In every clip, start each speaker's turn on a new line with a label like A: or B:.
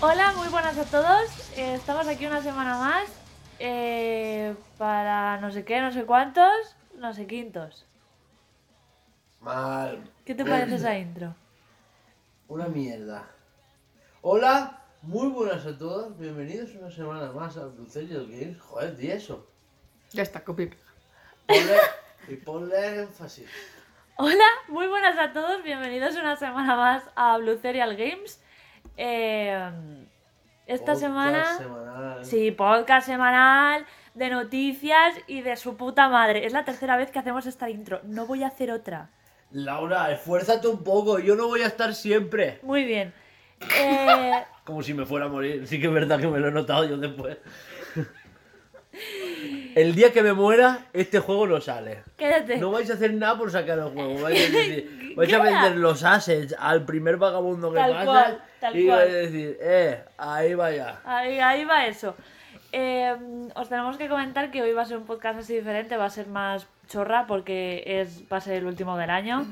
A: Hola, muy buenas a todos. Eh, estamos aquí una semana más eh, para no sé qué, no sé cuántos, no sé quintos.
B: Mal.
A: ¿Qué te parece esa intro?
B: Una mierda. Hola, muy buenas a todos. Bienvenidos una semana más al Brucelio Games. Joder, di eso.
C: Ya está, copy.
B: Ponle- y ponle énfasis.
A: Hola, muy buenas a todos. Bienvenidos una semana más a Blue Serial Games. Eh, esta
B: Podcast
A: semana...
B: semanal.
A: Sí, podcast semanal de noticias y de su puta madre. Es la tercera vez que hacemos esta intro. No voy a hacer otra.
B: Laura, esfuérzate un poco. Yo no voy a estar siempre.
A: Muy bien. Eh,
B: Como si me fuera a morir. Sí que es verdad que me lo he notado yo después. El día que me muera, este juego no sale.
A: quédate.
B: No vais a hacer nada por sacar el juego. Vais a, decir- vais a
A: Queda.
B: vender los assets al primer vagabundo que
A: Tal
B: pasa.
A: cual, tal
B: y
A: cual.
B: vais a decir, eh, ahí vaya.
A: Ahí, ahí va eso. Eh, os tenemos que comentar que hoy va a ser un podcast así diferente, va a ser más chorra porque es, va a ser el último del año.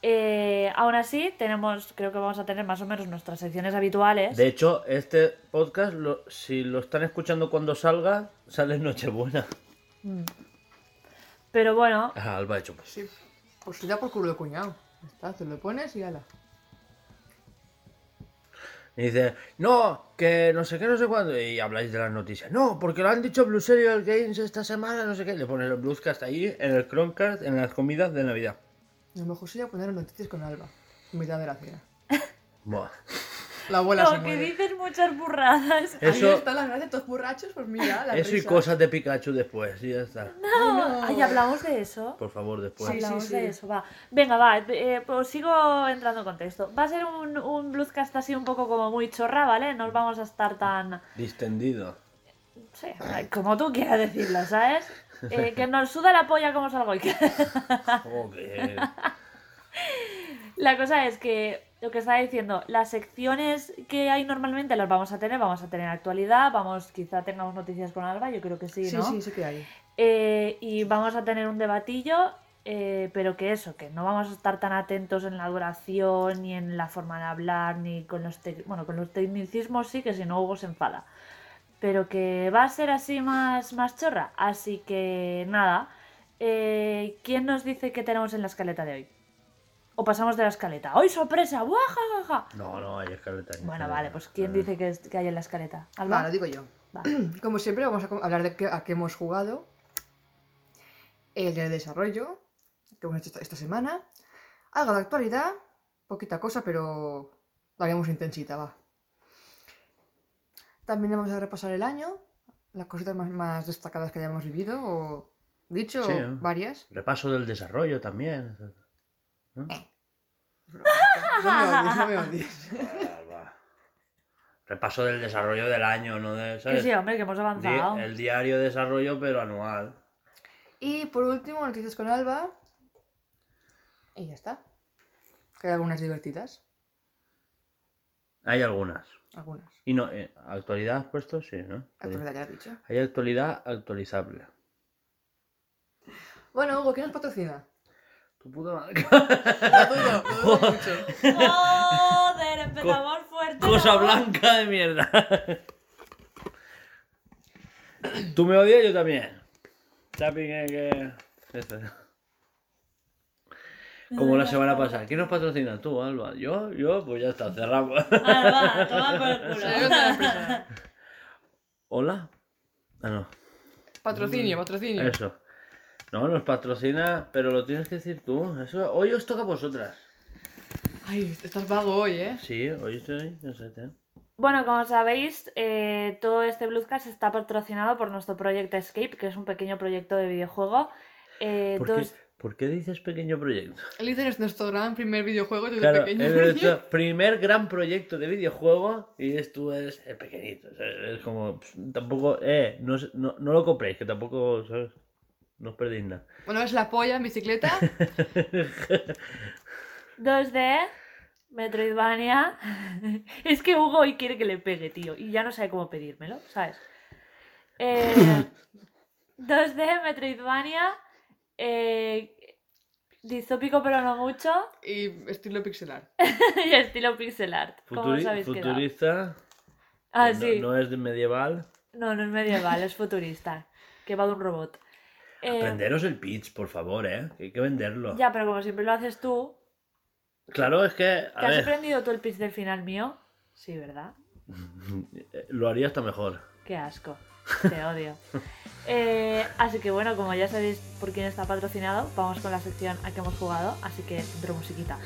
A: Eh, aún así, tenemos, creo que vamos a tener más o menos nuestras secciones habituales.
B: De hecho, este podcast, lo- si lo están escuchando cuando salga, sale en Nochebuena.
A: Pero bueno,
B: Ah, Alba ha hecho pues.
C: Sí. Pues ya por culo de cuñado. Ya Está, te lo pones y ala.
B: Y dice, no, que no sé qué, no sé cuándo. Y habláis de las noticias. No, porque lo han dicho Blue Serial Games esta semana, no sé qué. Le pones el Bluescast ahí, en el Chromecast, en las comidas de Navidad.
C: A lo mejor sería poner noticias con Alba. En mitad de la cena.
B: Buah.
C: La abuela se
A: lo que
C: muere.
A: dices muchas burradas.
C: Ahí
B: Eso-
C: están las gracias, todos borrachos, pues mira, la
B: Eso y
C: risa.
B: cosas de Pikachu después, y ya está.
C: No.
A: Ay, hablamos de eso.
B: Por favor, después.
C: Sí,
A: Hablamos
C: sí.
A: de eso, va. Venga, va, eh, pues sigo entrando en contexto. Va a ser un, un bluescast así un poco como muy chorra, ¿vale? No vamos a estar tan...
B: Distendido.
A: Sí, como tú quieras decirlo, ¿sabes? Eh, que nos suda la polla como salgo hoy.
B: Oh, Joder.
A: La cosa es que lo que estaba diciendo, las secciones que hay normalmente las vamos a tener, vamos a tener actualidad, vamos, quizá tengamos noticias con Alba, yo creo que sí,
C: Sí,
A: ¿no?
C: sí, sí que hay.
A: Eh, y vamos a tener un debatillo, eh, pero que eso, que no vamos a estar tan atentos en la duración, ni en la forma de hablar, ni con los, tec- bueno, con los tecnicismos sí, que si no Hugo se enfada. Pero que va a ser así más, más chorra. Así que nada, eh, ¿quién nos dice que tenemos en la escaleta de hoy? O pasamos de la escaleta. ¡Hoy sorpresa! ¡Buah, ja, ja, ja!
B: No, no, hay escaleta. hay
A: Bueno,
B: escaleta.
A: vale, pues ¿quién
B: Ah.
A: dice que, es- que hay en la escaleta?
C: Va,
A: ¿Alba?
C: lo digo yo.
A: Vale.
C: Como siempre, vamos a com- hablar de qué, a qué hemos jugado, el de desarrollo, que hemos hecho esta, esta semana, algo de actualidad, poquita cosa, pero la haremos intensita, va. También vamos a repasar el año, las cositas más, más destacadas que hayamos vivido, o dicho,
B: Sí, ¿eh?
C: varias.
B: Repaso del desarrollo también.
C: No me odies, no me odies.
B: Alba. Repaso del desarrollo del año, ¿no? De,
A: Que
B: ¿sabes?
A: sí, hombre, que hemos
B: Di- eh,
A: avanzado.
B: el diario de desarrollo, pero anual.
C: Y por último, noticias con Alba. Y ya está. Que hay algunas divertidas,
B: Hay algunas.
C: algunas.
B: Y no, eh, actualidad has puesto, sí, ¿no?
C: Actualidad, ya he dicho.
B: Hay actualidad actualizable.
C: Bueno, Hugo, ¿quién nos patrocina?
B: Tu puta madre.
A: Joder, empezamos fuerte.
B: Cosa
A: ¿no?
B: blanca de mierda. Tú me odias, yo también. Tapi, que- que- Eso. Como la semana pasada. ¿Quién nos patrocina? Tú, Alba. Yo, yo, pues ya está, cerramos.
A: Alba, toma por el culo.
B: Hola. Ah, no.
D: Patrocinio,
B: Mm.
D: patrocinio.
B: Eso. No, nos patrocina, pero lo tienes que decir tú. Eso, hoy os toca a vosotras.
D: Ay, estás vago hoy, ¿eh?
B: Sí, hoy estoy. No sé, ¿eh?
A: Bueno, como sabéis, eh, todo este Bluescast está patrocinado por nuestro Project Escape, que es un pequeño proyecto de videojuego. Eh,
B: ¿Por,
A: todo
B: qué,
A: es-
B: por qué dices pequeño proyecto?
D: Él dice es nuestro gran primer videojuego desde
B: Claro,
D: pequeño.
B: es nuestro primer gran proyecto de videojuego y esto es eh, pues, pequeñito. o sea, Es como, pff, tampoco, eh, no, es- no, no lo compréis, que tampoco, ¿sabes? No os perdéis nada.
D: Bueno, es la polla en bicicleta.
A: 2D, Metroidvania. es que Hugo hoy quiere que le pegue, tío, y ya no sabe cómo pedírmelo, ¿sabes? Eh, 2D, Metroidvania. eh, distópico, pero no mucho.
D: y estilo pixelar.
A: y estilo pixel art. ¿Cómo os
B: Futuri-
A: habéis quedado?
B: futurista.
A: Ah,
B: no,
A: sí.
B: no es de medieval.
A: No, no es medieval, es futurista. Que va de un robot. Eh,
B: Venderos el pitch, por favor, ¿eh? Que hay que venderlo.
A: Ya, pero como siempre lo haces tú.
B: Claro, es que.
A: ¿Te
B: A
A: has
B: ver,
A: aprendido tú el pitch del final mío? Sí, ¿verdad?
B: lo haría hasta mejor.
A: Qué asco. Te odio. Eh, así que bueno, como ya sabéis por quién está patrocinado, vamos con la sección a que hemos jugado. Así que dentro musiquita.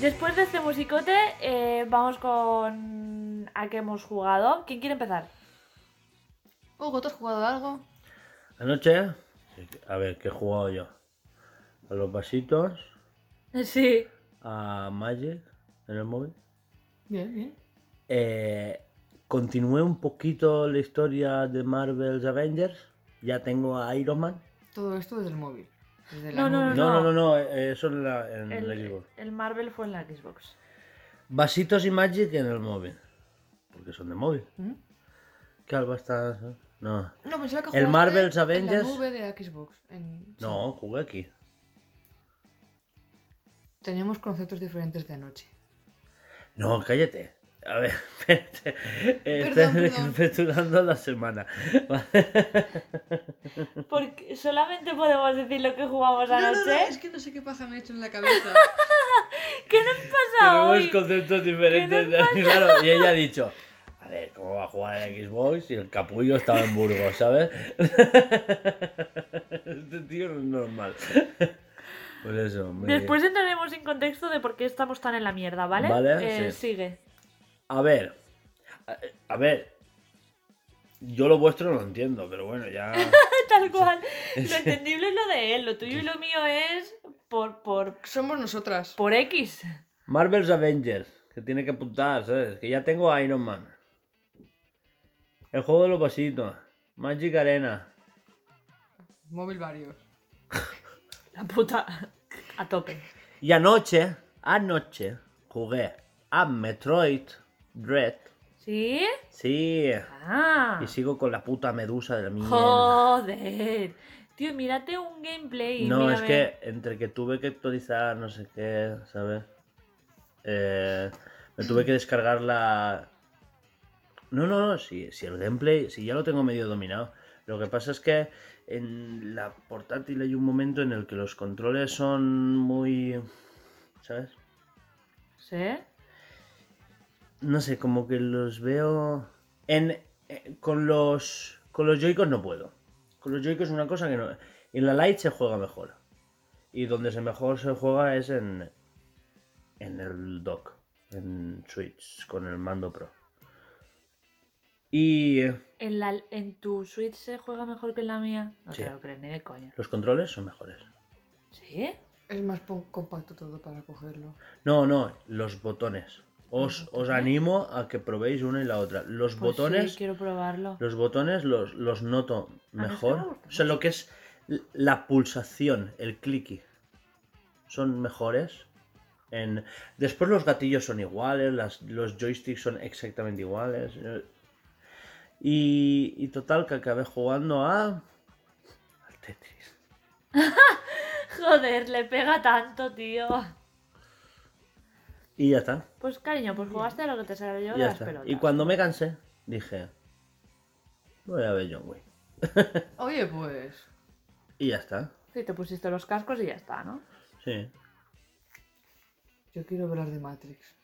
A: Después de este musicote, eh, vamos con a que hemos jugado. ¿Quién quiere empezar?
D: Hugo, ¿tú has jugado a algo?
B: Anoche. A ver, ¿qué he jugado yo? A los vasitos.
A: Sí.
B: A Magic. En el móvil.
D: Bien, bien.
B: Eh, continué un poquito la historia de Marvel's Avengers. Ya tengo a Iron Man.
D: Todo esto desde el móvil. Desde la
A: No, no,
D: móvil.
B: No, no, no, no, eh, eso en, la, en el
A: El,
B: Xbox.
A: el Marvel fue en la Xbox.
B: Vasitos y Magic en el móvil. Porque son de móvil.
D: ¿Mm?
B: ¿Qué alba estás? eh? No.
D: No, pensaba que
B: El
D: jugaste
B: Marvel's
D: En la
B: Avengers.
D: nube de Xbox. en- sí.
B: No, jugué aquí.
D: Tenemos conceptos diferentes de anoche.
B: No, cállate. A ver, espérate. Eh,
D: Perdón,
B: Estoy
D: perdón.
B: recapitulando la semana.
A: Porque solamente podemos decir lo que jugamos
D: No, no, no,
A: anoche.
D: es que no sé qué paja me he hecho en la cabeza.
A: ¿Qué nos pasa
B: Tenemos
A: hoy?
B: conceptos diferentes. de- Claro, y ella ha dicho. A ver, ¿cómo va a jugar el Xbox si el capullo estaba en Burgos, ¿sabes? Este tío no es normal. Por eso, muy bien.
A: Después entraremos en contexto de por qué estamos tan en la mierda, ¿vale?
B: Vale,
A: Eh,
B: sí.
A: Sigue.
B: A ver. A, a ver. Yo lo vuestro no lo entiendo, pero bueno, ya.
A: Tal cual. Lo entendible es lo de él, lo tuyo y lo mío es por, por,
D: Somos nosotras.
A: por X.
B: Marvel's Avengers, que tiene que apuntar, ¿sabes? Que ya tengo a Iron Man. El juego de los pasitos. Magic Arena.
D: Móvil varios.
A: La puta. A tope.
B: Y anoche, anoche, jugué a Metroid Dread.
A: ¿Sí?
B: Sí.
A: Ah.
B: Y sigo con la puta medusa de la mierda.
A: Joder. Tío, mírate un gameplay.
B: No, es
A: mírame.
B: que entre que tuve que actualizar, no sé qué, ¿sabes? Eh, me tuve que descargar la... No, no, no, si, si el gameplay, si ya lo tengo medio dominado. Lo que pasa es que en la portátil hay un momento en el que los controles son muy... ¿Sabes?
A: ¿Sí?
B: No sé, como que los veo... En, eh, con los con los Joy-Cons no puedo. Con los Joy-Cons es una cosa que no... En la Lite se juega mejor. Y donde se mejor se juega es en... En el dock. En Switch. Con el mando pro. Y... eh,
A: ¿En, la, ¿En tu Switch se juega mejor que en la mía? No
B: Sí.
A: te lo crees ni de coña.
B: Los controles son mejores.
A: ¿Sí?
D: Es más po- compacto todo para cogerlo.
B: No, no. Los botones. Os, os animo a que probéis una y la otra. Los
A: Pues sí,
B: botones,
A: quiero probarlo.
B: los botones los, los noto
A: A mí Ah, es que me
B: mejor.
A: gusta
B: O sea, lo que es l- la pulsación, el clicky, son mejores. En... Después los gatillos son iguales, las, los joysticks son exactamente iguales. eh. Y, y total, que acabé jugando a... Al Tetris.
A: Joder, le pega tanto, tío.
B: Y ya está.
A: Pues cariño, pues jugaste a lo que te salió yo de
B: ya
A: las
B: está.
A: pelotas.
B: Y cuando me cansé, dije... Voy a ver John Wick.
D: Oye, pues.
B: Y ya está.
A: Sí, te pusiste los cascos y ya está, ¿no?
B: Sí.
D: Yo quiero ver las de Matrix.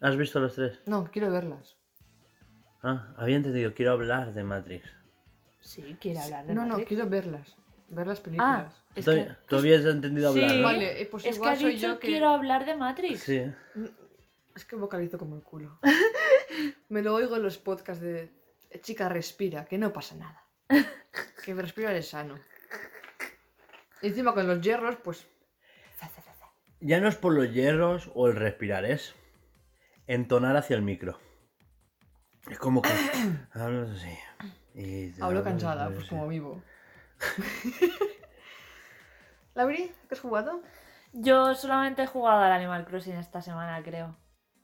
B: ¿Has visto los tres?
D: No, quiero verlas.
B: Ah, había entendido. Quiero hablar de Matrix.
A: Sí, quiere hablar de
D: No, no,
A: Matrix.
D: quiero verlas. Ver las
A: Ah,
D: películas.
A: es
B: ¿Tú,
A: que,
B: tú habías entendido
A: Sí.
B: hablar? ¿no?
D: pues, Vale, eh, pues
A: es que
D: igual
A: ha
D: soy
A: dicho
D: yo que.
A: quiero hablar de Matrix.
B: Sí.
D: Es que vocalizo como el culo. Me lo oigo en los podcasts de chica respira, que no pasa nada. Que respirar es sano. Y encima con los hierros, pues
B: Ya no es por los hierros o el respirar, es entonar hacia el micro. Es como que hablas así. y te
D: hablo
B: hablas
D: cansada,
B: así.
D: pues como vivo. Lauri, ¿qué has jugado?
A: Yo solamente he jugado al Animal Crossing esta semana, creo.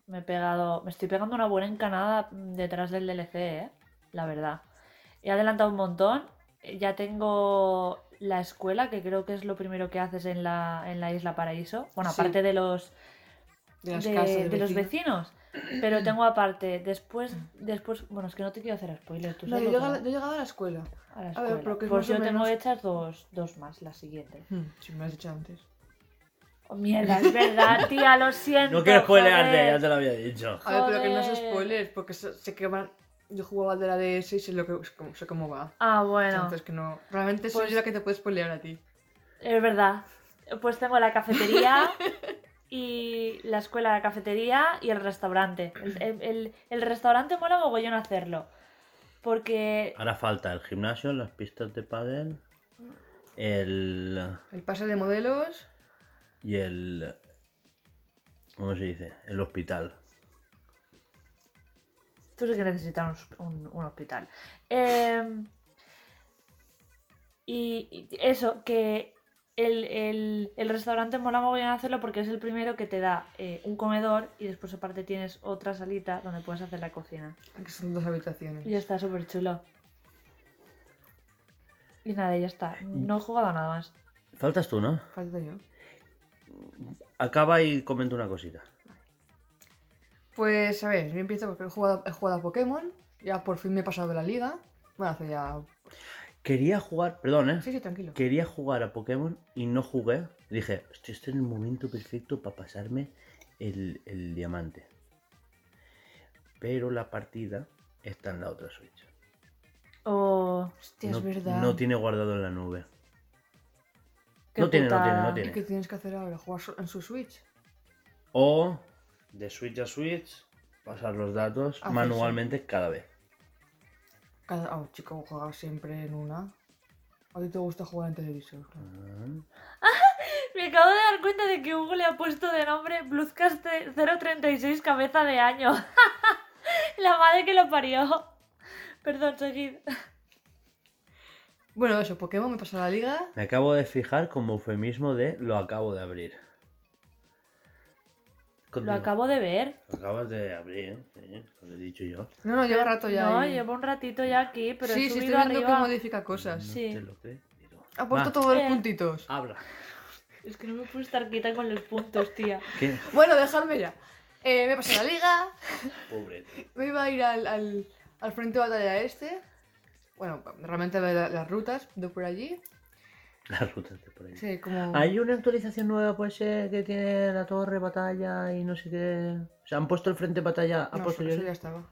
A: Me he pegado. Me estoy pegando una buena encanada detrás del DLC, eh. La verdad. He adelantado un montón. Ya tengo la escuela, que creo que es lo primero que haces en la, en la Isla Paraíso. Bueno,
D: Sí.
A: aparte de los,
D: De las
A: de-
D: casas de,
A: de los
D: vecinos.
A: vecinos. Pero tengo aparte, después, después, bueno, es que no te quiero hacer spoiler, tú
D: Pues No, yo,
A: solo
D: he llegado-
A: como
D: yo he llegado a la escuela.
A: a la
D: a ver,
A: escuela.
D: pero que es
A: Pues
D: más o
A: yo tengo
D: menos-
A: hechas dos, dos más, las siguientes.
D: Hmm, Si me has dicho antes.
A: Oh, mierda, es verdad, tía, lo siento.
B: No quiero spoilearte,
A: joder.
B: ya te lo había dicho.
D: A ver, pero que no es
A: Joder.
D: spoiler, porque se, se queman. Yo jugaba al de la DS y sé, lo que, sé cómo- sé cómo va.
A: Ah, bueno.
D: Entonces que no. Realmente soy
A: Pues-
D: yo la que te puedes spoilear a ti.
A: Es verdad. Pues tengo la cafetería y la escuela, la cafetería y el restaurante. El, el- el- el restaurante mola mogollón hacerlo. Porque
B: Ahora falta el gimnasio, las pistas de pádel, el
D: El pase de modelos.
B: y el ¿cómo se dice? El hospital.
A: tú sí que necesitas un, un- un hospital. Eh, y, y eso, que el, el- el restaurante mola mogollón hacerlo porque es el primero que te da eh, un comedor y después aparte tienes otra salita donde puedes hacer la cocina.
D: Que son dos habitaciones.
A: Y está súper chulo. Y nada, ya está. No he jugado a nada más.
B: Faltas tú, ¿no?
D: Falta yo.
B: Acaba y comenta una cosita.
D: Pues a ver, yo empiezo porque he jugado, he jugado a Pokémon. Ya por fin me he pasado de la liga. Bueno, hace ya.
B: Quería jugar, perdón, ¿eh?
D: Sí, sí, tranquilo.
B: Quería jugar a Pokémon y no jugué. Y dije, "Hostia, este es el momento perfecto para pasarme el, el diamante. Pero la partida está en la otra Switch.
A: O.
D: Hostia,
B: no,
D: es verdad.
B: no tiene guardado en la nube.
A: qué
B: No tiene, no tiene, no
A: putada.
B: tiene.
D: ¿Y qué tienes que hacer ahora? ¿Jugar so- en su Switch?
B: O de Switch a Switch, pasar los datos
D: Ah, sí,
B: manualmente cada vez.
D: Cada... ah, chico, juega siempre en una. A ti te gusta jugar en televisor. claro.
B: Ah,
A: Me acabo de dar cuenta de que Hugo le ha puesto de nombre Bluzcast 036 Cabeza de Año. La madre que lo parió. Perdón, seguid.
D: Bueno, eso, Pokémon me pasó la liga.
B: Me acabo de fijar como eufemismo de lo acabo de abrir.
A: Lo
B: Continúa.
A: acabo de ver.
B: Lo acabas de abrir, ¿eh? Sí, lo he dicho yo.
D: No, no, lleva rato ya.
A: No,
D: ahí.
A: llevo un ratito ya aquí, pero he
D: sí, sí,
A: subido
D: estoy viendo que
A: arriba.
D: modifica cosas.
A: No Sí. te
B: lo crees.
D: Ha puesto todos
A: Eh.
D: los puntitos.
B: Habla.
A: Es que no me puedo estar quieta con los puntos, tía.
B: ¿Qué?
D: Bueno, dejadme ya. Eh, me pasé la liga.
B: Pobre.
D: Me iba a ir al, al, al frente de batalla este. Bueno, realmente a ver la- las rutas de por allí.
B: Las rutas de por ahí.
D: Sí, como...
B: Hay una actualización nueva, puede ser, que tiene la torre, batalla y no sé qué. O sea, han puesto el frente batalla. ¿Han
D: No,
B: puesto
D: eso-
B: yo-
D: eso ya estaba.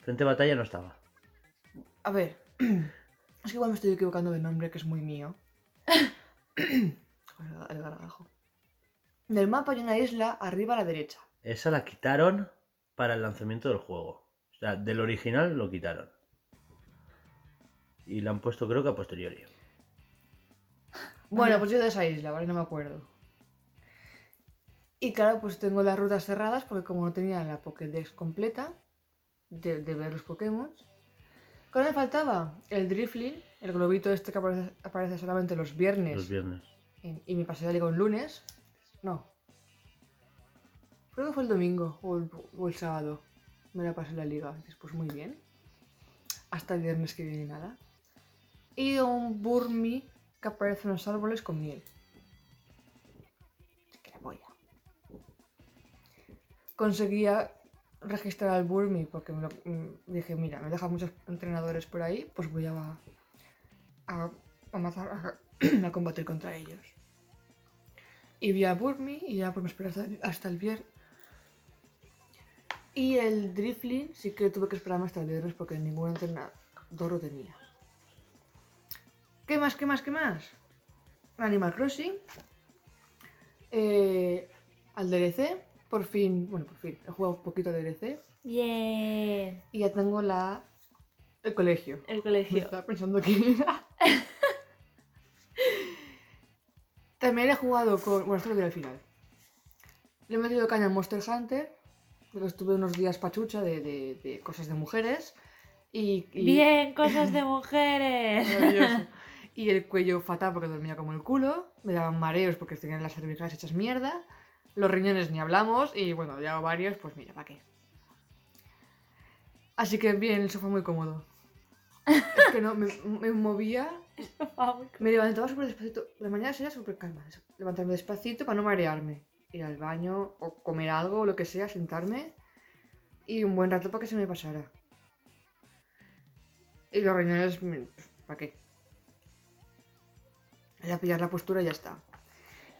B: Frente batalla no estaba.
D: A ver. Es que igual me estoy equivocando de nombre, que es muy mío. Joder, el gargajo. Del mapa hay una isla arriba a la derecha.
B: Esa la quitaron para el lanzamiento del juego. O sea, del original lo quitaron. Y la han puesto, creo que a posteriori.
D: Bueno,
A: Ajá.
D: pues yo de esa isla, ¿vale? No me acuerdo. Y claro, pues tengo las rutas cerradas porque como no tenía la Pokédex completa de, de ver los Pokémon, ¿cuál me faltaba? El Drifling, el globito este que aparece, aparece solamente los viernes,
B: los viernes.
D: en- y me pasé de un lunes. No. Creo que fue el domingo o el, o el sábado. Me la pasé en la liga. Después muy bien. Hasta el viernes que viene nada. Y un Burmi que aparece en los árboles con miel. Que la polla. Conseguía registrar al Burmi porque me lo- mm, dije, mira, me dejan muchos entrenadores por ahí, pues voy a, a, a matar- a- a combatir contra ellos. Y vi a Burmi y ya pues me esperé hasta, hasta el viernes. Y el Drifling sí que tuve que esperarme hasta el viernes porque ningún entrenador lo tenía. ¿Qué más, qué más, qué más? Animal Crossing. Eh, al DLC. Por fin, bueno, por fin, he jugado un poquito al DLC.
A: Bien.
D: Y ya tengo la... el colegio.
A: El
D: Me
A: colegio.
D: estaba pensando que era. También he jugado con. Bueno, esto lo diré al final. Le he metido caña en Monster Hunter. Pero estuve unos días pachucha de, de- de cosas de mujeres. Y, y-
A: Bien, cosas de mujeres.
D: Maravilloso. Y el cuello fatal porque dormía como el culo. Me daban mareos porque tenía las cervicales hechas mierda. Los riñones ni hablamos. Y bueno, ya varios, pues mira, ¿para qué? Así que bien, el sofá muy cómodo. Es que no, me, me movía me levantaba súper despacito. La mañana sería súper calma. es- Levantarme despacito para no marearme. Ir al baño o comer algo o lo que sea, sentarme. Y un buen rato para que se me pasara. Y los riñones, ¿para qué? Era pillar la postura y ya está.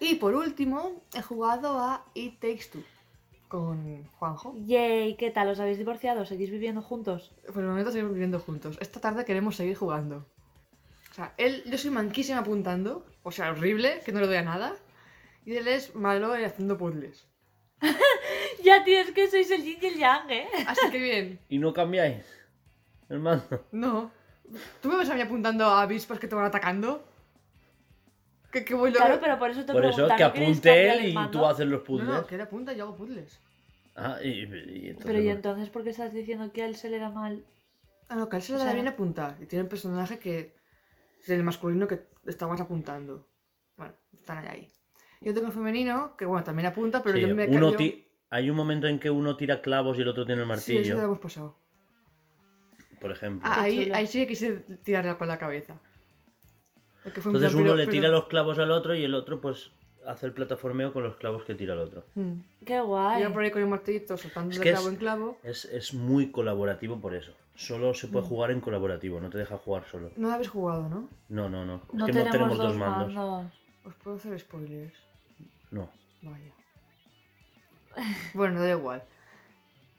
D: Y por último, he jugado a It Takes Two con Juanjo.
A: Yay, ¿qué tal? ¿Os habéis divorciado? ¿Seguís viviendo juntos?
D: Por el momento seguimos viviendo juntos. Esta tarde queremos seguir jugando. O sea, él, yo soy manquísima apuntando, o sea, horrible, que no le doy a nada. Y él es malo en haciendo puzzles.
A: Ya, tío, es que sois el yin y el yang, ¿eh?
D: Así que bien,
B: ¿Y no cambiáis? Hermano.
D: no. ¿Tú me ves a mí apuntando a avispas que te van atacando? Que, que voy loca?
A: Claro, pero por eso te
B: Por eso,
A: preguntaba,
B: que
A: ¿no queréis
B: apunte
A: cambiar
B: él
A: el
B: y
A: mando?
B: tú haces los
D: No,
B: puzzles.
D: no, que él apunta y yo hago puzzles.
B: Ah, y, y entonces
A: Pero y
B: no.
A: entonces, ¿por qué estás diciendo que a él se le da mal?
D: Ah, no, que a él se le
A: O
D: da
A: sea-
D: bien apuntar. Y tiene un personaje que es el masculino que está más apuntando. Bueno, están ahí. Yo tengo el femenino, que bueno, también apunta, pero
B: Sí,
D: yo me
B: uno
D: cambio-
B: ti- Hay un momento en que uno tira clavos y el otro tiene el
D: Sí, eso
B: martillo,
D: ya lo hemos pasado.
B: por ejemplo.
D: Ah, ahí,
A: chulo.
D: ahí sí que quise tirarla con la cabeza. Porque fue un
B: entonces
D: plan,
B: uno
D: pero-
B: le
D: pero-
B: tira los clavos al otro y el otro pues hace el plataformeo con los clavos que tira el otro.
D: Mm.
A: Qué guay.
D: Iba por ahí con el martillito, soltando
B: Es
D: de
B: que es-
D: clavo en clavo.
B: Es, es muy colaborativo por eso. Solo se
D: Mm.
B: puede jugar en colaborativo, no te deja jugar solo.
D: No la habéis jugado, ¿no?
B: No, no, no. Es
A: No
B: que
A: tenemos,
B: no tenemos
A: dos
B: dos mandos.
A: mandos.
D: Os puedo hacer spoilers.
B: No.
D: Vaya. Bueno, da igual.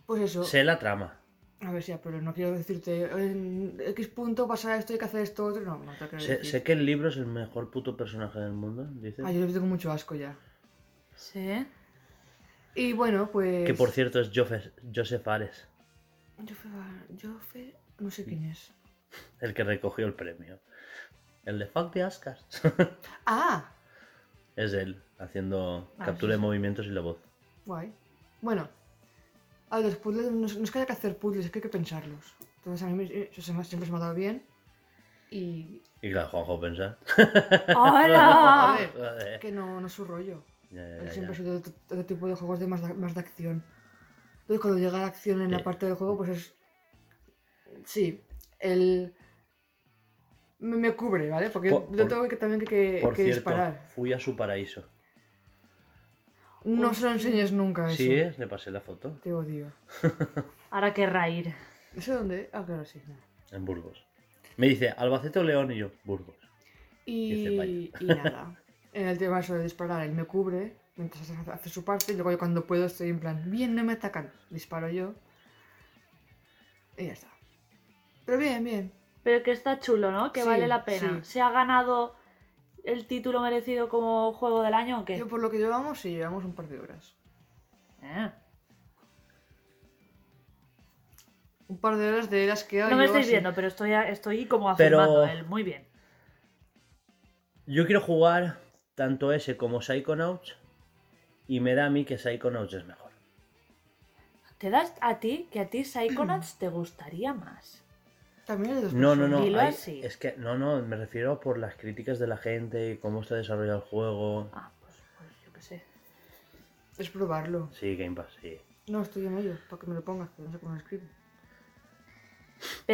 D: Pues eso.
B: Sé la trama.
D: A ver, sí, pero no quiero decirte en X punto pasa esto, hay que hacer esto, otro. No, no te lo quiero
B: Sé,
D: decir.
B: sé que el libro es el mejor puto personaje del mundo, dice.
D: Ah, yo le tengo mucho asco ya.
A: Sí.
D: Y bueno, pues.
B: Que por cierto es Joseph, Joseph Ares,
D: Yo fui a- yo fui- No sé quién es.
B: el que recogió el premio. El de Fuck de Ascas.
D: ¡Ah!
B: es él, haciendo
A: Ah,
B: captura
A: sí,
B: de
A: sí.
B: movimientos y la voz.
D: Guay. Bueno, a ver, los puzzles no, es- no es que haya que hacer puzzles, es que hay que pensarlos. Entonces a mí me- eso se me, ha- siempre se me ha dado bien. Y
B: Y claro, Juanjo pensar.
D: A
A: ¡Hola!
D: ver.
B: Joder.
D: que no, no es su rollo.
B: Ya, ya,
D: Él
B: ya,
D: siempre
B: ya.
D: soy de otro, otro tipo de juegos de más, de más de acción. Entonces cuando llega la acción en la
B: Sí.
D: parte del juego, pues es... Sí, él... Me, me cubre, ¿vale? Porque
B: Por-
D: yo
B: por-
D: tengo que, también que, que-
B: Por
D: que
B: cierto,
D: disparar.
B: fui a su paraíso.
D: No se lo enseñes nunca eso.
B: Sí, ¿eh? le pasé la foto.
D: Te odio.
A: Ahora querrá ir.
D: ¿Eso dónde? Ah, claro, sí. nada.
B: En Burgos. Me dice, Albacete o León y yo, Burgos. Dice, "Vaya".
D: Y, y nada. En el tema eso de disparar, él me cubre mientras hace- hace su parte. Y luego yo cuando puedo estoy en plan, bien, no me atacan. Disparo yo. Y ya está. Pero bien, bien.
A: Pero que está chulo, ¿no? Que
D: Sí,
A: vale la pena.
D: sí.
A: ¿Se ha ganado el título merecido como juego del año o qué?
D: Yo por lo que llevamos, sí, llevamos un par de horas.
A: Eh.
D: Un par de horas de las que
A: No me estáis viendo, pero estoy, estoy como
B: Pero-
A: afirmando él. Muy bien.
B: Yo quiero jugar tanto ese como Psychonauts y me da a mí que Psychonauts es mejor.
A: Te das a ti que a ti Psychonauts te gustaría más.
D: También es de dos
B: No, no,
D: personas.
B: no.
A: Dilo
B: hay-
A: así.
B: es que, no, no, me refiero por las críticas de la gente y cómo está desarrollado el juego.
A: Ah, pues, pues yo qué sé.
D: Es probarlo.
B: Sí, Game Pass, sí.
D: No, estoy en ello, para que me lo pongas, que no sé cómo lo escribo.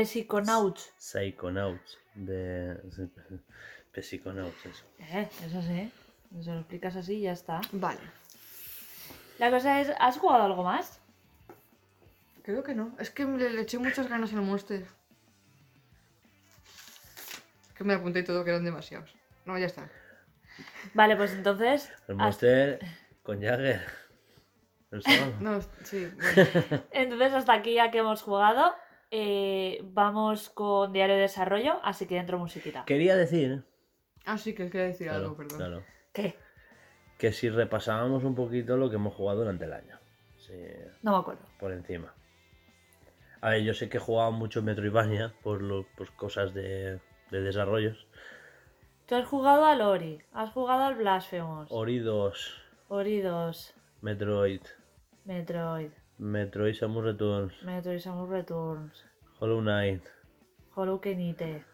A: Psychonauts.
B: Psychonauts. De. de Psychonauts, eso.
A: Eh, eso sí. Se lo explicas así y ya está.
D: Vale.
A: La cosa es, ¿has jugado algo más?
D: Creo que no. Es que le, le eché muchas ganas al Monster. Que me apunté y todo, que eran demasiados. No, ya está.
A: Vale, pues entonces...
B: El
A: has-
D: Ah.
B: Monster con Jagger. El sábado.
D: No, es- sí, bueno.
A: Entonces, hasta aquí ya que hemos jugado, eh, vamos con Diario de Desarrollo, así que dentro musiquita.
B: Quería decir. ¿eh?
D: Ah, sí, que quería decir
B: Claro,
D: algo, perdón.
B: claro,
A: ¿Qué?
B: Que si repasábamos un poquito lo que hemos jugado durante el año. Sí,
A: No me acuerdo.
B: por encima. A ver, yo sé que he jugado mucho Metroidvania por, lo, por cosas de, de desarrollos.
A: Tú has jugado al Ori, has jugado al Blasphemous,
B: Ori 2,
A: Ori 2,
B: Metroid,
A: Metroid,
B: Metroid Samus Returns,
A: Metroid Samus Returns,
B: Hollow Knight,
A: Hollow Kenite,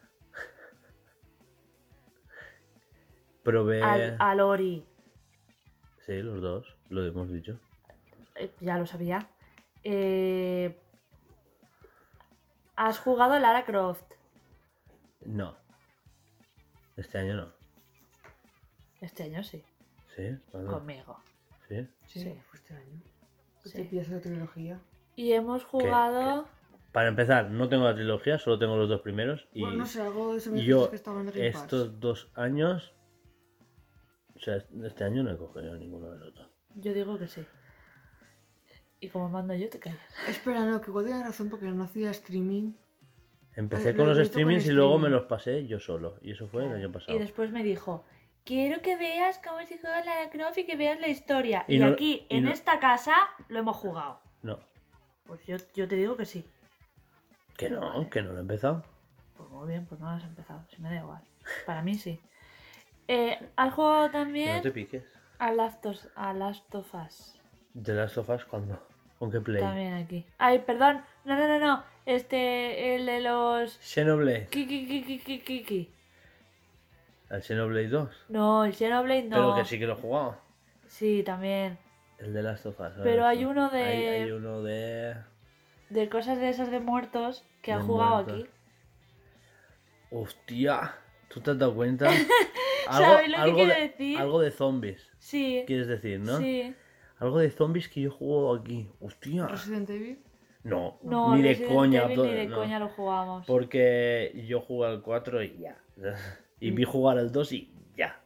B: probé...
A: al, al Ori,
B: Sí, los dos, lo hemos dicho.
A: eh, ya lo sabía. Eh, has jugado al Lara Croft
B: No. Este año no.
A: este año, sí,
B: ¿Sí? ¿Cuándo?
A: conmigo.
B: ¿Sí?
D: Sí,
A: Sí.
D: fue este año.
A: Sí.
D: Te pillas la trilogía.
A: Y hemos jugado.
B: Para empezar, no tengo la trilogía, solo tengo los dos primeros. Y
D: Bueno, no sé, algo de eso
B: y yo,
D: que estaban en Game Pass.
B: estos dos años... O sea, este año no he cogido ninguno de los dos.
A: Yo digo que sí. Y como mando yo, te callas.
D: Espera, no, que igual tenía razón porque no hacía streaming.
B: Empecé
D: Lo-
B: con
D: lo
B: los
D: he visto con
B: streamings y luego me
D: streaming.
B: los pasé yo solo. Y eso fue el año pasado.
A: Y después me dijo, quiero que veas cómo se juega Lara Croft y que veas la historia.
B: Y
A: Y,
B: no-
A: aquí,
B: y
A: en
B: no-
A: esta casa, lo hemos jugado.
B: No,
A: Pues yo, yo te digo que sí.
B: que no, que no lo he empezado.
A: Pues muy bien, pues no lo has empezado, si me da igual. Para mí sí. Eh, has jugado
B: Que no
A: también
B: te piques.
A: a, Last of, a Last of Us.
B: ¿De las sofás cuándo? ¿Con qué play?
A: También aquí. Ay, perdón. No, no, no, no. Este, el de los...
B: Xenoblade.
A: Kiki, kiki, kiki, kiki.
B: ¿El Xenoblade 2?
A: No, el Xenoblade no.
B: Pero que sí que lo he jugado.
A: Sí, también.
B: El de las sofás.
A: Pero hay uno de-
B: Hay, hay uno de...
A: De cosas de esas de muertos que
B: De
A: han jugado
B: muertos.
A: aquí.
B: ¡Hostia! ¿Tú te has dado cuenta? Algo,
A: ¿Sabes lo que quiero
B: de,
A: decir?
B: algo de zombies,
A: Sí.
B: quieres decir, ¿no?
A: Sí.
B: Algo de zombies que yo juego aquí. ¡Hostia!
D: Resident Evil.
B: No,
A: Pues No,
B: ni de
A: Resident
B: coña.
A: Evil
B: todo-
A: ni de
B: no.
A: coña lo jugamos.
B: Porque yo jugué al 4 y ya. Y
A: Mm.
B: vi jugar al 2 y ya.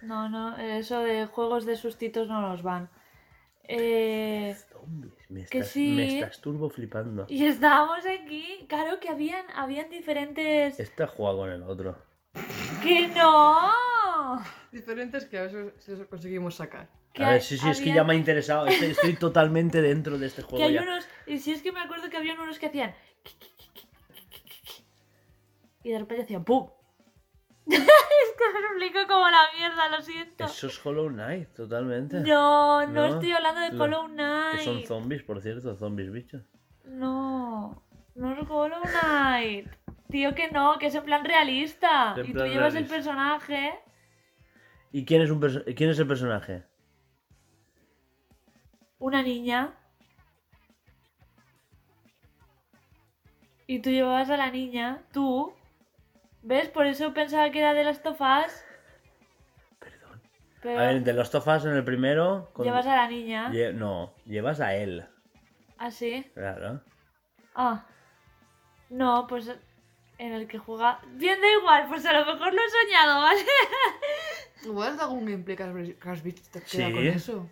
A: No, no, eso de juegos de sustitos no nos van. Eh,
B: Zombies, me
A: Que
B: estás,
A: sí.
B: me estás turbo flipando.
A: y estábamos aquí, claro que habían, habían diferentes.
B: Esta juega Este con el otro.
A: ¡Que no!
D: Diferentes que a veces se los conseguimos sacar.
A: Que
B: a ver, sí, sí, es que ya
A: habían-
B: me ha interesado. Estoy, estoy totalmente dentro de este
A: Que
B: juego
A: hay
B: ya.
A: unos. Y si es que me acuerdo que había unos que hacían. Y de repente hacían ¡pum! es que se lo explico como la mierda, lo siento.
B: Eso es Hollow Knight, totalmente.
A: No, no,
B: No,
A: estoy hablando de
B: lo-
A: Hollow
B: Que son
A: Knight.
B: zombies, por cierto, zombies bichos.
A: No, no es Hollow Knight. Tío, que no, que es en plan realista.
B: En
A: y
B: plan
A: tú llevas el
B: realista.
A: personaje.
B: ¿Y quién es, un perso- quién es el personaje?
A: una niña y tú llevabas a la niña, tú. ¿Ves? Por eso pensaba que era de las tofas.
B: Perdón.
A: Pero
B: A ver, de los tofas en el primero. con-
A: llevas a la niña.
B: Lle- No, llevas a él.
A: Así.
B: Claro.
A: Ah. No, pues en el que juega. Bien, da igual, pues a lo mejor lo he soñado, ¿vale?
D: Igual has dado algún gameplay que has, vi- que has visto que
B: Sí.
D: queda con eso.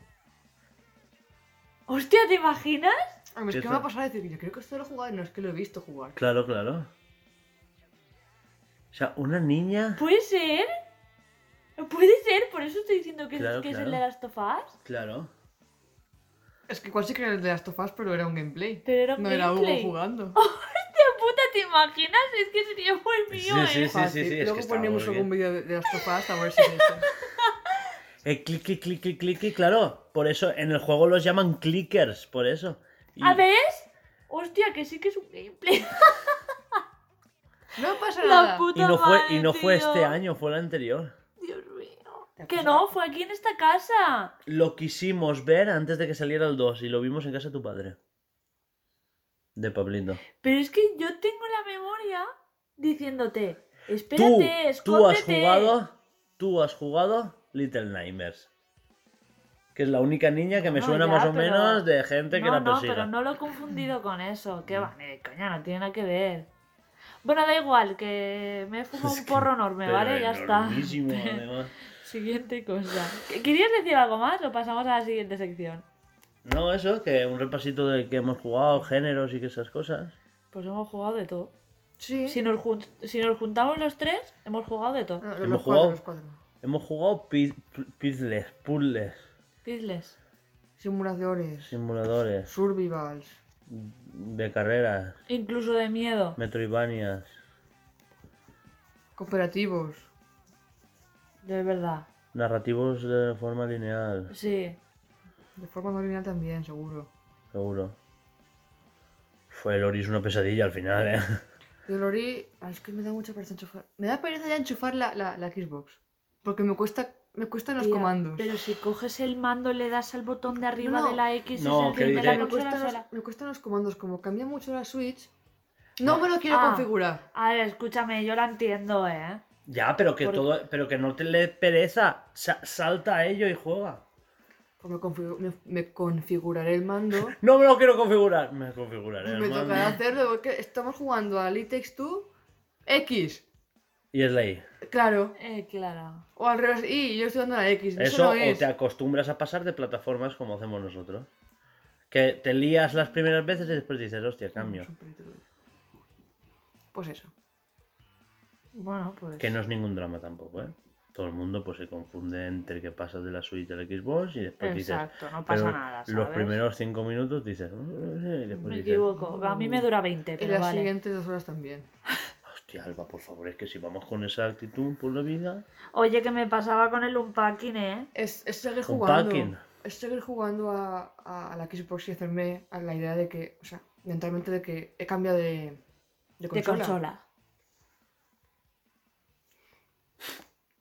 A: Hostia, ¿te imaginas?
D: A mí es
B: Sí,
D: que me va a
B: está.
D: pasar a decir, yo creo que esto lo he jugado, no es que lo he visto jugar.
B: Claro, claro. O sea, una niña.
A: ¿Puede ser? ¿Puede ser? Por eso estoy diciendo que, es-
B: Claro,
A: que es
B: claro.
A: el de las tofas.
B: Claro.
D: Es que igual sí que era el de Last of Us, pero era un gameplay.
A: Pero era un
D: no era Hugo
A: gameplay.
D: jugando.
A: ¡Hostia puta, te imaginas! Es que sería muy mío,
B: Sí, sí,
A: ¿eh?
B: sí, sí, sí, es que
D: Luego
B: está
D: ponemos
B: muy
D: algún
B: bien.
D: vídeo de, de Last of Us a ver si es eso.
B: Eh, clic, clic, clic, clic, clic, clic, claro. Por eso en el juego los llaman clickers, por eso. Y-
A: ¿A ves? Hostia, que sí que es un gameplay.
D: No pasa
A: La
D: nada.
A: puta
B: Y no fue,
A: madre,
B: y no fue
A: tío.
B: este año, fue el anterior.
A: Dios mío.
D: Te
A: Que
D: pasa
A: no, fue aquí en esta casa.
B: Lo quisimos ver antes de que saliera el 2 y lo vimos en casa de tu padre. De Pablito.
A: Pero es que yo tengo la memoria diciéndote,
B: Tú,
A: espérate, escóndete.
B: tú has jugado, tú has jugado Little Nightmares. Que es la única niña que me
A: No,
B: suena
A: ya,
B: más o
A: pero-
B: menos de gente que
A: no,
B: la
A: no,
B: persiga.
A: pero no lo he confundido con eso. Qué va, ni de coña, no tiene nada que ver. Bueno, da igual, que me he fumado
B: Es
A: un
B: que-
A: porro enorme,
B: Pero
A: ¿vale? Ya está.
B: enormísimo, además.
A: Siguiente cosa. ¿Qu- ¿Querías decir algo más o pasamos a la siguiente sección?
B: No, eso, que un repasito de que hemos jugado, géneros y que esas cosas.
A: Pues hemos jugado de todo.
D: Sí.
A: Si nos, jun- si nos juntamos los tres, hemos jugado de todo.
D: No,
B: Hemos
D: los
B: jugado.
D: cuatro, los cuatro.
B: Hemos jugado pi- pu- puzzles, puzzles,
A: Puzzles.
D: Simulaciones.
B: simuladores,
D: Survivals.
B: de carreras,
A: Incluso de miedo.
B: metroidvanias.
D: Cooperativos.
A: De verdad.
B: Narrativos de forma lineal,
A: Sí.
D: De forma no lineal también, seguro.
B: seguro. Fue el Oris una pesadilla al final, ¿eh?
D: Yo lo harí- Ay, es que me da mucha pereza enchufar. Me da pereza ya enchufar la, la, la Xbox. Porque me cuesta me cuestan los
A: Tía,
D: comandos.
A: Pero si coges el mando, le das al botón de arriba
D: No.
A: de la X,
B: No,
A: es
B: que
A: el de la
B: diré-
D: me,
A: consola
D: cuestan los,
A: sola.
D: me cuestan los comandos. Como cambia mucho la Switch, no me lo quiero
A: Ah.
D: configurar.
A: A ver, escúchame, yo la entiendo, ¿eh?
B: Ya, pero que
A: Por-
B: todo, pero que no te le pereza, Sa- salta a ello y juega.
D: Pues me, configu- me- me configuraré el mando.
B: No me lo quiero configurar, me configuraré.
D: me
B: hermano.
D: tocará hacerlo porque estamos jugando a Litex 2 X.
B: Y es ley.
D: Claro.
A: Eh, claro.
D: O al revés. Y yo estoy dando la X. Eso,
B: Eso
D: no
B: o
D: es.
B: te acostumbras a pasar de plataformas como hacemos nosotros. Que te lías las primeras veces y después dices, hostia, cambio.
D: Pues eso.
A: Bueno, pues.
B: Que no es ningún drama tampoco, ¿eh? Todo el mundo pues se confunde entre que pasas de la Switch a la Xbox y después dices...
A: Exacto, no pasa
B: pero
A: nada. ¿sabes?
B: Los primeros cinco minutos dices... "Eh", y después
A: Me
B: dices...
A: equivoco. A mí me dura 20,
D: Y
A: pero
D: las
A: vale.
D: siguientes dos horas también.
B: Hostia, Alba, por favor, es que si vamos con esa actitud por la vida...
A: Oye, que me pasaba con el unpacking, ¿eh?
D: Es, es seguir
B: Un
D: jugando.
B: packing.
D: Es seguir jugando a, a, a la Xbox y hacerme a la idea de que, o sea, mentalmente de que he cambiado de,
A: De
D: de consola.
A: consola.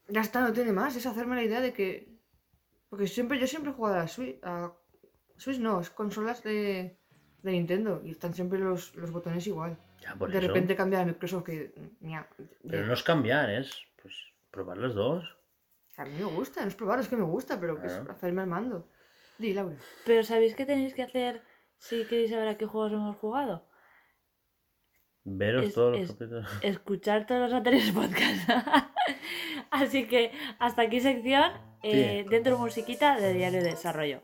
D: Ya está, no tiene más. Es hacerme la idea de que. Porque siempre, yo siempre he jugado a la Switch. A... Switch no, es consolas de, de Nintendo. Y están siempre los, los botones igual.
B: Ya, por
D: de
B: eso.
D: repente cambia a Microsoft que. mira,
B: Pero no es cambiar, es pues, probar las dos.
D: A mí me gusta, no es probar, es que me gusta, pero que es
B: Claro.
D: hacerme al mando. Di, Laura.
A: Pero ¿sabéis qué tenéis que hacer si queréis saber a qué juegos hemos jugado?
B: Veros
A: Es-
B: todos los
A: es-
B: capítulos.
A: Escuchar todos los anteriores podcasts. Así que hasta aquí sección. eh, dentro musiquita de Diario de Desarrollo.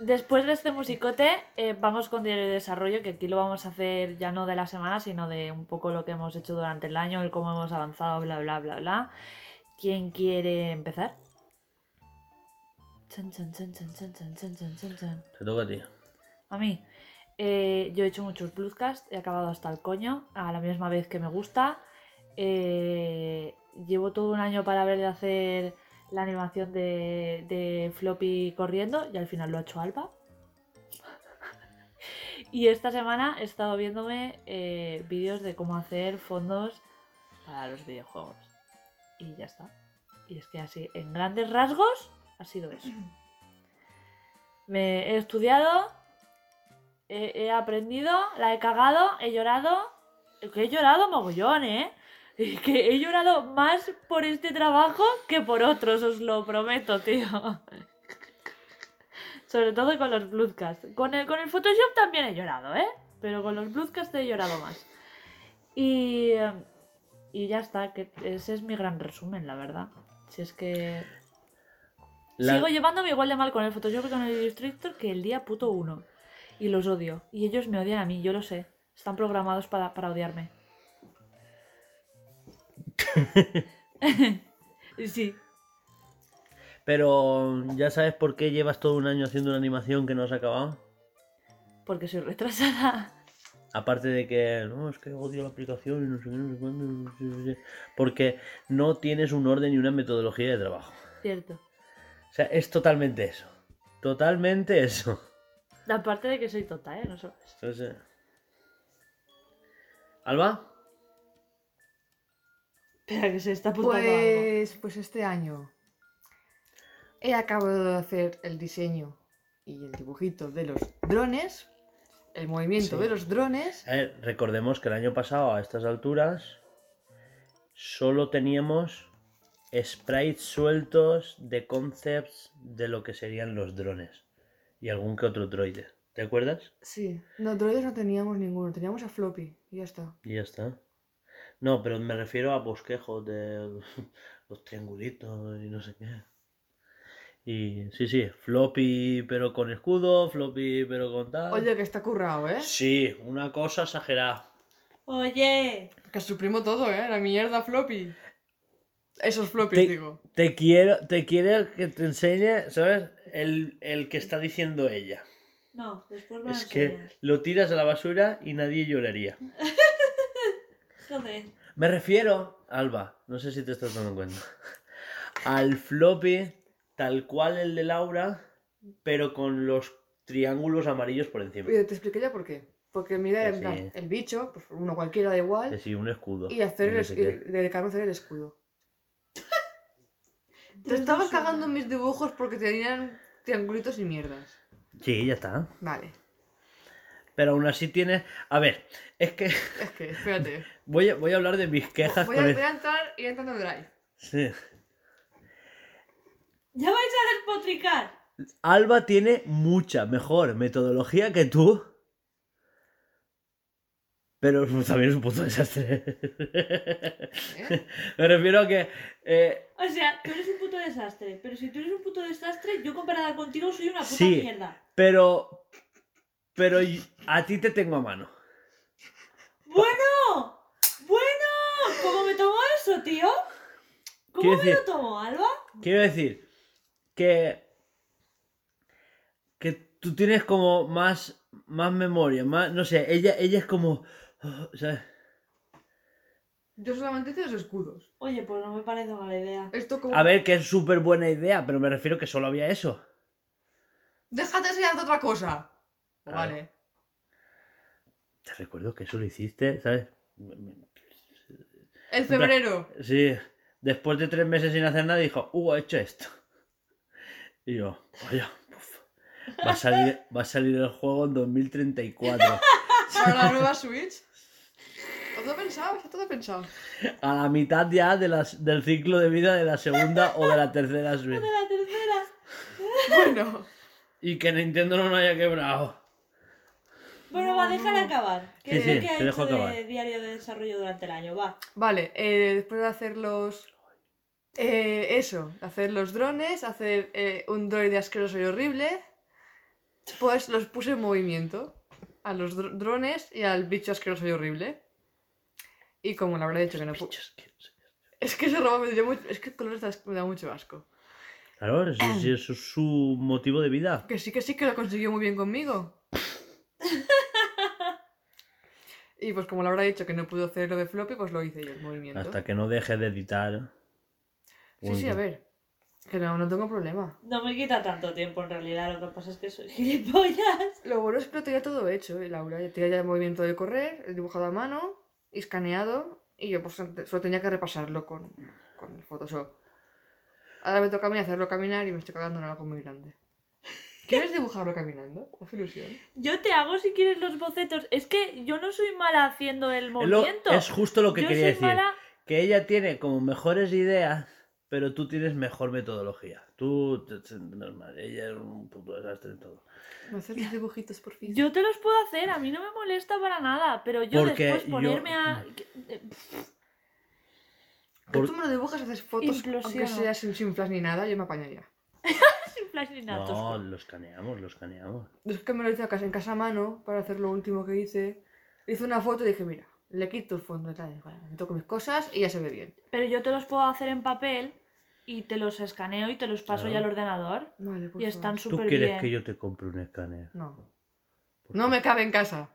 A: Después de este musicote, eh, vamos con Diario de Desarrollo, que aquí lo vamos a hacer ya no de la semana, sino de un poco lo que hemos hecho durante el año, el cómo hemos avanzado, bla, bla, bla, bla. ¿Quién quiere empezar? Chan, chan, chan, chan, chan, chan, chan, chan, chan, chan.
B: Te toca a ti.
A: A mí. Eh, yo he hecho muchos podcasts, he acabado hasta el coño, a la misma vez que me gusta. Eh, llevo todo un año para ver de hacer la animación de, de Floppy corriendo y al final lo ha hecho Alba. Y esta semana he estado viéndome eh, vídeos de cómo hacer fondos para los videojuegos. Y ya está. Y es que así, en grandes rasgos, ha sido eso. Me he estudiado, he, he aprendido, la he cagado, he llorado que he llorado mogollón, ¿eh? Y Que he llorado más por este trabajo que por otros, os lo prometo, tío. Sobre todo con los Bloodcast. Con el, con el Photoshop también he llorado, ¿eh? Pero con los Bloodcast he llorado más. Y, y ya está, que ese es mi gran resumen, la verdad. Si es que...
B: La-
A: Sigo llevándome igual de mal con el Photoshop y con el Illustrator que el día puto uno. Y los odio. Y ellos me odian a mí, yo lo sé. Están programados para, para odiarme. sí.
B: Pero ya sabes por qué llevas todo un año haciendo una animación que no has acabado.
A: Porque soy retrasada.
B: Aparte de que, no, es que odio la aplicación y no sé qué, no sé cuándo, no sé, no sé". Porque no tienes un orden y una metodología de trabajo.
A: Cierto.
B: O sea, es totalmente eso. Totalmente eso.
A: Aparte de que soy tonta, ¿eh? No solo eso.
B: Entonces, ¿Alba?
A: Espera, que se está apuntando algo.
C: Pues...
D: Pues, pues este año he acabado de hacer el diseño y el dibujito de los drones, el movimiento
B: Sí.
D: de los drones.
B: A ver, recordemos que el año pasado, a estas alturas, solo teníamos sprites sueltos de concepts de lo que serían los drones. Y algún que otro droide. ¿Te acuerdas?
D: Sí, no, droides no teníamos ninguno, teníamos a Floppy y ya está.
B: Y ya está. No, pero me refiero a bosquejos de los triangulitos y no sé qué. Y sí, sí, floppy pero con escudo, floppy pero con tal.
D: Oye, que está currado, ¿eh?
B: Sí, una cosa exagerada.
A: Oye.
D: Que suprimo todo, ¿eh? La mierda Floppy. Esos Floppies,
B: Te-
D: digo.
B: Te quiero, te quiero que te enseñe, ¿sabes? El, el que está diciendo ella.
A: No, después me
B: Es que lo tiras a la basura y nadie lloraría.
A: Joder.
B: Me refiero, Alba, no sé si te estás dando cuenta, al floppy tal cual el de Laura, pero con los triángulos amarillos por encima.
D: Oye, te expliqué ya por qué. Porque mira,
B: Que
D: en plan,
B: Pues sí.
D: el bicho, pues uno cualquiera da igual,
B: Es decir, un escudo.
D: y hacer
B: no
D: el,
B: sé
D: y
B: qué.
D: dedicarme a hacer el escudo. Te estabas cagando en mis dibujos porque tenían triangulitos y mierdas.
B: Sí, ya está.
D: Vale,
B: Pero aún así tienes... A ver, es que
D: es que, espérate.
B: voy a, voy a hablar de mis quejas
D: Voy a,
B: con
D: voy
B: el...
D: a entrar y entrando en drive.
B: Sí.
A: Ya vais a despotricar.
B: Alba tiene mucha mejor metodología que tú. Pero pues, también es un puto desastre.
D: ¿eh?
B: Me refiero a que... eh,
A: O sea, tú eres un puto desastre. Pero si tú eres un puto desastre, yo comparada contigo soy una puta
B: Sí.
A: mierda.
B: Pero. Pero y- a ti te tengo a mano.
A: ¡Bueno! ¡Bueno! ¿Cómo me tomo eso, tío? ¿Cómo
B: Quiero
A: me
B: decir-
A: lo tomo, Alba?
B: Quiero decir que. Que tú tienes como más. Más memoria, más. No sé, ella, ella es como. ah, ¿sabes?
D: Yo solamente hice los escudos.
A: Oye, pues no me parece mala idea.
D: Esto como...
B: A ver, que es súper buena idea, pero me refiero que solo había eso.
D: ¡Déjate de enseñarte otra cosa!
B: A
D: Vale.
B: Te recuerdo que eso lo hiciste, ¿sabes?
D: En
B: plan-
D: febrero.
B: Sí. Después de tres meses sin hacer nada, dijo, Hugo, he hecho esto. Y yo, vaya, uf, va a salir, va a salir el juego en 2034.
D: Para la nueva Switch. Todo pensado, está todo pensado.
B: a la mitad ya de las- del ciclo de vida de la segunda o de la tercera Switch.
A: De la tercera.
D: Bueno.
B: Y que Nintendo no lo haya quebrado.
A: Bueno, va, dejar acabar. Que
B: Sí,
A: es lo
B: sí,
A: que
B: te
A: ha
B: dejo
A: hecho de
B: acabar.
A: diario de desarrollo durante el año, va.
D: Vale, eh, después de hacer los... eh, eso, hacer los drones, hacer eh, un droide asqueroso y horrible, pues los puse en movimiento. A los dro- drones y al bicho asqueroso y horrible. Y como le habré dicho que no pues, pu-
B: Bichos, que-
D: Es que ese robot me dio mucho... Es que colores das- me da mucho asco.
B: Claro, si,
D: em.
B: si eso es su motivo de vida.
D: Que sí, que sí, que lo consiguió muy bien conmigo. y pues como le habrá dicho que no pudo hacer lo de floppy, pues lo hice yo, el movimiento.
B: Hasta que no deje de editar.
D: Sí, sí, a ver. Que no, no tengo problema.
A: No me quita tanto tiempo en realidad, lo que pasa es que soy gilipollas.
D: Lo bueno es que lo tenía todo hecho, eh, Laura. Ya tenía ya el movimiento de correr, el dibujado a mano, y escaneado, y yo pues ante- solo tenía que repasarlo con, con el Photoshop. Ahora me toca a mí hacerlo caminar y me estoy cagando en algo muy grande. ¿Quieres dibujarlo caminando? Hace ilusión.
A: Yo te hago si quieres los bocetos. Es que yo no soy mala haciendo el
B: Es lo-
A: movimiento.
B: es justo lo que
A: yo soy
B: quería decir.
A: mala.
B: Que ella tiene como mejores ideas, pero tú tienes mejor metodología. Tú, t- t- normal, ella es un puto desastre en todo.
D: Me haces los dibujitos, por fin.
A: Yo te los puedo hacer, a mí no me molesta para nada. Pero yo
B: Porque
A: después
B: yo-
A: ponerme a. eh,
D: Que
B: Por-
D: tú me lo dibujas, haces fotos, aunque
A: Implosiono.
D: sea sin, sin flash ni nada, yo me apaño ya.
A: Sin flash ni nada,
B: No,
A: tosco.
B: los caneamos, los caneamos.
D: Es que me lo hice acá- en casa a mano para hacer lo último que hice. Hice una foto y dije, mira, le quito el fondo y tal. Bueno, me toco mis cosas y ya se ve bien.
A: Pero yo te los puedo hacer en papel y te los escaneo y te los paso ya
B: Claro.
A: al ordenador.
D: Vale, pues por
A: y
D: favor.
A: están
B: ¿Tú
A: súper
B: quieres
A: bien.
B: que yo te compre un escáner?
D: No.
B: Por
D: No
B: favor.
D: me cabe en casa.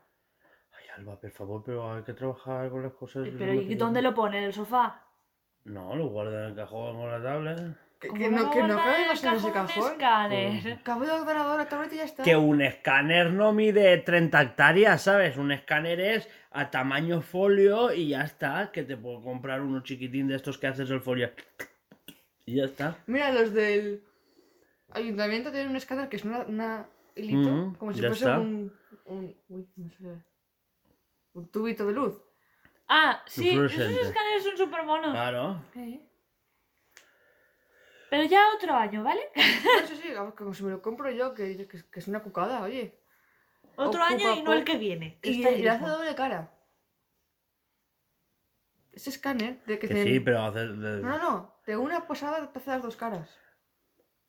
B: Ay, Alba, por favor, pero hay que trabajar con las cosas.
A: Eh, Pero
B: los
A: ¿y dónde
B: materiales.
A: lo pone? ¿En el sofá?
B: No, lo guardan en el cajón con la tabla.
D: Que,
A: ¿Cómo
D: que
A: lo va
D: no,
A: a
D: que no
A: guardar
D: cabe
A: en el
D: más en ese
A: cajón un
D: cajón.
A: escáner?
D: Cabe el ordenador, la tableta y ya está.
B: Que un escáner no mide 30 hectáreas, ¿sabes? Un escáner es a tamaño folio y ya está. Que te puedo comprar uno chiquitín de estos que haces el folio. Y ya está.
D: Mira, los del ayuntamiento tienen un escáner que es una, una hilito,
B: Ujú,
D: como si
B: Mm, ya
D: fuese
B: está.
D: un, un, uy, no sé, un tubito de luz.
A: Ah, sí, esos
B: Fluorescente.
A: escáneres son súper monos.
B: Claro.
A: Pero ya otro año, ¿vale?
D: No, Pues sí, sí, vamos, como si me lo compro yo, que, que- que es una cucada, oye.
A: Otro
D: Ocupa
A: año y no
D: por-
A: el que viene. que
D: Y,
A: está el
D: y le hace
A: mismo.
D: doble cara. Ese escáner de que,
B: Que
D: te-
B: sí, pero hacer. de-
D: No, no, no. De una posada te hace las dos caras.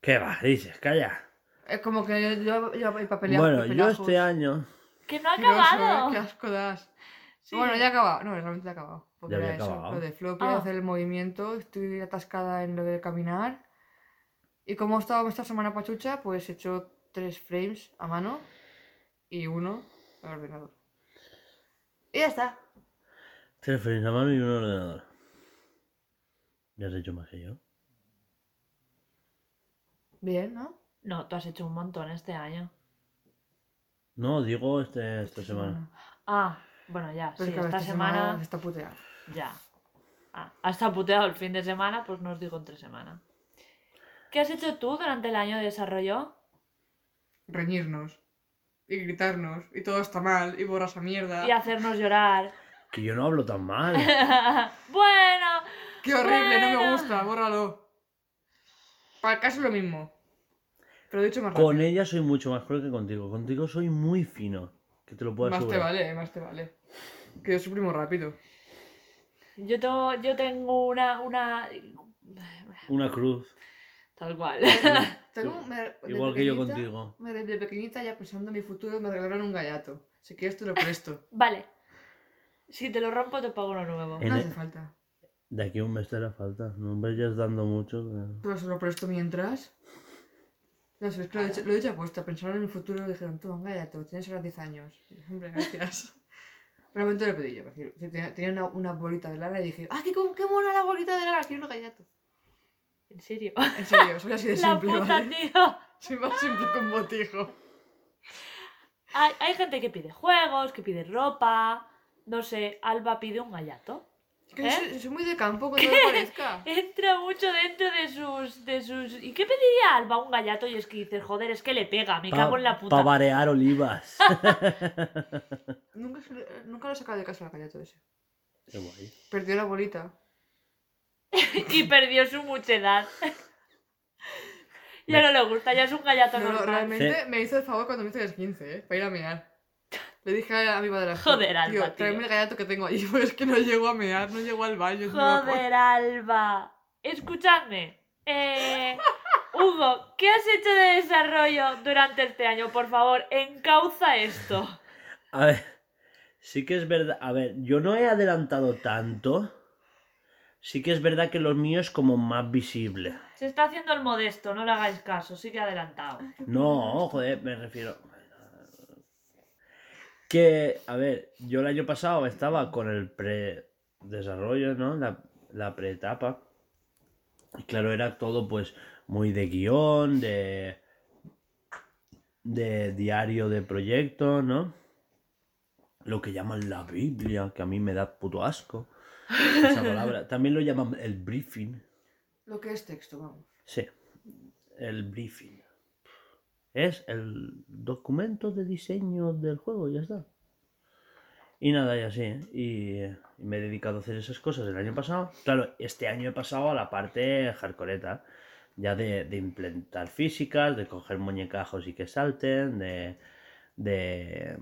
B: ¿Qué va? Dices, calla.
D: Es Eh, como que yo, yo el papel
B: Bueno, yo este año.
A: Que no ha
D: acabado. Qué
A: acabado.
D: asco das.
A: Sí.
D: Bueno, ya he acabado. No, realmente ya he acabado. Porque
B: Ya había
D: era eso,
B: acabado.
D: lo de Floppy, lo de
A: Ah.
D: hacer el movimiento. Estoy atascada en lo de caminar. Y como he estado esta semana pachucha, pues he hecho tres frames a mano y uno al ordenador. Y ya está.
B: Tres frenes a mano y un ordenador. Ya has hecho más que yo.
D: Bien, ¿no?
A: No, tú has hecho un montón este año.
B: No, digo este, esta semana.
A: Ah, bueno, ya.
D: Pero
A: sí,
D: es que
A: esta, semana,
D: se está puteado.
A: ya. Ah, hasta puteado el fin de semana, pues no os digo entre semana. ¿Qué has hecho tú durante el año de desarrollo?
D: Reñirnos y gritarnos y todo está mal y borras a mierda.
A: Y hacernos llorar.
B: Que yo no hablo tan mal.
A: bueno,
D: ¡Qué horrible! No me
A: Bueno.
D: gusta, bórralo. Para el caso lo mismo. Pero dicho más rápido.
B: Con ella soy mucho más cruel que contigo. Contigo soy muy fino. Que te lo puedo
D: Más te
B: asegurar.
D: vale, eh, más te vale. Que yo suprimo rápido.
A: yo tengo, yo tengo una, una.
B: Una cruz.
A: Tal cual.
D: Tengo- me- de
B: Igual que yo
D: pequeñita-
B: contigo.
D: me- Desde pequeñita, ya pensando en mi futuro, me regalaron un gallato. Si quieres, te lo presto.
A: Vale. Si te lo rompo, te pago uno nuevo.
B: En
D: No hace
B: el-
D: falta.
B: De aquí a un mes te hará falta. No me vayas dando mucho. pero-
D: Pero se lo presto mientras. No sé, es que lo he hecho, lo he hecho apuesta. Pensaron en mi futuro y dijeron, tú, venga, ya tienes ahora 10 años. Y yo, Hombre, gracias. Realmente lo pedí yo. porque yo Tenía, tenía una, una bolita de lana y dije, ¡ah, qué, co- qué mona la bolita de lana! Quiero un gallato.
A: En serio.
D: En serio, soy así de
A: La
D: simple,
A: puta,
D: ¿vale?
A: tío.
D: Soy más simple que un botijo.
A: Hay, hay gente que pide juegos, que pide ropa. No sé, Alba pide un gallato.
D: Es que yo
A: ¿Eh?
D: soy, soy muy de campo cuando me parezca.
A: Entra mucho dentro de sus, de sus. ¿Y qué pediría Alba un gallato? Y es que dices, joder, es que le pega, me cago en la
B: Para
A: puta.
B: barear olivas.
D: Nunca, se lo- nunca lo he sacado de casa el gallato ese.
B: Qué guay.
D: Perdió la bolita.
A: y perdió su muchedad. ya no le gusta, ya es un gallato
D: No, no,
A: normal.
D: realmente me hizo el favor cuando me hizo el 15, ¿eh? Para ir a mear. Le dije a, a mi padre,
A: Joder,
D: tío,
A: Alba, tío.
D: tráeme el gallato que tengo allí, porque es que no llego a mear, no llego al baño. es un vapor".
A: Joder, Alba. Escuchadme. Eh, Hugo, ¿qué has hecho de desarrollo durante este año? Por favor, encauza esto.
B: A ver. Sí que es verdad. A ver, yo no he adelantado tanto. Sí que es verdad que lo mío es como más visible.
A: Se está haciendo el modesto, no le hagáis caso, sí que adelantado.
B: No, joder, me refiero. Que, a ver, yo el año pasado estaba con el pre-desarrollo, ¿no? La, la pre-etapa. Y claro, era todo pues muy de guión, de, de diario de proyecto, ¿no? Lo que llaman la Biblia, que a mí me da puto asco. Esa palabra. También lo llaman el briefing.
D: Lo que es texto, vamos.
B: Sí, el briefing. Es el documento de diseño del juego, ya está. Y nada, y así. ¿eh? Y, eh, y me he dedicado a hacer esas cosas el año pasado. Claro, este año he pasado a la parte hardcoreta. Ya de, de implementar físicas, de coger muñecajos y que salten, de. de.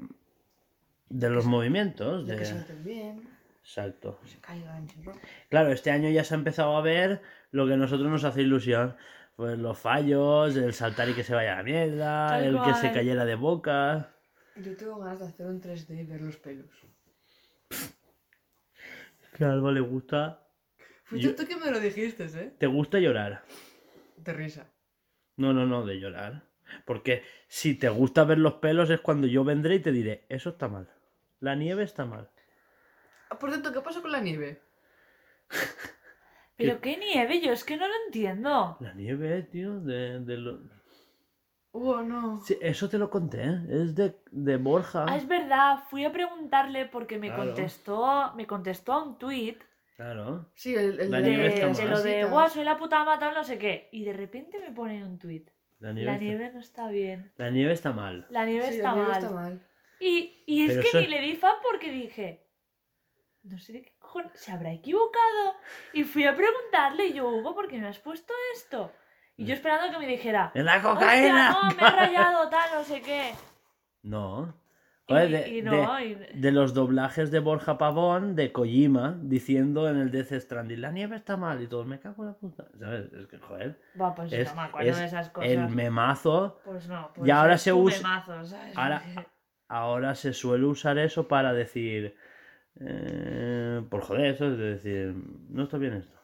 B: de los movimientos.
D: De
B: De...
D: que salten bien,
B: Exacto.
D: se caigan sin ropa.
B: Claro, este año ya se ha empezado a ver lo que a nosotros nos hace ilusión. Pues los fallos, el saltar y que se vaya a la mierda,
A: Tal
B: el que se
A: cual.
B: cayera de boca.
D: Yo tengo ganas de hacer un 3D y ver los pelos.
B: Que a Alba le gusta.
D: Fuiste
B: Yo-
D: tú que me lo dijiste, ¿eh?
B: Te gusta llorar.
D: De risa.
B: No, no, no, de llorar. Porque si te gusta ver los pelos es cuando yo vendré y te diré, eso está mal. La nieve está mal.
D: Ah, Por cierto, ¿qué pasó con la nieve?
A: Pero qué nieve, yo es que no lo entiendo.
B: La nieve, tío, de, de lo-
D: Uh, no.
B: Sí, eso te lo conté, ¿eh? es de, de Borja.
A: Ah, es verdad, fui a preguntarle porque me
B: Claro.
A: contestó, me contestó a un tuit
B: Claro.
D: Sí, el, el
B: La
A: de,
B: nieve está
A: de
B: mal.
A: lo de
D: Cositas.
A: guau, soy la puta mata, no sé qué. Y de repente me ponen un tuit.
B: La nieve,
A: La
B: está-
A: nieve no está bien.
B: la nieve está mal.
A: La nieve
D: Sí,
A: está
D: el nieve
A: mal.
D: está mal.
A: Y, y es
B: Pero
A: que
B: eso-
A: ni le di fan porque dije, no sé de qué cojones, se habrá equivocado. Y fui a preguntarle, y yo, Hugo, ¿por qué me has puesto esto? Y
B: Mm.
A: yo esperando que me dijera,
B: ¡Es la
A: ¡Hostia,
B: cocaína!
A: no, me he rayado, tal, no sé qué.
B: No.
A: Y,
B: Joder, de-
A: y
B: de-
A: no, y-
B: de los doblajes de Borja Pavón de Kojima diciendo en el Death Stranding la nieve está mal y todo me cago en la puta sabes es que joder
A: Va, pues
B: es-
A: no me acuerdo
B: es
A: de esas cosas.
B: el memazo
A: Pues no,
B: Y
A: pues
B: ahora
A: es
B: se
A: un
B: usa-
A: memazo, ¿sabes?
B: ahora- ahora se suele usar eso para decir eh, por joder eso es de decir no está bien esto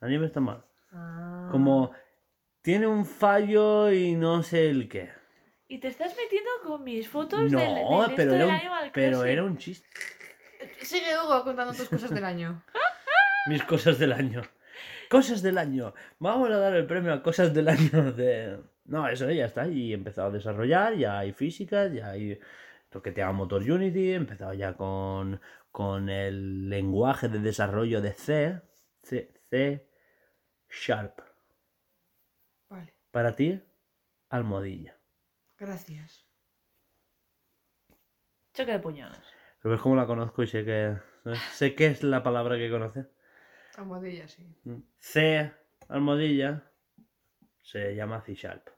B: la nieve está mal
A: Ah.
B: como tiene un fallo y no sé el qué
A: Ah, Y te estás metiendo con mis fotos del, del
B: no
A: esto
B: pero
A: del
B: era un,
A: Animal
B: pero
A: Crossing.
B: era un chiste
D: Sigue Hugo contando tus cosas del año.
B: mis cosas del año. Cosas del año. Vamos a dar el premio a cosas del año de... No, eso ya está. Y he empezado a desarrollar, ya hay físicas, ya hay... Toqueteaba Motor Unity, he empezado ya con, con el lenguaje de desarrollo de C, C, C Sharp.
D: Vale,
B: Para ti, almohadilla.
D: gracias.
A: Choque de puñones.
B: Pero ves cómo la conozco y sé que... Sé que es la palabra que conoces.
D: Almohadilla, sí.
B: C, almohadilla, se llama C Sharp.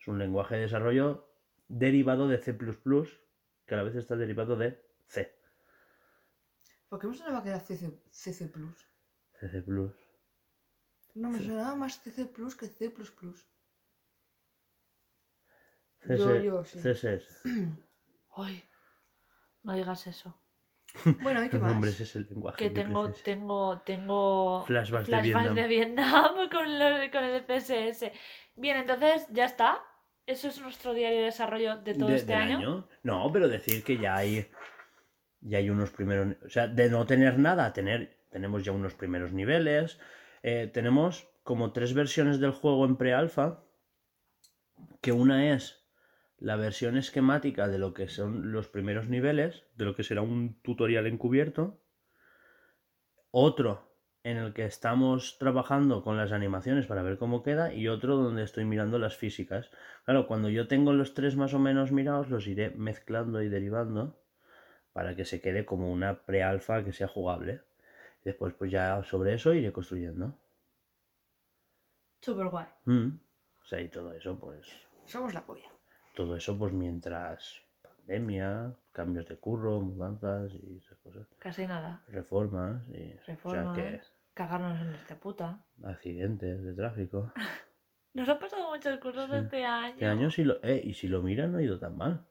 B: Es un lenguaje de desarrollo derivado de C, que a la vez está derivado de C.
D: ¿Por qué me sonaba que era CC, CC Plus?
B: CC.
D: No, me
B: Sí.
D: sonaba más CC Plus que C Plus Plus.
B: CC,
D: Yo, yo, sí.
B: CSS.
A: Ay, no digas eso.
D: Bueno, ¿y qué
B: El
D: más?
B: nombre es ese el lenguaje.
A: Que
B: yo
A: tengo,
B: qué sé.
A: tengo, tengo
B: Flashbacks de
A: flashbacks
B: Vietnam.
A: de Vietnam, con, lo- con el CSS. Bien, entonces ya está. Eso es nuestro diario de desarrollo de todo
B: De-
A: este
B: del
A: año.
B: No, pero decir que ya hay ya hay unos primeros, o sea, de no tener nada a tener tenemos ya unos primeros niveles, eh, tenemos como tres versiones del juego en pre-alfa, que una es la versión esquemática de lo que son los primeros niveles, de lo que será un tutorial encubierto, otro en el que estamos trabajando con las animaciones para ver cómo queda y otro donde estoy mirando las físicas. Claro, cuando yo tengo los tres más o menos mirados, los iré mezclando y derivando para que se quede como una pre-alfa que sea jugable. Después, pues ya sobre eso iré construyendo.
A: Súper guay.
B: Mm. O sea, y todo eso, pues.
D: Somos la polla.
B: Todo eso, pues mientras pandemia, cambios de curro, mudanzas y esas cosas.
A: Casi nada.
B: Reformas y. O
A: Reformas.
B: sea,
A: Cagarnos en
D: este
A: esta puta.
B: que accidentes de tráfico.
A: Nos han pasado muchas cosas
B: Sí.
A: este año.
B: Este año, si lo, eh, y si lo miran, no ha ido tan mal.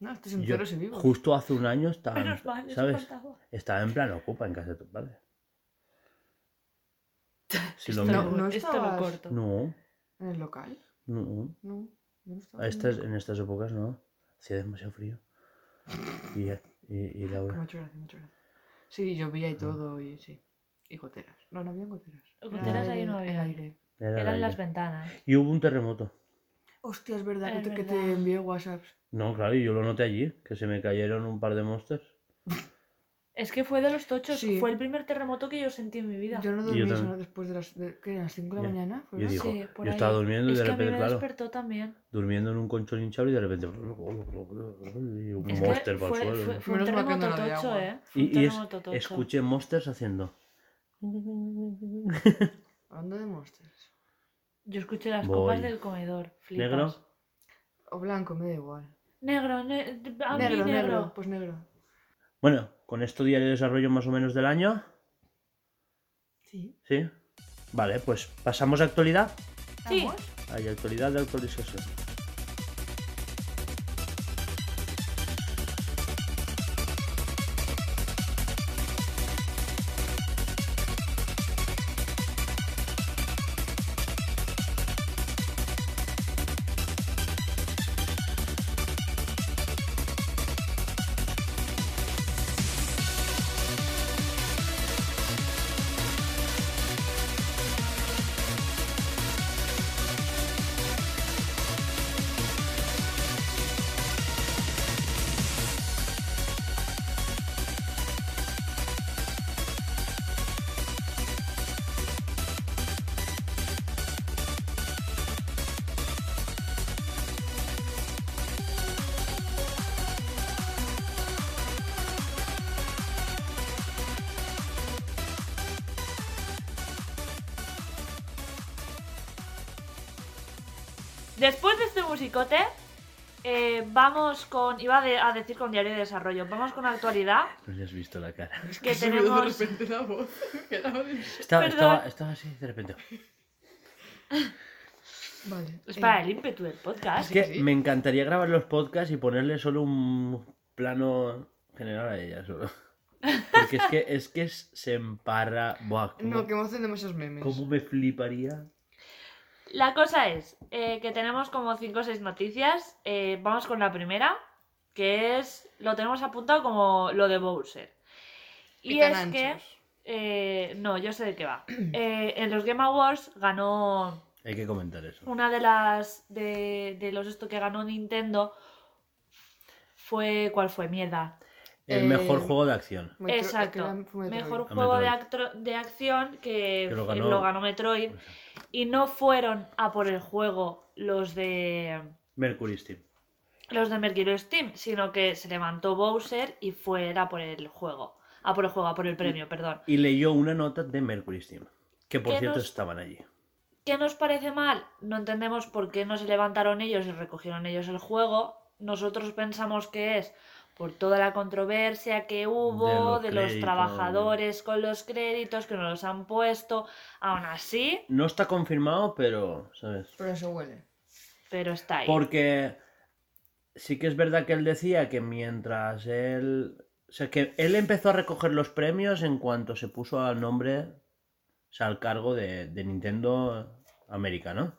D: No, esto es
B: Yo-
D: enteros y vivos.
B: justo hace un año estaba. en-
A: Menos mal, eso
B: ah, ¿Sabes?
A: faltaba.
B: Estaba en plan ocupa en casa de tu padre. Si lo
A: Esto,
D: No,
B: miro-
A: lo-
D: no
A: esto lo
D: estabas-
A: corto.
B: No,
D: ¿En el local?
B: no.
D: No. yo no estaba
B: A
D: en el
B: estas,
D: local.
B: en estas épocas no. Hacía demasiado frío. Y, y- y
D: Que me ha
B: Laura.
D: hecho gracia, me ha hecho gracia. Sí, llovía
B: Ah.
D: y todo, y sí. Y goteras. No, no había goteras.
A: Goteras
D: Era
A: ahí no
D: el-
A: había.
D: El aire.
B: Era el
A: Eran las
B: aire.
A: ventanas.
B: Y hubo un terremoto.
D: Hostia, es verdad,
A: Ah, Es
D: que, te, que te
A: verdad.
D: envié WhatsApps.
B: No, claro, y yo lo noté allí, que se me cayeron un par de monsters.
A: Es que fue de los tochos.
D: Sí.
A: Fue el primer terremoto que yo sentí en mi vida.
D: Yo no
B: Yo
D: dormí
B: también.
D: solo después de las, de, ¿qué eran? las 5 de la
B: Ya.
D: mañana. Pues ¿Fue
B: Yo
D: las-
B: digo,
A: sí, por
B: yo estaba
A: ahí.
B: durmiendo y
A: Es
B: de
A: que a mí
B: repente,
A: me
B: claro,
A: despertó también.
B: durmiendo en un colchón hinchable y de repente. y un
A: Es que
B: monster para
A: fue,
B: el suelo.
A: fue- fue un
D: Menos mal que
A: terremoto
D: no era de
A: tocho,
D: agua.
A: ¿eh? Fue un
B: Y, y es-
A: terremoto tocho.
B: escuché monsters haciendo.
D: Hablando de monsters.
A: Yo escuché las
B: Voy.
A: copas del comedor. flipas.
B: Negro.
D: O blanco, me da igual.
A: Negro, ne- a mí
D: negro,
A: negro.
D: negro. Pues negro.
B: Bueno, con esto diario de desarrollo más o menos del año.
D: Sí.
B: Sí. Vale, pues pasamos a actualidad.
A: Sí.
D: ¿Vamos?
B: Hay actualidad de actualización.
A: Después de este musicote, eh, vamos con. Iba de- a decir con diario de desarrollo. Vamos con actualidad.
B: No le has visto la cara.
A: Que
D: Ha subido
A: tenemos.
D: de repente la voz. que la voz es-
B: Estaba,
A: Perdón.
B: estaba, estaba así de repente.
D: Vale.
A: Es
D: eh,
A: para el ímpetu del
B: Es
A: podcast.
B: que
D: sí.
B: me encantaría grabar los podcasts y ponerle solo un plano general a ella solo. Porque es que es que es- se emparra. Buah, cómo,
D: No, que me hacen demasiados memes.
B: cómo me fliparía.
A: La cosa es eh, que tenemos como 5 o 6 noticias. Eh, vamos con la primera, que es. Lo tenemos apuntado como lo de Bowser. Y
D: Pican
A: es que.
D: anchos.
A: eh, no, yo sé de qué va. Eh, en los Game Awards ganó
B: Hay que comentar eso.
A: una de las de, de los esto que ganó Nintendo fue cuál fue mierda
B: El
D: eh,
B: mejor juego de acción.
D: Metro-
A: exacto.
D: que era- fue Metroid.
A: mejor
B: A
A: juego de,
B: Metroid.
A: actro- de acción que,
B: Que lo
A: f-
B: ganó- Pues
A: Metroid y no fueron a por el juego los de
B: Mercury Steam.
A: los de Mercury Steam sino que se levantó Bowser y fue a por el juego a por el juego a por el premio perdón
B: Y leyó una nota de Mercury Steam. Que por
A: Que
B: cierto
A: nos-
B: estaban allí.
A: ¿Qué nos parece mal? No entendemos por qué no se levantaron ellos y recogieron ellos el juego. Nosotros pensamos que es por toda la controversia que hubo,
B: De
A: de los,
B: los créditos.
A: trabajadores con los créditos que no los han puesto. Aún así,
B: No está confirmado, pero. ¿Sabes?
D: Pero se huele.
A: pero está ahí.
B: Porque sí que es verdad que él decía que mientras él. O sea, que él empezó a recoger los premios en cuanto se puso al nombre, o sea, al cargo de, de Nintendo América, ¿no?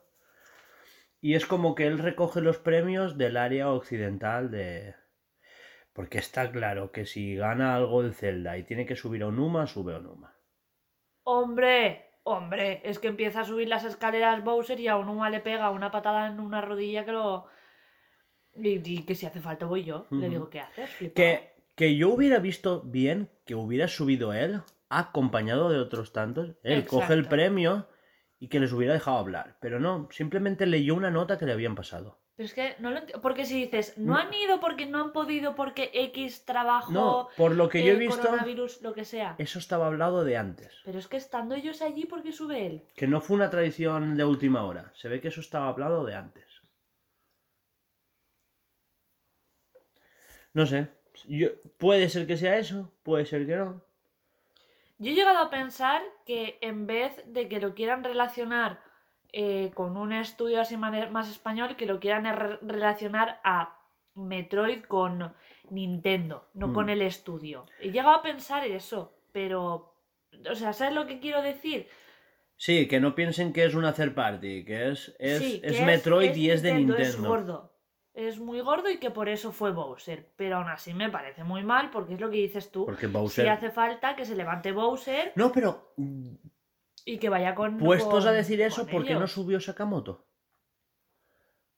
B: Y es como que él recoge los premios del área occidental de. Porque está claro que si gana algo el Zelda y tiene que subir a Onuma, sube a Onuma.
A: ¡Hombre! ¡Hombre! Es que empieza a subir las escaleras Bowser y a Onuma le pega una patada en una rodilla que lo. Y, y que si hace falta voy yo. Le
B: Ujú.
A: digo, ¿qué haces? flipao?".
B: Que, que yo hubiera visto bien que hubiera subido él, acompañado de otros tantos. Él
A: Exacto.
B: coge el premio y que les hubiera dejado hablar. Pero no, simplemente leyó una nota que le habían pasado.
A: Pero es que no lo enti- Porque si dices,
B: Mm.
A: no han ido porque no han podido, porque X trabajo,
B: No, por lo que yo he
A: el
B: visto, Eh.
A: coronavirus, lo que sea.
B: eso estaba hablado de antes.
A: Pero es que estando ellos allí, ¿por qué sube él?
B: Que no fue una tradición de última hora. Se ve que eso estaba hablado de antes. No sé. Yo, puede ser que sea eso, puede ser que no.
A: Yo he llegado a pensar que en vez de que lo quieran relacionar eh, con un estudio así mane- más español, que lo quieran er- relacionar a Metroid con Nintendo, no
B: Mm.
A: con el estudio. He llegado a pensar eso, pero... O sea, ¿sabes lo que quiero decir?
B: Sí, que no piensen que es una third party, que es, es,
A: Sí, que
B: es Metroid
A: es
B: y es de Nintendo.
A: Es gordo. Es muy gordo y que por eso fue Bowser. Pero aún así me parece muy mal porque es lo que dices tú.
B: Porque Pues Bowser.
A: Si hace falta que se levante Bowser
B: No, pero mm,
A: y que vaya con.
B: puestos a
A: con-
B: decir eso,
A: con
B: ¿por qué no
A: ellos.
B: subió Sakamoto?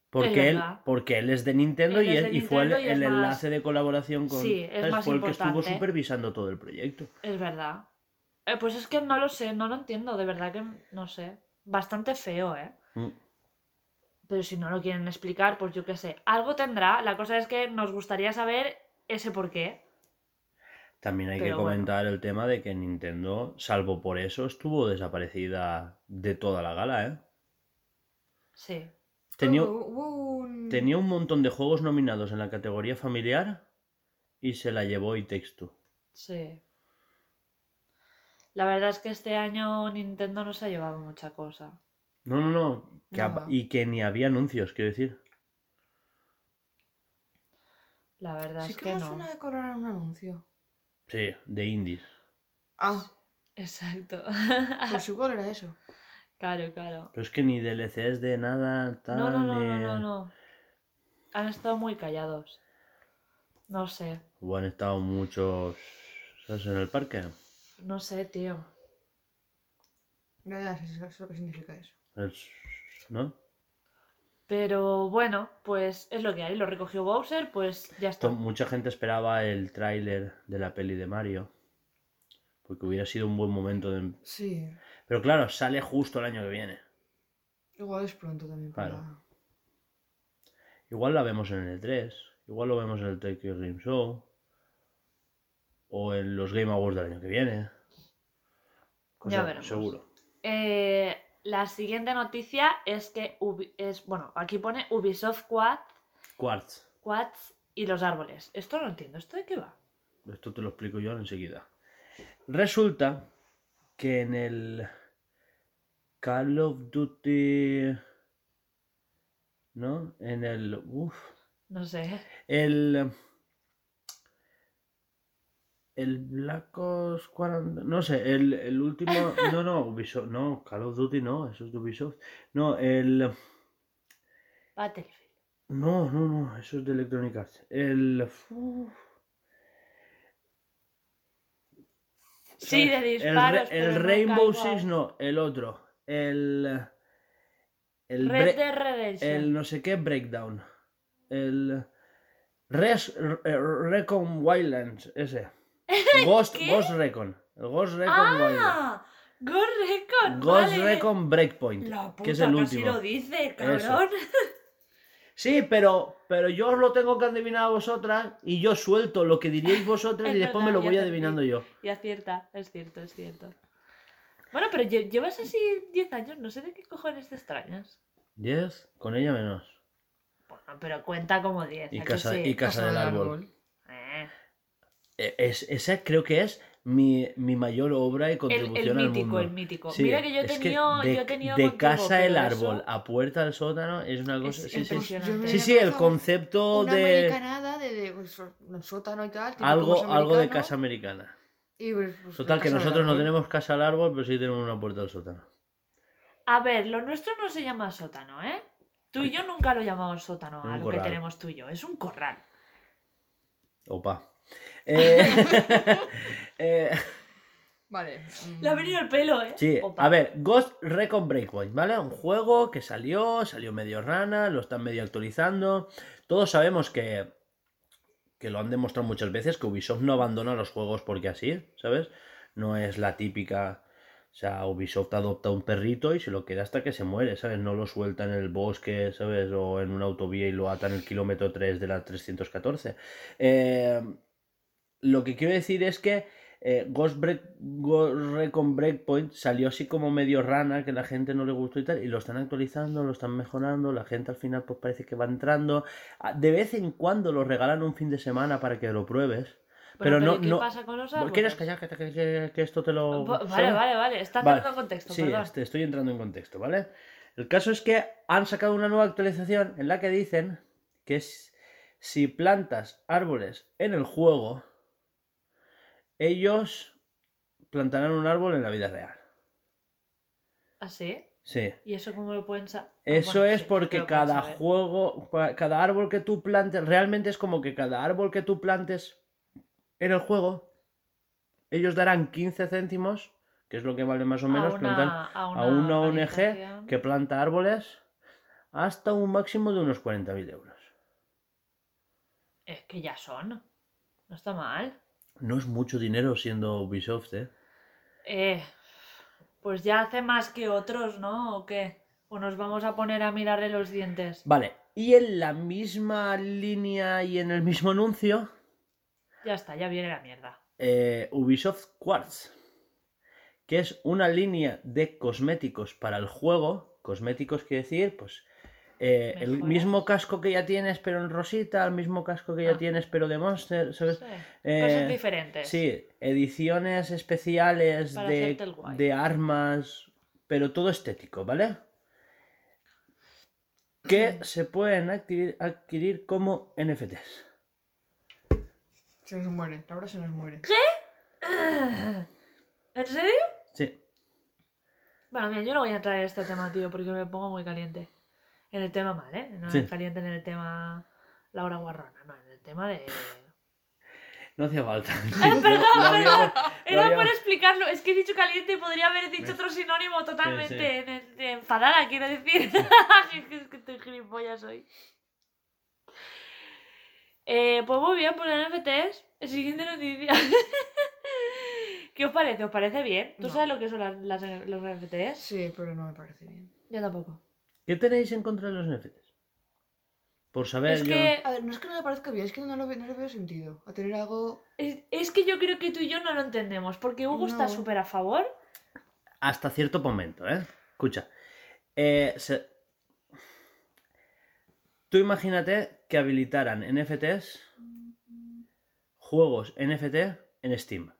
B: Porque
A: Es
B: él,
A: verdad.
B: porque él es de Nintendo,
A: Él
B: y,
A: es
B: él-
A: de
B: y fue el,
A: Nintendo y es
B: el
A: más-
B: enlace de colaboración con
A: Sí, es
B: ¿sabes?
A: más
B: fue el que estuvo
A: importante.
B: supervisando todo el proyecto.
A: Es verdad. Eh, pues es que no lo sé, no lo entiendo, de verdad que no sé. Bastante feo, ¿eh?
B: Mm.
A: Pero si no lo quieren explicar, pues yo qué sé. Algo tendrá. La cosa es que nos gustaría saber ese por qué.
B: También hay
A: Pero
B: que
A: bueno.
B: comentar el tema de que Nintendo, salvo por eso, estuvo desaparecida de toda la gala, ¿eh?
A: Sí.
B: Tenía,
D: Oh,
C: Hubo- hubo un-
B: tenía un montón de juegos nominados en la categoría familiar y se la llevó y texto.
A: Sí. La verdad es que este año Nintendo no se ha llevado mucha cosa.
B: No, no, no. que
C: Nada.
B: ap- Y que ni había anuncios, quiero decir.
A: La verdad
D: Sí
A: es
D: que,
A: que
D: me
A: no.
D: suena de coronar un anuncio.
B: Sí, de indies.
D: Ah,
A: Exacto.
D: pues igual era eso.
A: claro, claro.
B: Pero es que ni DLCs de nada, tal.
A: No, no, no, no,
B: ni-
A: no, no. Han estado muy callados. No sé.
B: O han estado muchos. ¿Sabes? En el parque.
A: No sé, tío.
D: Ya, ya, sí, sí, eso es lo que significa eso.
B: Es- ¿No?
A: Pero bueno, pues es lo que hay. Lo recogió Bowser, pues ya está.
B: To- Mucha gente esperaba el tráiler de la peli de Mario. Porque hubiera sido un buen momento de... em-,
D: Sí,
B: Pero claro, sale justo el año que viene.
D: igual es pronto también para...
B: Claro. Igual la vemos en el 3. Igual lo vemos en el Tokyo Game Show. O en los Game Awards del año que viene.
A: Ya veremos.
B: Seguro.
A: Eh, la siguiente noticia es que Ubi- es, bueno, aquí pone Ubisoft Quad,
B: Quartz.
A: Quads y los árboles. Esto no entiendo, ¿esto de qué va?
B: Esto te lo explico yo enseguida. Resulta que en el Call of Duty... ¿No? En el... Uf.
A: No sé.
B: El. El Black Ops 40. No sé, el, el último. No, no, Ubisoft. No, Call of Duty no, eso es de Ubisoft. No, el.
A: Battlefield.
B: No, no, no, eso es de Electronic Arts. El. uf.
A: Sí, de
B: ¿Sabes? El
A: disparos.
B: Ra- El,
A: pero no
B: Rainbow
A: caigo.
B: Six no, el otro. El. El,
A: Red
B: Bre-
A: Dead Redemption.
B: el no sé qué Breakdown. El Res, Re- Recon Wildlands, ese. Ghost,
A: ¿Qué?
B: Ghost Recon. El Ghost Recon Wildlands.
A: ¡Ah! Ghost Recon.
B: Ghost
A: vale.
B: Recon Breakpoint.
A: La puta,
B: que es el
A: casi
B: último.
A: lo dice, cabrón.
B: Sí, pero, pero yo os lo tengo que adivinar a vosotras y yo suelto lo que diríais vosotras y
A: Es
B: después me
A: verdad,
B: lo
A: ya
B: voy
A: te
B: adivinando yo.
A: Y acierta, es cierto, es cierto. Bueno, pero lle- llevas así 10 años, no sé de qué cojones te extrañas.
B: 10, con ella menos.
A: Bueno, pero cuenta como 10.
B: Y
A: ¿a que
B: casa,
A: sí?
B: y casa del árbol.
A: Eh,
B: Eh, Es, esa creo que es mi, mi mayor obra y
A: El, el
B: contribución al
A: mítico,
B: mundo.
A: el mítico.
B: Sí,
A: Mira que yo he
B: es
A: tenido.
B: de,
A: yo he tenido
B: de
A: contigo,
B: casa el
A: pero
B: árbol
A: eso
B: a puerta al sótano es una cosa.
A: es
B: sí, sí, sí,
A: impresionante.
B: Sí, sí, el concepto
D: Una
B: de
D: americanada de, de, pues, un sótano y tal. típico
B: algo,
D: más
B: algo de
D: americano,
B: casa americana.
D: y, pues, pues,
B: Total,
D: la
B: que
D: casa del
B: nosotros no
D: árbol.
B: tenemos casa al árbol, pero sí tenemos una puerta al sótano.
A: A ver, lo nuestro no se llama sótano, ¿eh? Tú y yo nunca lo llamamos sótano
B: Un
A: a lo
B: corral.
A: que tenemos tú y yo. Es un corral.
B: Opa. Eh, eh,
D: Vale. mm,
A: Le ha venido el pelo, ¿eh?
B: sí,
A: Opa.
B: a ver, Ghost Recon Breakpoint, ¿vale? Un juego que salió, salió medio rana, lo están medio actualizando. Todos sabemos que, que lo han demostrado muchas veces, que Ubisoft no abandona los juegos porque así, ¿sabes? No es la típica... O sea, Ubisoft adopta un perrito y se lo queda hasta que se muere, ¿sabes? No lo suelta en el bosque, ¿sabes? O en una autovía y lo ata en el kilómetro 3 de la 314. Eh, lo que quiero decir es que eh, Ghost, Break- Ghost Recon Breakpoint salió así como medio rana, que la gente no le gustó y tal, y lo están actualizando, lo están mejorando, la gente al final pues parece que va entrando. Ah, De vez en cuando lo regalan un fin de semana para que lo pruebes.
A: Bueno,
B: pero no-
A: ¿y ¿Qué
B: no-
A: pasa con los árboles?
B: ¿Quieres callar que, que- que- que esto te lo...
A: Va- Vale,
B: ¿sabes?
A: vale, vale. Está
B: Vale.
A: entrando en contexto,
B: Sí,
A: perdón.
B: este, estoy entrando en contexto, ¿vale? El caso es que han sacado una nueva actualización en la que dicen que es- si plantas árboles en el juego, ellos plantarán un árbol en la vida real.
A: ¿Ah, sí?
B: Sí.
A: ¿Y eso cómo lo pueden Ah, saber?
B: Eso es porque cada juego, pa- cada árbol que tú plantes, realmente es como que cada árbol que tú plantes en el juego, ellos darán 15 céntimos, que es lo que vale más o menos, plantan-
A: a
B: a una ONG
A: organización.
B: que planta árboles hasta un máximo de unos 40.000 euros.
A: Es que ya son. No está mal.
B: No es mucho dinero siendo Ubisoft, ¿eh?
A: Eh, pues ya hace más que otros, ¿no? ¿O qué? ¿O nos vamos a poner a mirarle los dientes?
B: Vale, y en la misma línea y en el mismo anuncio,
A: Ya está, ya viene la mierda.
B: eh, Ubisoft Quartz, que es una línea de cosméticos para el juego. Cosméticos quiere decir, pues, eh, el
A: Mejoras.
B: mismo casco que ya tienes, pero en rosita, el mismo casco que ya
A: Ah.
B: tienes, pero de Monster, ¿sabes?
A: Sí,
B: Eh,
A: Cosas diferentes.
B: Sí, ediciones especiales
A: Para
B: de,
A: hacerte el guay.
B: de armas, pero todo estético, ¿vale? Que se pueden adquirir, adquirir como NFTs.
D: Se nos muere, Laura se nos muere.
A: ¿En serio?
B: Sí.
A: Bueno, mira, yo no voy a entrar en este tema, tío, porque me pongo muy caliente. En el tema mal, ¿eh? No
B: Sí.
A: caliente en el tema Laura Guarrona, no, en el tema de...
B: No hacía falta.
A: perdón,
B: Lo habíamos- lo
A: Era por
B: habíamos-
A: explicarlo, es que he dicho caliente y podría haber dicho
B: Sí.
A: otro sinónimo totalmente
B: Sí,
A: en
B: sí.
A: el de enfadada, quiero decir. es que estoy gilipollas hoy. Eh, pues muy bien, pues NFTs. El siguiente noticia. ¿Qué os parece? ¿Os parece bien? ¿Tú
D: No.
A: sabes lo que son las, las- los NFTs?
D: Sí, pero no me parece bien.
A: Yo tampoco.
B: ¿Qué tenéis en contra de los NFTs? Por saber
A: es
B: yo.
A: que
D: Eh, A ver, no es que no me parezca bien, es que no, lo ve- no le veo sentido. A tener algo.
A: es, es que yo creo que tú y yo no lo entendemos, porque Hugo está
D: No.
A: súper a favor.
B: Hasta cierto momento, ¿eh? Escucha. eh, se- Tú imagínate que habilitaran NFTs, juegos NFT en Steam,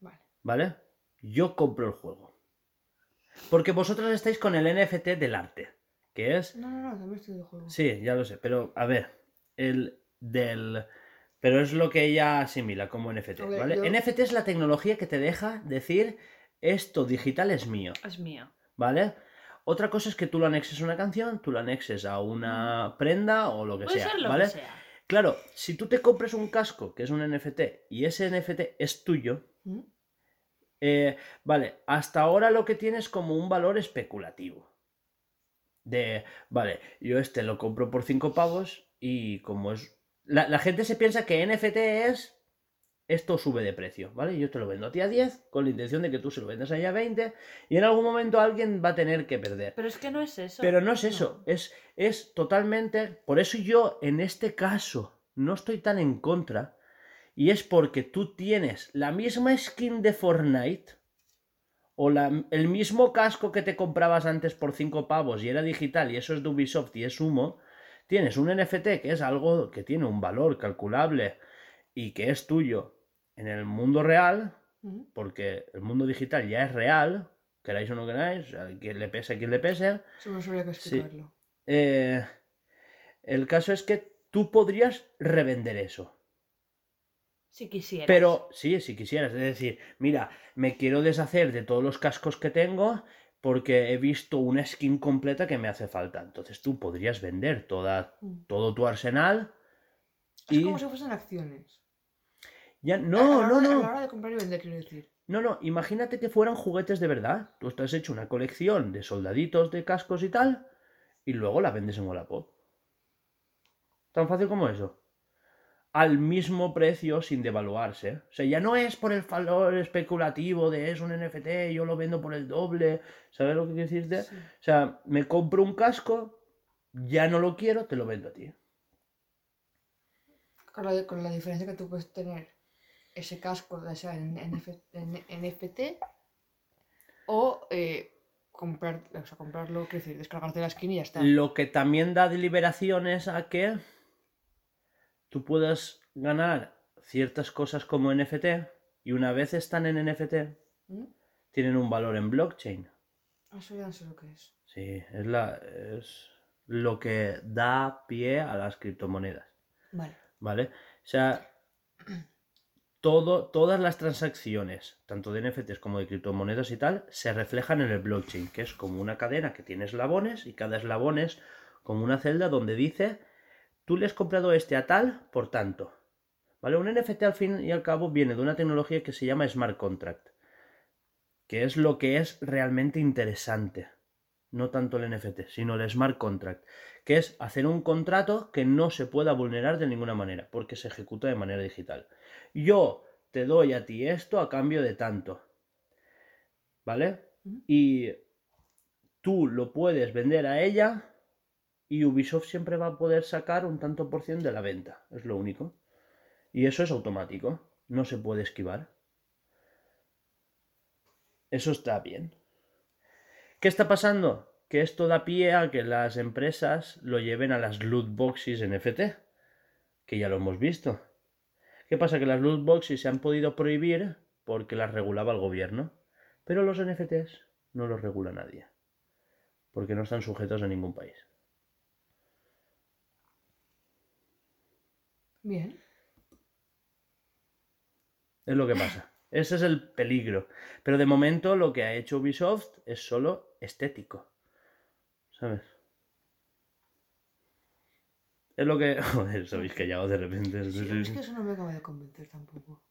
D: Vale.
B: ¿vale? Yo compro el juego. Porque vosotros estáis con el NFT del arte, que es
D: No, no, no, también estoy de juego.
B: Sí, ya lo sé, pero a ver, el del... Pero es lo que ella asimila como NFT,
D: Ok,
B: ¿vale?
D: yo-
B: NFT es la tecnología que te deja decir esto digital es mío,
A: Es mío.
B: ¿vale? Otra cosa es que tú lo anexes a una canción, tú lo anexes a una prenda o lo que
A: Mm. Puede
B: sea,
A: ser lo
B: ¿vale?
A: que sea.
B: Claro, si tú te compras un casco que es un NFT y ese NFT es tuyo,
D: ¿Mm?
B: eh, vale, hasta ahora lo que tiene es como un valor especulativo. De, vale, yo este lo compro por 5 pavos y como es... La, la gente se piensa que NFT es... Esto sube de precio, ¿vale? Yo te lo vendo a ti a 10 con la intención de que tú se lo vendas a ella a 20 y en algún momento alguien va a tener que perder.
A: Pero es que no es eso.
B: Pero no es eso, es, es totalmente... Por eso yo en este caso no estoy tan en contra. Y es porque tú tienes la misma skin de Fortnite o la- el mismo casco que te comprabas antes por 5 pavos y era digital y eso es de Ubisoft y es humo. Tienes un NFT que es algo que tiene un valor calculable y que es tuyo en el mundo real,
D: ¿Mm?
B: porque el mundo digital ya es real, queráis o no queráis, a quien le pese, a quien le pese.
D: Eso no sabría que
B: Sí.
D: explicarlo.
B: Eh, el caso es que tú podrías revender eso.
A: Si quisieras.
B: Pero sí, si quisieras, es decir, mira, me quiero deshacer de todos los cascos que tengo porque he visto una skin completa que me hace falta. Entonces tú podrías vender toda,
D: Mm.
B: todo tu arsenal
D: Es
B: y...
D: como si fuesen acciones.
B: Ya,
D: A- a
B: no,
D: la
B: no,
D: hora- A la
B: no.
D: hora de comprar y vender, quiero decir.
B: No, no, imagínate que fueran juguetes de verdad. Tú estás hecho una colección de soldaditos, de cascos y tal, y luego la vendes en Wallapop. Tan fácil como eso. Al mismo precio sin devaluarse. O sea, ya no es por el valor especulativo de es un NFT, yo lo vendo por el doble. ¿Sabes lo que quiero decirte?
D: Sí.
B: O sea, me compro un casco, ya no lo quiero, te lo vendo a ti.
D: Con la, con la diferencia que tú puedes tener ese casco, ya sea en, NF en NFT o eh, comprar, o sea, comprarlo, quiero decir, descargarte la skin y ya está.
B: Lo que también da deliberación es a que tú puedas ganar ciertas cosas como NFT y una vez están en NFT
D: ¿Mm?
B: tienen un valor en blockchain.
D: Eso ya no sé lo que es.
B: Sí, es, la, es lo que da pie a las criptomonedas,
D: Vale.
B: ¿vale? O sea, todo, todas las transacciones, tanto de NFTs como de criptomonedas y tal, se reflejan en el blockchain, que es como una cadena que tiene eslabones y cada eslabón es como una celda donde dice, tú le has comprado este a tal, por tanto. ¿Vale? Un NFT al fin y al cabo viene de una tecnología que se llama smart contract, que es lo que es realmente interesante. no tanto el NFT, sino el smart contract, que es hacer un contrato que no se pueda vulnerar de ninguna manera, porque se ejecuta de manera digital. Yo te doy a ti esto a cambio de tanto, ¿vale?
D: Ujú.
B: Y tú lo puedes vender a ella y Ubisoft siempre va a poder sacar un tanto por ciento de la venta, es lo único. Y eso es automático, no se puede esquivar. Eso está bien. ¿Qué está pasando? Que esto da pie a que las empresas lo lleven a las loot boxes NFT, que ya lo hemos visto. ¿Qué pasa? Que las loot boxes se han podido prohibir porque las regulaba el gobierno, pero los NFTs no los regula nadie, porque no están sujetos a ningún país.
D: Bien.
B: Es lo que pasa. Ese es el peligro. Pero de momento lo que ha hecho Ubisoft es solo estético. ¿Sabes? Es lo que. Joder, sabéis que ya de repente.
D: Sí, es que eso no me acaba de convencer tampoco.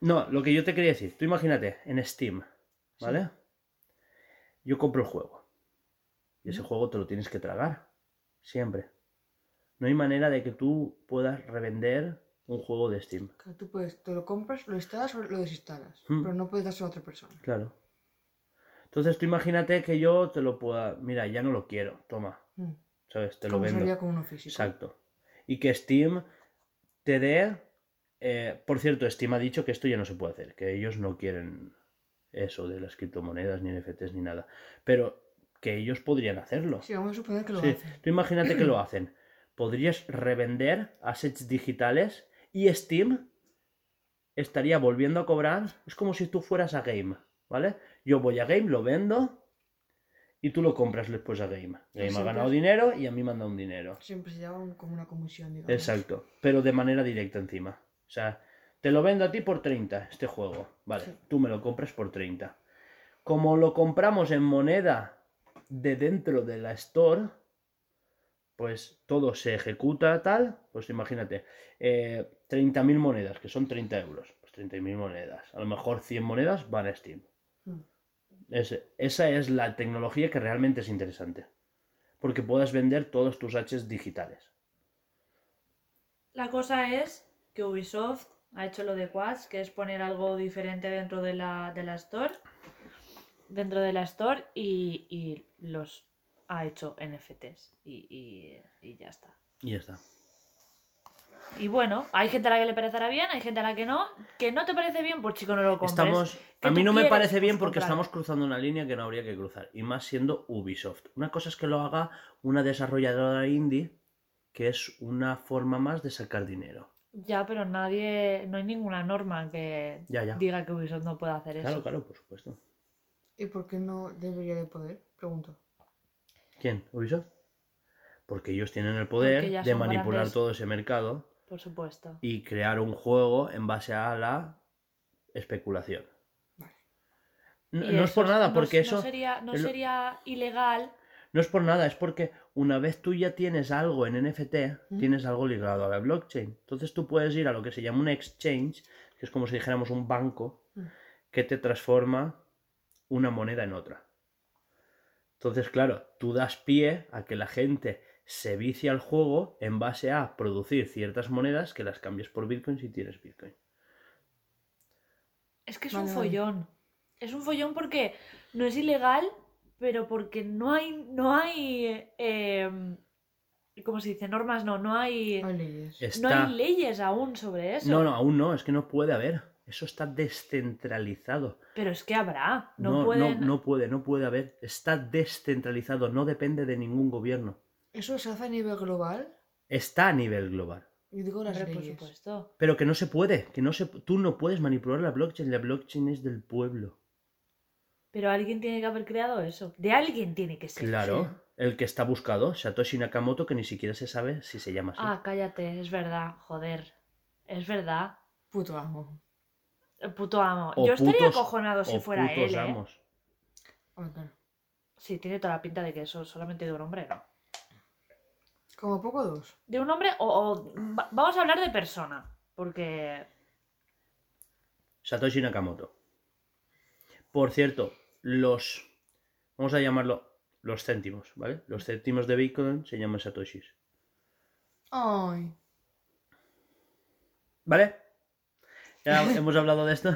B: No, lo que yo te quería decir. Tú imagínate, en Steam, ¿vale? Yo compro el juego. Y ese juego te lo tienes que tragar. Siempre. No hay manera de que tú puedas revender un juego de Steam.
D: Que tú puedes, te lo compras, lo instalas o lo desinstalas.
B: Hmm.
D: Pero no puedes dárselo a otra persona.
B: Claro. Entonces tú imagínate que yo te lo pueda. Mira, ya no lo quiero. Toma.
D: Hmm.
B: ¿Sabes? Te lo
D: Como
B: vendo.
D: sería con uno físico.
B: Exacto. Y que Steam te dé. eh, por cierto, Steam ha dicho que esto ya no se puede hacer, que ellos no quieren eso de las criptomonedas, ni NFTs, ni nada. Pero que ellos podrían hacerlo.
D: Sí, vamos a suponer que lo
B: Sí,
D: hacen.
B: Tú imagínate que lo hacen. Podrías revender assets digitales y Steam estaría volviendo a cobrar. Es como si tú fueras a Game, ¿vale? Yo voy a Game, lo vendo y tú lo compras después a Game. Game ha
D: siempre
B: ganado
D: es-
B: dinero y a mí me han dado un dinero.
D: Siempre se lleva un- como una comisión, digamos.
B: Exacto, pero de manera directa encima. O sea, te lo vendo a ti por 30 este juego. Vale,
D: Sí.
B: tú me lo compras por 30. Como lo compramos en moneda de dentro de la store, pues todo se ejecuta tal. Pues imagínate, eh, 30.000 monedas, que son 30 euros. Pues 30.000 monedas. A lo mejor 100 monedas van a Steam.
D: Mm.
B: Ese- esa es la tecnología que realmente es interesante. Porque puedas vender todos tus haches digitales.
A: La cosa es que Ubisoft ha hecho lo de Quads, que es poner algo diferente dentro de la, de la Store. Dentro de la Store y, y los ha hecho NFTs. Y, y- y ya está.
B: Y ya está.
A: Y bueno, hay gente a la que le parecerá bien, hay gente a la que no. Que no te parece bien, pues chico, no lo compres.
B: Estamos,
A: que
B: a mí
A: tú
B: no me
A: quieres,
B: parece
A: pues,
B: bien porque
A: comprar.
B: estamos cruzando una línea que no habría que cruzar. Y más siendo Ubisoft. Una cosa es que lo haga una desarrolladora indie, que es una forma más de sacar dinero.
A: Ya, pero nadie. No hay ninguna norma que
B: Ya, ya.
A: diga que Ubisoft no puede hacer eso.
B: Claro, claro, por supuesto.
D: ¿Y por qué no debería de poder? Pregunto.
B: ¿Quién? ¿Ubisoft? Porque ellos tienen el poder
A: ya
B: de
A: son
B: manipular
A: grandes.
B: todo ese mercado
A: Por supuesto.
B: y crear un juego en base a la especulación.
D: Vale.
B: No,
A: Y
B: no es
A: eso
B: por nada,
A: no-
B: porque
A: no
B: eso...
A: sería, no
B: es lo-
A: sería ilegal
B: No es por nada, es porque una vez tú ya tienes algo en NFT,
D: ¿Mm?
B: tienes algo ligado a la blockchain. Entonces tú puedes ir a lo que se llama un exchange, que es como si dijéramos un banco,
D: ¿Mm?
B: que te transforma una moneda en otra. Entonces, claro, tú das pie a que la gente se vicia al juego en base a producir ciertas monedas que las cambies por Bitcoin si tienes Bitcoin.
A: Es que es un
D: Vale, vale.
A: follón. Es un follón porque no es ilegal, pero porque no hay, no hay, eh, ¿cómo se dice? Normas, no, no hay,
D: No hay leyes.
A: no
B: Está...
A: hay leyes aún sobre eso.
B: no, no, aún no, es que no puede haber. Eso está descentralizado.
A: Pero es que habrá, no,
B: No, no,
A: pueden.
B: no puede, no puede haber. Está descentralizado, no depende de ningún gobierno.
D: Eso se hace a nivel global.
B: Está a nivel global.
D: Y digo las
A: Hombre, por
D: leyes.
A: supuesto.
B: Pero que no se puede, que no se, tú no puedes manipular la blockchain, la blockchain es del pueblo.
A: Pero alguien tiene que haber creado eso. De alguien tiene que ser.
B: claro,
A: Sí.
B: el que está buscado, Satoshi Nakamoto, que ni siquiera se sabe si se llama así.
A: Ah, cállate, es verdad, joder. Es verdad.
D: Puto amo.
A: El Puto amo.
B: O
A: Yo estaría
B: putos-
A: acojonado si
B: o
A: fuera
B: putos
A: él. ¿eh?
B: amos.
D: Hombre, claro.
A: Sí, tiene toda la pinta de que eso solamente de un hombre, ¿no?
D: Como poco dos.
A: ¿De un hombre o, o- va- vamos a hablar de persona? Porque
B: Satoshi Nakamoto. Por cierto, los, vamos a llamarlo los céntimos, ¿vale? Los céntimos de Bitcoin se llaman satoshis.
D: Ay.
B: ¿Vale? Ya hemos hablado de esto.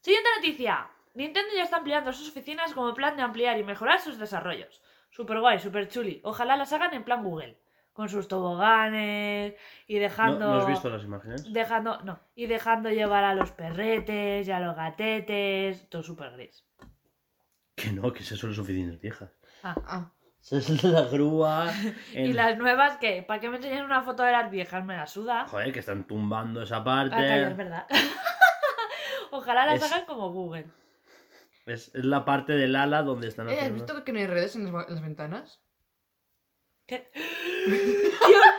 A: Siguiente noticia. Nintendo ya está ampliando sus oficinas como plan de ampliar y mejorar sus desarrollos. Super guay, super chuli. Ojalá las hagan en plan Google. Con sus toboganes y
B: No,
A: dejando...
B: no has visto las imágenes?
A: Dejando, no, y dejando llevar a los perretes y a los gatetes, todo súper gris.
B: Que no, que esas son las oficinas viejas.
D: Ah,
B: Esa es la grúa.
A: Y
B: el-
A: las nuevas, ¿qué? ¿Para qué me enseñan una foto de las viejas? Me la suda.
B: Joder, que están tumbando esa
A: Ah, calla, es
B: parte.
A: verdad. Ojalá las
B: Es-
A: hagan como Google.
B: Es, es la parte del ala donde están
D: ¿eh, ¿Has
B: haciendo-
D: visto que no hay redes en las, va- en las ventanas?
A: ¿Qué? ¡Dios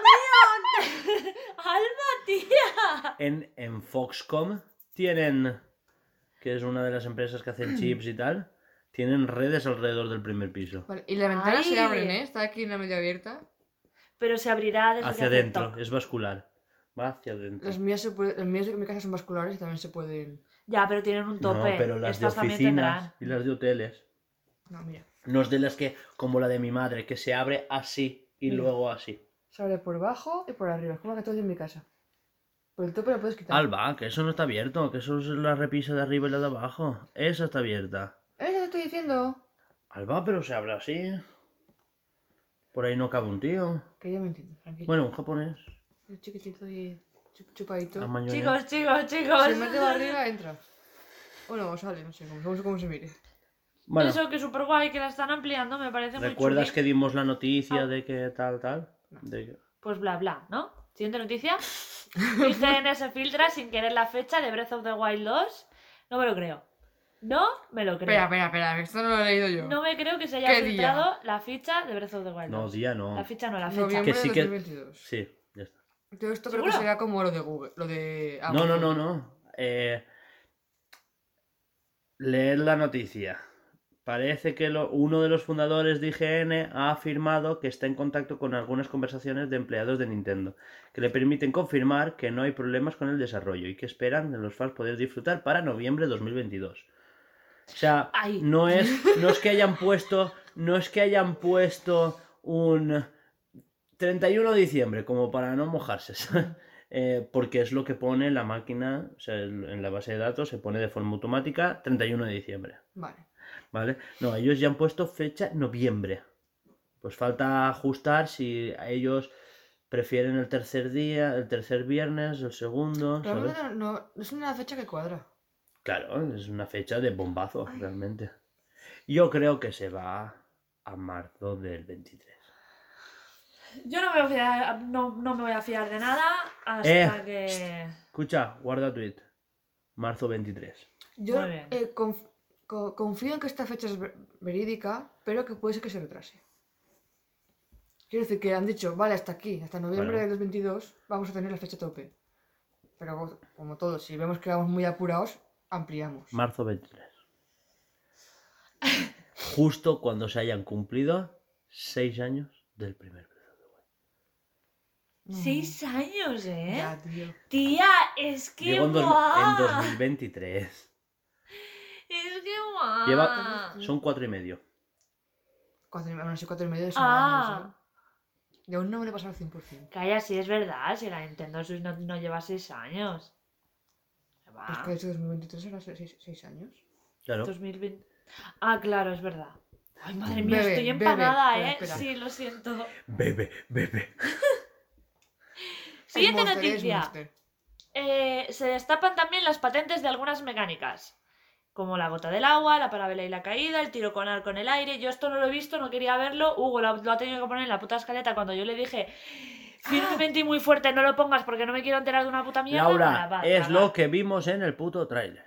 A: mío! ¡Alma, tía!
B: En, en Foxcom tienen, que es una de las empresas que hacen chips y tal, tienen redes alrededor del primer piso.
D: Vale, y la ventana
A: Ay.
D: se abre, ¿eh? Está aquí en la media abierta.
A: Pero se abrirá desde
B: Hacia
A: que hacen
B: adentro,
A: toc.
B: es vascular. Va hacia adentro.
D: Las mías, se puede- las mías de mi casa son vasculares y también se pueden...
A: Ya, pero tienen un tope.
B: No, pero las de
A: Estas también
B: oficinas
A: tendrán.
B: y las de hoteles.
D: No, mira.
B: No es de las que, como la de mi madre, que se abre así y
D: Mira.
B: luego así.
D: Se abre por abajo y por arriba. Es como que todo en mi casa. Por el tope lo puedes quitar.
B: Alba, que eso no está abierto, que eso es la repisa de arriba y la de abajo. Esa está abierta.
D: ¿Ves lo que Eh, estoy diciendo?
B: Alba, pero se abre así. Por ahí no cabe un tío.
D: Que yo me entiendo, tranquilo.
B: Bueno, un japonés.
D: Yo chiquitito y chup- chupadito.
B: amañoño.
A: Chicos, chicos, chicos.
D: Si me mete arriba, entra. O no, o sale, no sé cómo, no sé cómo se mire.
B: Bueno,
A: Eso que súper guay, que la están ampliando, me parece muy
B: ¿recuerdas
A: chuli.
B: que dimos la noticia
A: Ah.
B: de que tal, tal?
D: No.
B: De que-
A: Pues bla bla, ¿no? Siguiente noticia. IGN se filtra sin querer la fecha de Breath of the Wild 2. No me lo creo. No me lo creo.
D: Espera, espera, espera, que esto no lo he leído yo.
A: No me creo que se haya
D: ¿Qué
A: filtrado la ficha de Breath of the Wild 2.
B: No, día
A: La
B: no.
A: ficha no, la fecha.
D: Noviembre
B: Que sí
D: de
B: que-
D: 2022.
B: Sí, ya está.
D: Yo esto creo
A: ¿Seguro?
D: que será como lo de Google, lo de...
B: No,
D: Apple.
B: no, no, no. Eh, leed la noticia. Parece que lo- uno de los fundadores de IGN ha afirmado que está en contacto con algunas conversaciones de empleados de Nintendo, que le permiten confirmar que no hay problemas con el desarrollo y que esperan de los fans poder disfrutar para noviembre de 2022. O sea,
A: Ay.
B: no es, no es que hayan puesto, no es que hayan puesto un 31 de diciembre como para no mojarse, ¿sabes? Eh, porque es lo que pone la máquina, o sea, el- en la base de datos se pone de forma automática 31 de diciembre,
D: Vale.
B: ¿vale? No, ellos ya han puesto fecha noviembre. Pues falta ajustar si a ellos prefieren el tercer día, el tercer viernes, el segundo, ¿sabes?
D: Realmente no, no- no es una fecha que cuadra.
B: Claro, es una fecha de bombazo, realmente. Yo creo que se va a marzo del 23.
A: Yo no me, voy a, no, no me voy a fiar de nada hasta
B: Eh,
A: que...
B: Escucha, guarda tweet. Marzo 23.
D: Yo
A: Muy bien.
D: eh, conf- co- confío en que esta fecha es ver- verídica, pero que puede ser que se retrase. Quiero decir que han dicho, vale, hasta aquí, hasta noviembre
B: Claro.
D: del 2022 vamos a tener la fecha tope. Pero co- como todo, si vemos que vamos muy apurados, ampliamos.
B: Marzo 23. Justo cuando se hayan cumplido seis años del primer Breath of the Wild.
D: Mm.
A: Seis años, ¿eh?
D: Ya, tío.
A: Tía, es que
B: Llegó en, dos- en
A: guau.
B: 2023.
A: Es que guau. Ah.
B: Lleva- Son cuatro y medio.
D: Cuatro, y- bueno, sí, cuatro y medio de
B: ¿eh?
A: Ah.
D: Y aún no me lo he pasado al 100%.
A: Calla, sí, es verdad. Si la Nintendo Switch no, no lleva 6 años. Se va.
D: Pues que de hecho 2023 era se- seis, seis años.
B: Claro.
A: 2020. Ah, claro, es verdad. Ay, madre
B: Bebe,
A: mía, estoy
D: bebe,
A: empanada,
D: Mm. espera,
A: ¿eh?
D: espera.
A: Sí, lo siento.
B: Bebe, bebe.
A: Siguiente
D: Es Monster, es
A: noticia.
D: Monster.
A: Eh, se destapan también las patentes de algunas mecánicas. Como la gota del agua, la parabela y la caída, el tiro con arco en el aire. Yo esto no lo he visto, no quería verlo. Hugo lo, ha- lo ha tenido que poner en la puta escaleta cuando yo le dije firmemente y muy fuerte, no lo pongas porque no me quiero enterar de una puta mierda. me la va
B: Laura,
A: a
B: es
A: tragar.
B: lo que vimos en el puto tráiler.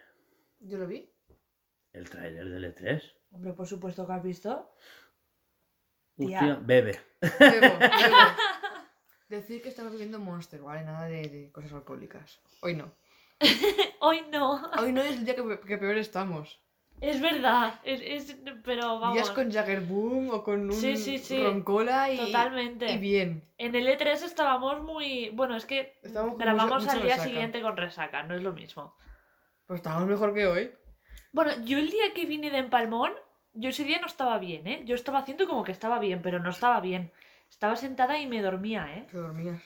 D: Yo lo vi.
B: El tráiler del E E3.
A: Hombre, por supuesto que has visto. Tía.
B: Hostia, bebe.
D: Luego, luego, Decir que estaba bebiendo Monster, ¿vale? Nada de, de cosas alcohólicas. Hoy no.
A: Hoy no.
D: Hoy no es el día que, que peor estamos.
A: Es verdad. Es, es- pero vamos.
D: Días con Jagger Boom o con un
A: Sí, sí, sí.
D: Roncola y,
A: Totalmente.
D: y bien.
A: En el E3 estábamos muy. Bueno, es que
D: Estábamos con
A: grabamos
D: mucha- mucha
A: al día
D: resaca.
A: siguiente con resaca, no es lo mismo.
D: Pues estábamos mejor que hoy.
A: Bueno, yo el día que vine de Empalmón Yo ese día no estaba bien, ¿eh? Yo estaba haciendo como que estaba bien, pero no estaba bien. Estaba sentada y me dormía, ¿eh?
D: Te dormías.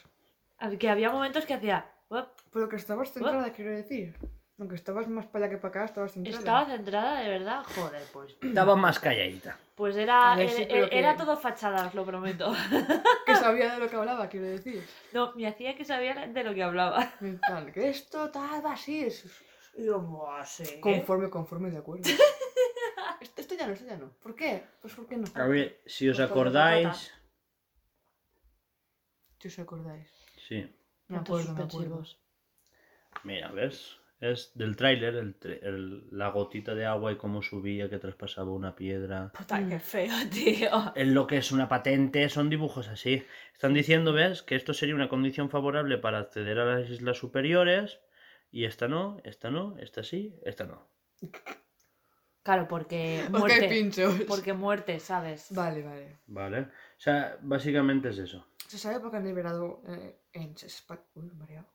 A: Al Que había momentos que hacía... "Uep".
D: Pero que estabas centrada, quiero decir. Aunque estabas más para allá que para acá, estabas centrada.
A: Estaba centrada, de verdad. Joder, pues...
B: Estaba más calladita.
A: Pues era,
D: A ver, sí,
A: era,
D: pero que-
A: era todo fachada, os lo prometo.
D: Que sabía de lo que hablaba, quiero decir.
A: No, me hacía que sabía de lo que hablaba.
D: En plan, que esto, tal, va así. es-
A: Y yo, "Buah, sí, ¿eh?".
D: Conforme, conforme, de acuerdo. esto, esto ya no, esto ya no. ¿Por qué? Pues porque no.
B: A ver, si os
D: Pues
A: Con todo
B: acordáis.
A: patata.
D: Si os acordáis.
B: Sí,
D: Me
A: Puntos
D: acuerdo, me acuerdo.
A: suspensivos.
B: mira, ¿ves? Es del tráiler, el tr- el- la gotita de agua y cómo subía, que traspasaba una piedra.
A: Puta, qué feo, tío.
B: en lo que es una patente, son dibujos así. Están diciendo, ¿ves? Que esto sería una condición favorable para acceder a las islas superiores. Y esta no, esta no, esta sí, esta no.
A: Claro, porque
D: Porque hay
A: muerte.
D: pinchos.
A: Porque muerte, ¿sabes?
D: Vale, vale.
B: ¿Vale? O sea, básicamente es eso.
D: Se sabe por qué han liberado eh, en Sespa- Uy, me he mareado.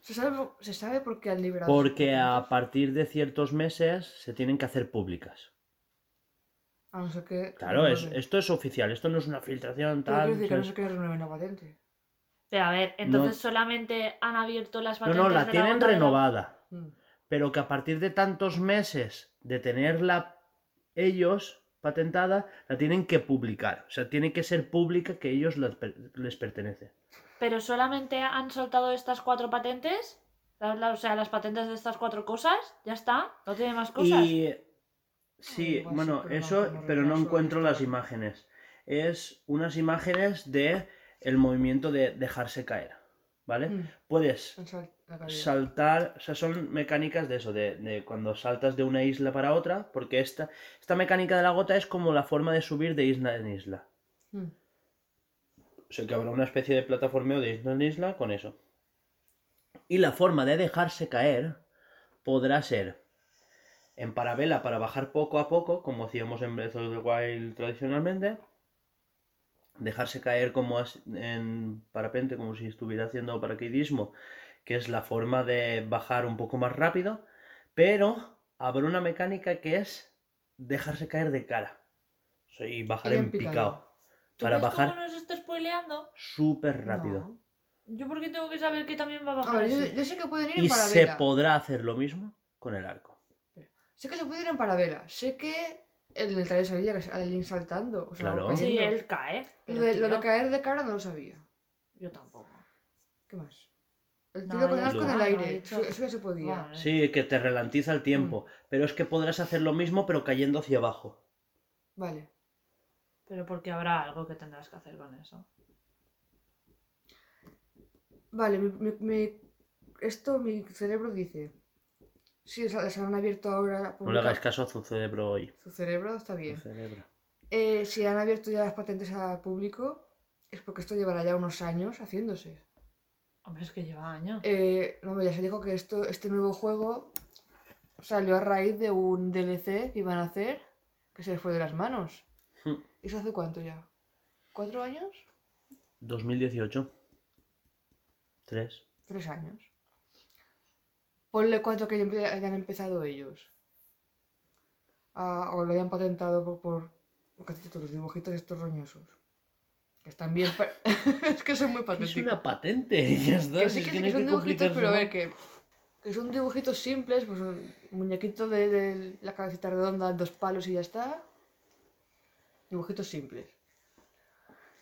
D: Se sabe, por- se sabe por qué han liberado.
B: Porque a
D: Sespa-
B: partir de ciertos meses se tienen que hacer públicas.
D: A no ser que.
B: Claro, es-
D: renueven.
B: esto es oficial, esto no es una filtración
D: Pero quiero
B: tal.
D: decir que a no
B: ¿sabes?
D: ser que renueven la patente.
A: Pero a ver, entonces solamente han abierto las
B: No,
A: patentes.
B: no, la
A: de
B: tienen
A: gotadera?
B: renovada.
D: Mm.
B: pero que a partir de tantos meses de tenerla ellos patentada, la tienen que publicar. O sea, tiene que ser pública que ellos la per- les pertenece.
A: Pero solamente han soltado estas cuatro patentes. la- la- o sea, las patentes de estas cuatro cosas. Ya está. No tiene más cosas.
B: Y sí,
D: Algo así,
B: bueno,
D: pero no,
B: eso,
D: como
B: pero no
D: retraso,
B: encuentro las
D: retraso.
B: imágenes. Es unas imágenes de el movimiento de dejarse caer, ¿vale?
D: Mm.
B: Puedes
D: Han sal- la caída.
B: saltar, o sea, son mecánicas de eso, de, de cuando saltas de una isla para otra, porque esta, esta mecánica de la gota es como la forma de subir de isla en isla.
D: Mm.
B: O sea, que habrá una especie de plataformeo de isla en isla con eso. Y la forma de dejarse caer podrá ser en parabela para bajar poco a poco, como hacíamos en Breath of the Wild tradicionalmente. Dejarse caer como as- en parapente, como si estuviera haciendo paracaidismo, que es la forma de bajar un poco más rápido. Pero habrá una mecánica que es dejarse caer de cara. O sea, y bajar
D: Ir en
B: en
D: picado.
B: picado.
A: ¿Tú
B: Para
A: ves
B: bajar
A: cómo nos está spoileando?
B: súper rápido.
D: No.
A: Yo porque tengo que saber que también va a
D: A
A: bajar.
D: ver, yo,
A: ese?
D: yo sé que pueden ir
B: Y
D: en
B: se
D: parabela.
B: podrá hacer lo mismo con el arco.
D: Sé que se puede ir en parabela. Sé que en el trailer sabía que alguien saltando. O sea,
B: Claro.
D: cayendo.
A: Sí, él cae.
D: Lo
A: pero,
D: de, lo de
A: tío,
D: caer de cara no lo sabía.
A: Yo tampoco.
D: ¿Qué más? El
A: No,
D: tiro con
A: ya Ah,
D: el arco en
B: está,
D: el
A: no,
D: aire.
A: he
D: Eso,
A: dicho-
D: eso ya se podía.
A: Vale.
B: Sí, que te ralentiza el tiempo,
D: Mm.
B: pero es que podrás hacer lo mismo pero cayendo hacia abajo.
D: Vale.
A: Pero porque habrá algo que tendrás que hacer con eso.
D: Vale, mi, mi- mi- esto mi cerebro dice. Sí, se se han abierto ahora.
B: No le hagáis
D: publica-
B: caso a su cerebro hoy.
D: Su cerebro está
B: Su
D: bien.
B: cerebro.
D: Eh, si han abierto ya las patentes al público, es porque esto llevará ya unos años haciéndose.
A: Hombre, es que lleva años.
D: Eh, no, ya se dijo que esto, este nuevo juego salió a raíz de un DLC que iban a hacer que se les fue de las manos.
B: Hmm.
D: ¿Eso hace cuánto ya? ¿Cuatro años?
B: 2018. 3.
D: Tres años. Ponle cuánto que hayan empe- hayan empezado ellos. Ah, o lo hayan patentado por, por lo que has dicho tú, los dibujitos estos roñosos. Que están bien. pa- es que son muy
B: Es
D: patéticos.
B: una patente. Ya está.
D: Que
B: si
D: sí,
B: es
D: que
B: que
D: sí,
B: no
D: que
B: hay
D: son
B: que
D: dibujitos,
B: complicarse
D: pero a ver,
B: más.
D: que, que son dibujitos simples, pues un muñequito de, de la cabecita redonda, dos palos y ya está. Dibujitos simples.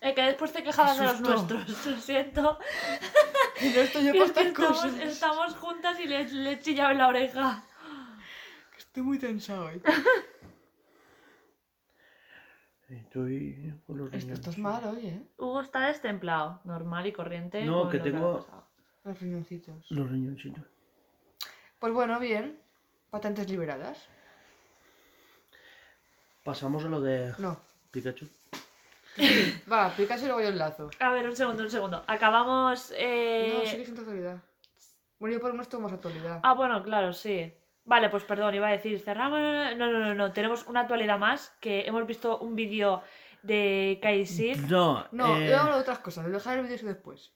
A: Eh, que después te quejabas de los
D: asustó.
A: nuestros. Lo siento.
D: Y no estoy yo
A: Que
D: para
A: es que
D: estas
A: estamos,
D: cosas.
A: estamos juntas y le, le he chillado en la oreja.
D: Estoy muy tensado hoy.
B: Estoy con los
D: Esto,
B: riñones.
D: esto es mal hoy, ¿eh?
A: Hugo está destemplado, normal y corriente.
B: No,
A: con
B: que
A: lo
B: tengo-
A: ha pasado.
D: Los riñoncitos.
B: Los riñoncitos.
D: Pues bueno, bien. Patentes liberadas.
B: Pasamos a lo de
D: No.
B: Pikachu.
D: Va, Pikachu y luego yo enlazo.
A: A ver, un segundo, un segundo. Acabamos. eh,
D: No, sigue siendo actualidad. Bueno, yo por uno estoy más actualidad.
A: Ah, bueno, claro, sí. Vale, pues perdón, iba a decir, cerramos. No, no, no, no. Tenemos una actualidad más que hemos visto un vídeo de Kaisir.
B: No,
D: No,
B: eh,
D: yo hablo de otras cosas. Lo dejaré el vídeo eso después.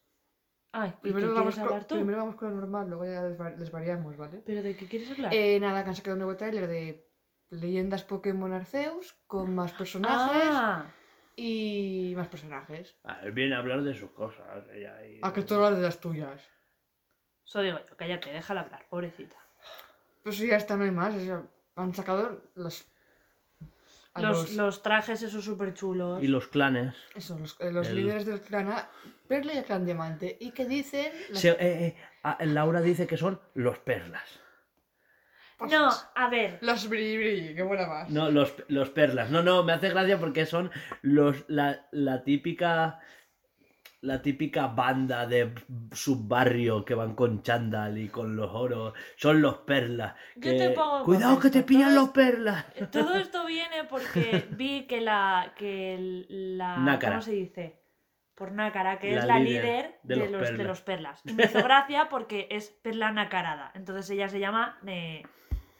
A: Ay, ¿y
D: Primero
A: qué
D: vamos,
A: quieres
D: con,
A: hablar tú?
D: primero vamos con lo normal, luego ya desva- desvariamos, ¿vale?
A: ¿Pero de qué quieres hablar?
D: Eh, nada, que han sacado un nuevo tráiler de leyendas Pokémon Arceus con más personajes
A: Ah,
D: y más personajes.
B: Ah, él viene a hablar de sus cosas. ella ahí-
D: ¿A Ah, que tú hablas de las tuyas?
A: eso digo yo, cállate, déjala hablar, pobrecita.
D: Pues sí, hasta no hay más. o sea, han sacado los... a
A: Los, los trajes esos súper chulos.
B: Y los clanes.
D: Eso, los, eh, los
B: El-
D: líderes del clan A, Perla y el clan Diamante. ¿Y qué dicen? las
B: Se- eh, eh, ah, Laura dice que son los perlas.
A: No,
D: cosas?
A: a ver,
D: Los brilli brilli, qué buena más.
B: No, los, los perlas. No, no, me hace gracia porque son los la, la típica la típica banda de subbarrio que van con chándal y con los oros. Son los perlas.
A: Yo
B: que-
A: te pongo en
B: Cuidado que te
A: contexto.
B: pillan
A: Todo
B: los perlas.
A: Eh, todo esto viene porque vi que la. Que el- la
B: Nácara.
A: ¿Cómo se dice? Por Nácara, que
B: La
A: es la
B: líder
A: líder de,
B: de los
A: los, de
B: Perlas.
A: los perlas. Y me hizo gracia porque es perla nacarada. Entonces ella se llama. eh,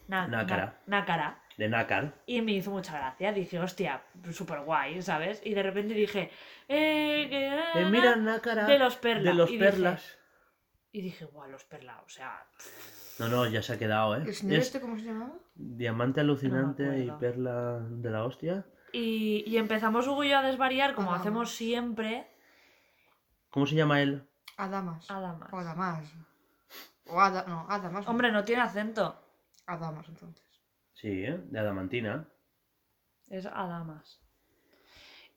A: na- na-
B: Nácara.
A: nácara.
B: De nácar.
A: Y me hizo mucha gracia. Dije, hostia, súper guay, ¿sabes? Y de repente dije, eh, que-
B: Eh, mira, nácara.
A: de los perlas.
B: de los
A: y dije-
B: perlas.
A: y dije, guau, los perlas, o sea,
B: No, no, ya se ha quedado, ¿eh?
D: ¿El
B: Es
D: señor este cómo se llamaba?
B: diamante alucinante y
A: acuerdo.
B: perla de la hostia.
A: Y, y empezamos Hugo y yo a desvariar, como
D: Ah.
A: hacemos siempre,
B: ¿Cómo se llama él?
D: Adamas.
A: Adamas.
D: O Adamas. O Ada... No, Adamas. no.
A: Hombre, no tiene acento.
D: Adamas, entonces.
B: Sí, ¿eh? De adamantina.
A: Es Adamas.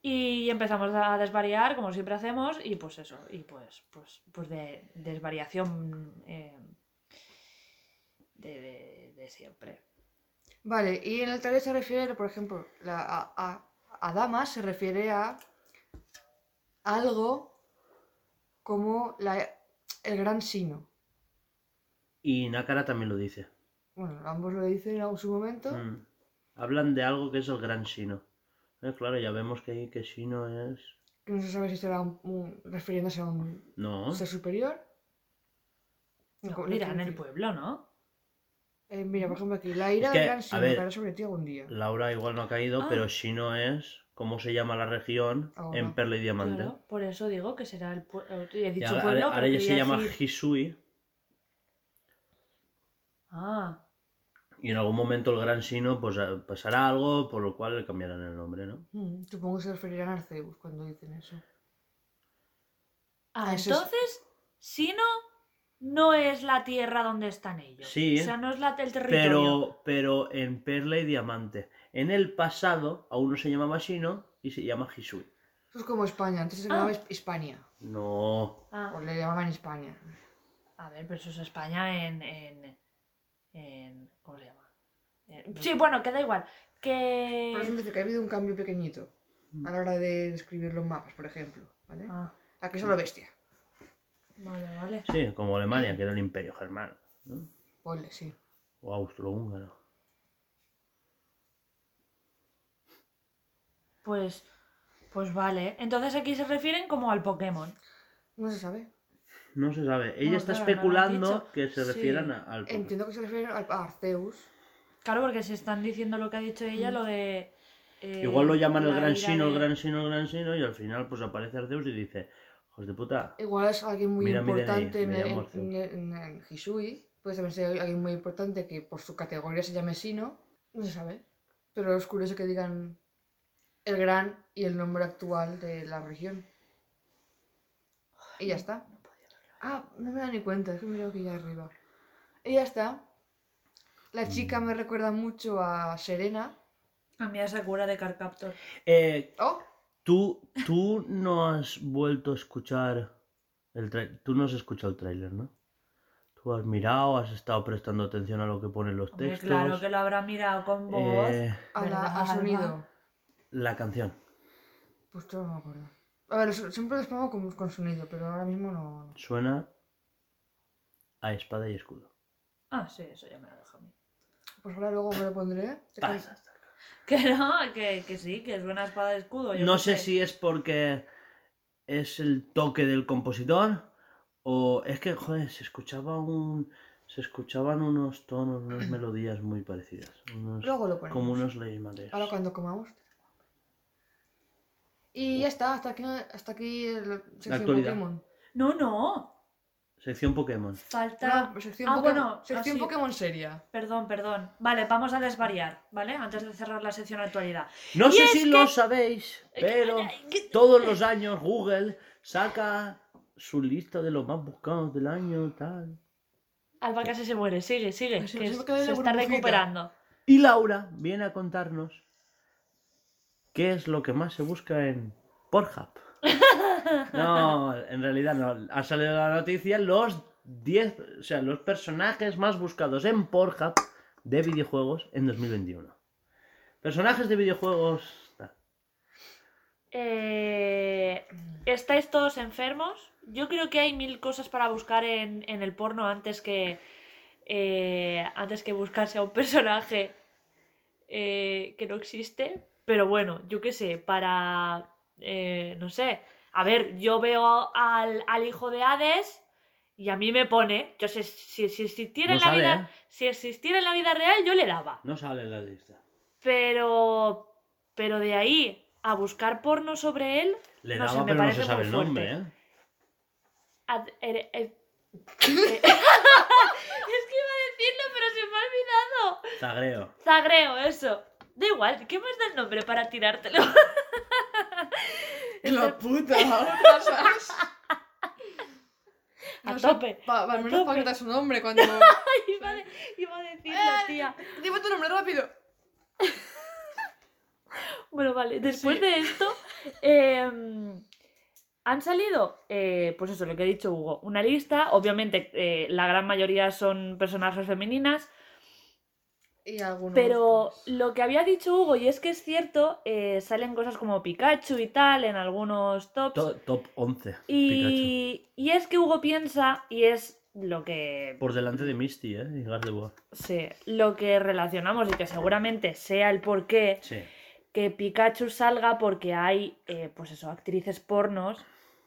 A: Y empezamos a desvariar, como siempre hacemos, y pues eso, y pues, pues, pues de desvariación eh, de, de- de siempre.
D: Vale, y en el trailer se refiere, por ejemplo, la, a, a- Adamas se refiere a algo como la, el gran sino.
B: Y nácara también lo dice.
D: Bueno, ambos lo dicen en algún su momento.
B: Mm. Hablan de algo que es el gran Shino. Eh, claro, ya vemos que, ahí que Shino es.
D: que no se sabe si será un, un- refiriéndose a un
B: No.
D: ser superior.
A: No,
D: Co-
B: este
A: mira, en
D: quiero
A: el
D: decir-
A: pueblo, ¿no?
D: Eh, mira, por ejemplo, aquí la ira
B: Es que,
D: de Gran
B: a
D: Sino
B: ver-
D: caerá sobre ti algún día.
B: Laura igual no ha caído,
A: Ah.
B: pero Shino es. ¿Cómo se llama la región?
D: Ahora.
B: En Perla y Diamante.
A: Claro, por eso digo que será el pueblo. He
B: Y
A: dicho
B: ahora,
A: pueblo,
B: ahora-
A: pero
B: ahora ya se
A: quería
B: llama
A: decir-
B: Hisui.
A: Ah,
B: Y en algún momento el gran Shino pues, eh, pasará algo por lo cual le cambiarán el nombre, ¿no?
D: Mm, supongo que se referirán a Arceus cuando dicen eso.
A: Ah,
D: Ah, eso es-
A: entonces, Sino no es la tierra donde están ellos.
B: Sí.
A: O sea, no es la, el territorio.
B: Pero, pero en Perla y Diamante. En el pasado aún no se llamaba Shino y se llama Hisui.
D: Eso es como España, antes se
A: Ah.
D: llamaba His- Hispania,
B: No.
A: Ah,
D: o le llamaban Hispania.
A: a ver, pero eso es España en. en, en- ¿Cómo se llama? Eh, Sí, bueno, que da igual.
D: Por
A: Que.
D: ejemplo, dice que ha habido un cambio pequeñito
B: Mm.
D: a la hora de describir los mapas, por ejemplo. ¿vale?
A: Ah,
D: Aquí solo bestia.
A: vale, vale.
B: Sí, como Alemania, que era el imperio germano. ¿no?
D: Ponle, sí.
B: O austrohúngaro.
A: Pues. Pues vale. Entonces aquí se refieren como al Pokémon.
D: No se sabe.
B: Ah. No se sabe. Ella
A: Bueno,
B: está
A: claro, no lo han
B: especulando
A: dicho.
B: que se
A: Sí.
B: refieran a- al Pokémon.
D: Entiendo que se refieren al- a Arceus.
A: Claro, porque si están diciendo lo que ha dicho ella,
D: Mm.
A: lo de. eh,
B: Igual lo llaman el
A: la
B: gran
A: ira
B: sino, el
A: de-
B: gran sino, el gran sino, y al final pues aparece Arceus y dice, hijos de puta,
D: Igual es alguien muy
B: Mira mi DNI,
D: importante en,
B: me llamo
D: en,
B: Arceus.
D: en- en Hisui. Puede también ser alguien muy importante que por su categoría se llame Sino. No se sabe. Pero es curioso que digan el gran y el nombre actual de la región. Y ya está.
A: No podía verlo.
D: Ah, no me da ni cuenta, es que miro aquí ya arriba. Y ya está.
B: Mm.
D: La chica me recuerda mucho a Serena.
A: A mí a Sakura de Carcaptor.
B: eh,
D: Oh,
B: tú, tú no has vuelto a escuchar, el tra- tú no has escuchado el tráiler, ¿no? Tú has mirado, has estado prestando atención a lo que ponen los
A: Hombre,
B: textos,
A: claro que lo habrá mirado con voz.
B: eh,
D: a la-
A: ¿Verdad,
D: al sonido.
A: Alba?
B: la canción.
D: Pues todo no me acuerdo. A ver, los- siempre los pongo con, con sonido, pero ahora mismo no.
B: Suena a espada y escudo.
A: Ah, sí, eso ya me lo dejo a mí.
D: Pues ahora luego me lo pondré. ¿eh?
B: Ah.
D: Te can-
B: Pasa.
A: Que no, que, que sí, que es buena espada de escudo. yo
B: No
A: qué
B: sé si es porque es el toque del compositor o es que, joder, se escuchaba un... Se escuchaban unos tonos, unas melodías muy parecidas. unos-
D: Luego lo ponemos.
B: como unos leyes madres.
D: Ahora cuando comamos. Y ya está, hasta aquí, hasta aquí el sección
B: actualidad.
D: Pokémon.
A: No, no.
B: Sección Pokémon.
A: Falta.
D: Una sección,
A: Ah,
D: Pokémon,
A: bueno,
D: sección
A: así.
D: Pokémon seria.
A: Perdón, perdón. Vale, vamos a desvariar, ¿vale? Antes de cerrar la sección actualidad.
B: No
A: Y
B: sé
A: es
B: si
A: que-
B: lo sabéis, pero
A: Eh,
B: todos los años Google saca su lista de los más buscados del año, tal.
A: Alba casi se muere, sigue, sigue.
D: Ay, se-
A: que
D: se
A: Pues es- se,
D: me cae la
A: está
D: burbujita.
A: recuperando.
B: Y Laura viene a contarnos qué es lo que más se busca en Pornhub. No, en realidad no. Ha salido la noticia los 10, o sea, los personajes más buscados en Pornhub de videojuegos en 2021. Personajes de videojuegos. tal.
A: Eh,
B: Mm.
A: ¿Estáis todos enfermos? Yo creo que hay mil cosas para buscar en, en el porno antes que. eh, antes que buscarse a un personaje eh, que no existe. Pero bueno, yo qué sé, para. eh, no sé. A ver, yo veo al, al hijo de Hades y a mí me pone. Yo sé, si, si existiera
B: No
A: en la
B: sale,
A: vida.
B: ¿eh?
A: Si existiera en la vida real, yo le daba.
B: No sale en la lista.
A: Pero. Pero de ahí a buscar porno sobre él.
B: Le
A: No sé,
B: daba,
A: me
B: pero no
A: parece
B: se sabe
A: muy
B: el nombre,
A: fuerte.
B: ¿eh?
A: ad- er- er- eh, es que iba a decirlo, pero se me ha olvidado.
B: Zagreo.
A: Zagreo, eso. Da igual, ¿qué más da el nombre para tirártelo?
D: La puta, ahora sabes.
A: A
D: sé,
A: tope,
D: pa- al menos para
A: tope.
D: gritar su nombre cuando.
A: Iba, a de- iba a decirlo, tía.
D: Dime tu nombre rápido.
A: Bueno, vale, después
D: Sí.
A: de esto, eh, han salido, eh, pues eso, lo que ha dicho Hugo, una lista. Obviamente, eh, la gran mayoría son personajes femeninas.
D: Y algunos.
A: Pero
D: pues,
A: lo que había dicho Hugo, y es que es cierto, eh, salen cosas como Pikachu y tal en algunos tops.
B: To- top 11. Pikachu.
A: y, y es que Hugo piensa, y es lo que,
B: Por delante de Misty, ¿eh? Y Gardevoir.
A: sí, lo que relacionamos y que seguramente sea el porqué,
B: Sí.
A: que Pikachu salga porque hay, eh, pues eso, actrices pornos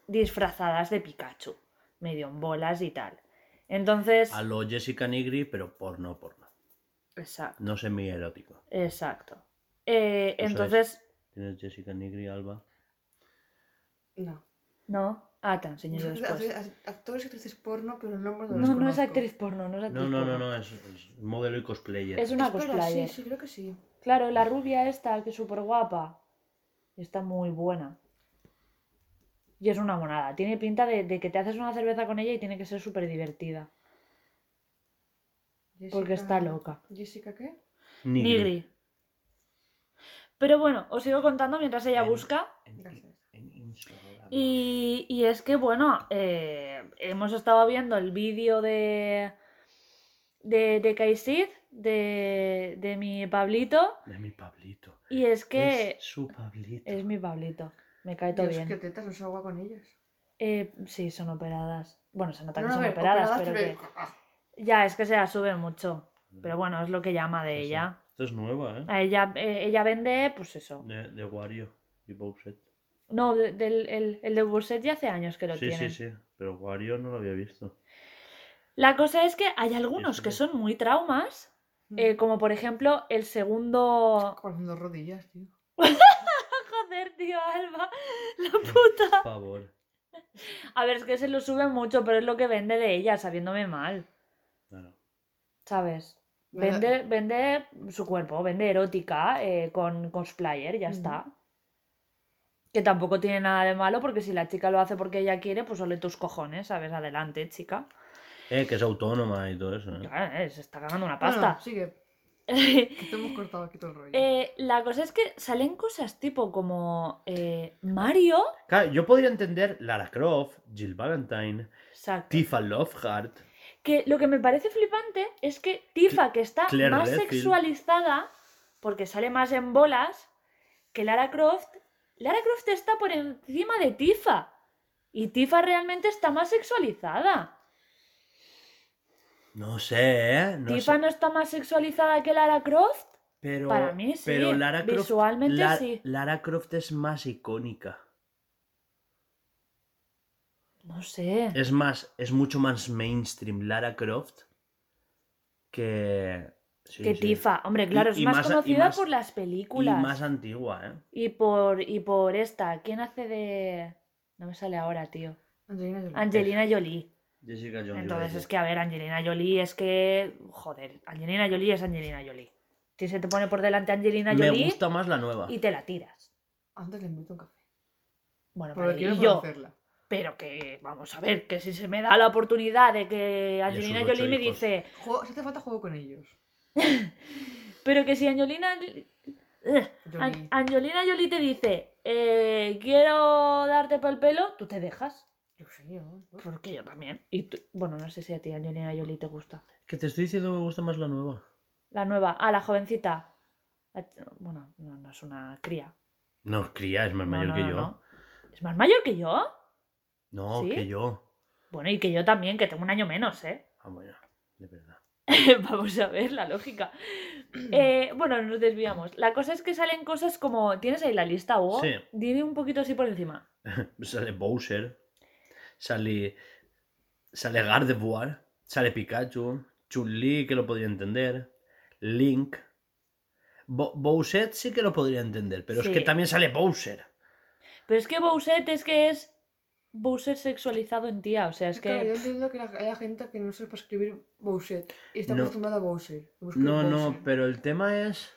A: disfrazadas de Pikachu, medio en bolas y tal. Entonces,
B: A lo Jessica Nigri, pero porno, porno.
A: exacto.
B: No semi erótico.
A: exacto. Eh,
B: Eso es.
A: entonces,
B: ¿Tienes Jessica Nigri, Alba?
D: No.
A: no. Ah, te enseño yo
D: Act-
A: después.
D: act- Actores y actrices porno, pero el nombre no, los
A: No, no es
D: conozco.
A: actriz porno, no es actriz
B: No, no,
A: porno.
B: no, no, es, es modelo y cosplayer.
A: Es una
D: Espera,
A: cosplayer.
D: Sí, sí, creo que sí.
A: Claro, la rubia esta, que es súper guapa. Está muy buena. Y es una monada. Tiene pinta de, de que te haces una cerveza con ella y tiene que ser súper divertida. Porque
D: Jessica-
A: está loca.
D: ¿Jessica qué?
B: Nigri.
A: Nigri. Pero bueno, os sigo contando mientras ella
B: En-
A: busca.
B: En, en Instagram.
A: Y, y es que, bueno, eh, hemos estado viendo el vídeo de, de, de Kaisid, de, de mi Pablito.
B: De mi Pablito.
A: Y es que
B: Es su Pablito.
A: es mi Pablito. Me cae todo
D: Dios,
A: bien.
D: que tetas, no se agua con ellas.
A: Eh, sí, son operadas. Bueno, se nota que
D: No, no, a
A: son
D: ver,
A: operadas,
D: operadas,
A: pero que...
D: ah,
A: Ya, es que se la sube mucho.
B: Mm.
A: Pero bueno, es lo que llama de ella.
B: Esto es nueva, ¿eh?
A: A ella, eh, ella vende, pues eso.
B: De, de Wario y Bowset.
A: No, de- del, el, el de Burset ya hace años que lo
B: Sí,
A: tienen.
B: sí, sí. Pero Wario no lo había visto.
A: La cosa es que hay algunos que
B: Eso.
A: son muy traumas,
D: mm.
A: eh, como por ejemplo el segundo...
D: Con dos rodillas, tío.
A: Joder, tío, Alba, la puta.
B: Por favor.
A: A ver, es que se lo sube mucho, pero es lo que vende de ella, sabiéndome mal,
B: Claro.
A: ¿sabes?
D: Bueno,
A: Vende, vende su cuerpo, vende erótica eh, con cosplayer, ya
D: Ujú.
A: está. Que tampoco tiene nada de malo, porque si la chica lo hace porque ella quiere, pues ole tus cojones, ¿sabes? Adelante, chica.
B: Eh, que es autónoma y todo eso, ¿eh?
A: Claro, eh, se está ganando una
D: Bueno,
A: pasta.
D: sigue. Que te hemos cortado aquí todo el rollo.
A: Eh, la cosa es que salen cosas tipo como eh, Mario.
B: Claro, yo podría entender Lara Croft, Jill Valentine,
A: Exacto.
B: Tifa Loveheart.
A: Que lo que me parece flipante es que Tifa, que está
B: Claire
A: más
B: Redfield.
A: sexualizada, porque sale más en bolas, que Lara Croft, Lara Croft está por encima de Tifa. Y Tifa realmente está más sexualizada.
B: No sé, ¿eh? No
A: ¿Tifa
B: sé.
A: no está más sexualizada que Lara Croft?
B: Pero,
A: Para mí sí.
B: pero Lara Croft,
A: Visualmente
B: La-
A: sí.
B: Lara Croft es más icónica.
A: No sé.
B: Es más, es mucho más mainstream Lara Croft que. sí,
A: que
B: sí.
A: Tifa. Hombre, claro, es
B: y
A: más,
B: más- y
A: conocida
B: más-
A: por las
B: Y
A: películas.
B: más antigua, ¿eh?
A: Y por, y por esta, ¿quién hace de...? No me sale ahora, tío.
B: Eh.
A: Angelina
D: Angelina Jolie.
A: Jolie.
B: Jessica Jones. yo
A: Entonces
B: creo.
A: es que, a ver, Angelina Jolie es que. Joder, Angelina Jolie es Angelina Jolie. Si se te pone por delante Angelina
B: Me
A: Jolie
B: gusta más la nueva.
A: y te la tiras.
D: Antes le invito un café.
A: Bueno,
C: Porque
A: vale,
C: quiero
A: y yo.
C: conocerla.
A: Pero que, vamos a ver, que si se me da la oportunidad de que Angelina
B: sus ocho
A: Jolie me
B: hijos.
A: dice.
C: Juego- si hace falta juego con ellos.
A: Pero que si Angelina. Ugh,
D: Yo
A: An-
D: ni-
A: Angelina Jolie te dice, eh, quiero darte por el pelo, tú te dejas.
D: Yo sí, ¿no?
A: Porque yo también. Y tú- bueno, no sé si a ti Angelina Jolie te gusta.
B: Que te estoy diciendo me gusta más la nueva.
A: La nueva, ah, la jovencita. La ch- Bueno, no, no es una cría.
B: No, cría, es más
A: No,
B: mayor
A: no,
B: que
A: no,
B: yo. No,
A: no. ¿Es más mayor que yo? ¿Sí?
B: que yo.
A: Bueno, y que yo también, que tengo un año menos, ¿eh?
B: Ah, bueno, de verdad.
A: Vamos a ver la lógica. Eh, bueno, nos desviamos. La cosa es que salen cosas como. ¿Tienes ahí la lista, Hugo?
B: Sí.
A: Dime un poquito así por encima.
B: Sale Bowser, sale, sale Gardevoir, sale Pikachu, Chun-Li, que lo podría entender, Link. Bo- Bowser sí que lo podría entender, pero es que
A: Sí.
B: también sale Bowser.
A: Pero es que Bowser es que es Bowser sexualizado en tía, o sea, es
D: Claro, yo
A: que...
D: entiendo que la- haya gente que no sepa escribir Bowser y está
B: No.
D: acostumbrada a Bowser. y busca
B: No, no,
D: Bowser.
B: pero el tema es.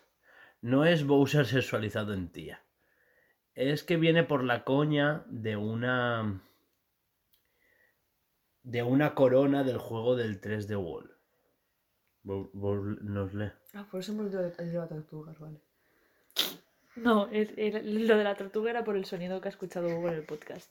B: No es Bowser sexualizado en tía. Es que viene por la coña de una. De una corona del juego del 3 de Wall. Bo- Bo- nos lee.
D: Ah, por eso hemos ido a llevar tortugas, vale.
A: No, es- era- lo de la tortuga era por el sonido que ha escuchado Hugo en el podcast.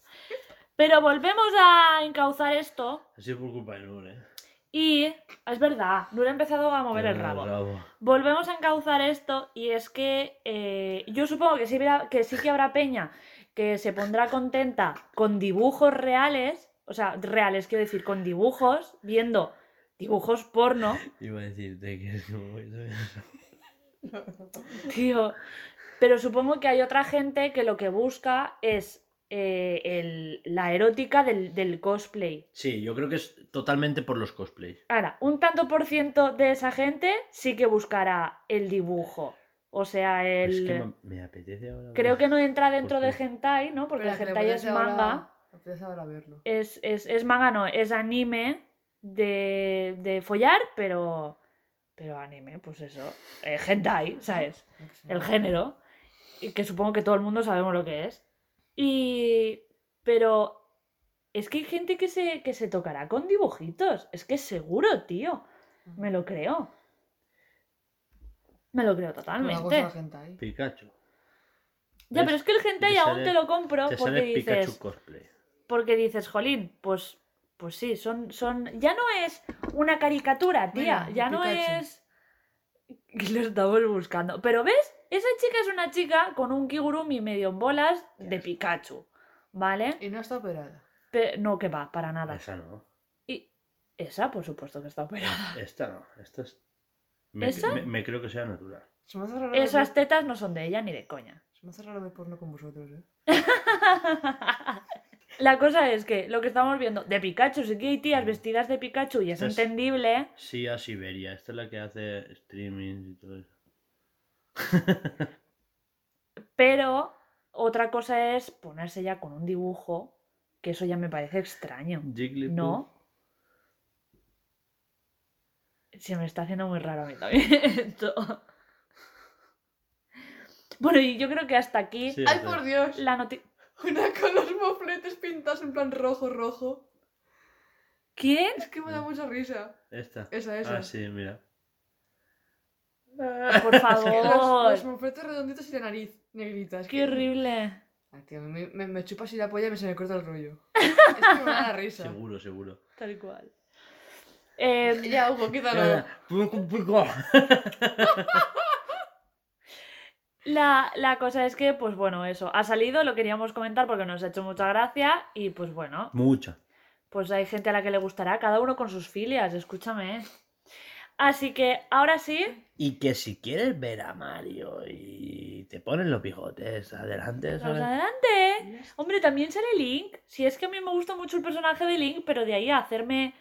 A: Pero volvemos a encauzar esto
B: Ha sido por culpa de Nur, ¿eh?
A: y... Es verdad, Nura ha empezado a mover el rabo. Volvemos a encauzar esto y es que eh, yo supongo que sí, habrá- que sí que habrá peña que se pondrá contenta con dibujos reales, o sea, reales quiero decir, con dibujos, viendo dibujos porno.
B: Iba a decirte que es como-
A: Tío, pero supongo que hay otra gente que lo que busca es eh, el- la erótica del, del cosplay.
B: Sí, yo creo que es totalmente por los cosplays.
A: Ahora, un tanto por ciento de esa gente sí que buscará el dibujo. O sea, el...
B: Pues Es que me, me apetece ahora.
A: Creo que no entra dentro de
B: Porque-
A: hentai, ¿no? Porque
D: Pero
A: el
D: que le
A: hentai es
D: apetece ahora-
A: manga.
D: le apetece ahora verlo.
A: Es, es, es manga, no, es anime de, de follar, pero... Pero anime, pues eso. eh, hentai, ¿sabes?
D: Yo qué sé. Ah.
A: el género, y que supongo que todo el mundo sabemos lo que es. Y. Pero. Es que hay gente que se, que se tocará con dibujitos. Es que seguro, tío. Me lo creo. Me lo creo
D: Por algo
A: totalmente.
D: es la gente ahí.
B: Pikachu.
A: Ya,
B: ¿Ves?
A: pero es que el hentai
B: Te
A: aún
B: sale-
A: te lo compro
B: Te
A: porque
B: sale Pikachu
A: dices.
B: cosplay.
A: Porque dices, jolín, pues. Pues sí, son, son. Ya no es una caricatura, tía.
D: Mira,
A: ya no
D: Pikachu.
A: es. Lo estamos buscando. Pero ¿ves? Esa chica es una chica con un kigurumi medio en bolas de Pikachu. ¿Vale?
D: Y no está operada.
A: Pe- no, que va, para nada.
B: Esa no.
A: Y esa, por supuesto que está operada.
B: Esta no. Esta es. Me,
A: ¿Esa?
B: me- me creo que sea natural.
D: Se me hace raro. ver-
A: Esas tetas no son de ella ni de coña.
D: Se me hace raro ver porno con vosotros, ¿eh?
A: La cosa es que lo que estamos viendo de Pikachu, sí que hay tías vestidas de Pikachu y es
B: Estas-
A: entendible.
B: Sí, a Siberia. Esta es la que hace streaming y todo eso.
A: Pero otra cosa es ponerse ya con un dibujo, que eso ya me parece extraño.
B: Jigglypuff.
A: No. Se me está haciendo muy raro a mí también esto. Bueno, y yo creo que hasta aquí
B: Sí,
D: ¡Ay,
B: hace-
D: por Dios!
A: la noticia.
D: Una con los mofletes pintados en plan rojo, rojo.
A: ¿Quién?
D: Es que me da mucha risa.
B: Esta.
D: Esa, esa.
B: Ah, sí, mira.
A: Por
D: Los, los
A: favor.
D: mofletes redonditos y la nariz negrita. Es
A: Qué
D: que-
A: horrible.
D: Ay, tío, me, me, me chupas y la polla y me se me corta el rollo. es que me da la risa.
B: Seguro, seguro.
A: Tal cual. Eh,
D: Ya, Hugo, quítalo.
B: Eh,
A: la, la cosa es que, pues bueno, eso. Ha salido, lo queríamos comentar porque nos ha hecho mucha gracia. Y pues bueno,
B: Mucha.
A: Pues hay gente a la que le gustará, cada uno con sus filias, escúchame. ¿eh? Así que ahora sí,
B: Y que si quieres ver a Mario y te ponen los bigotes adelante,
A: vamos
B: ¿sabes?
A: adelante. Hombre, también sale Link. Si es que a mí me gusta mucho el personaje de Link, pero de ahí a hacerme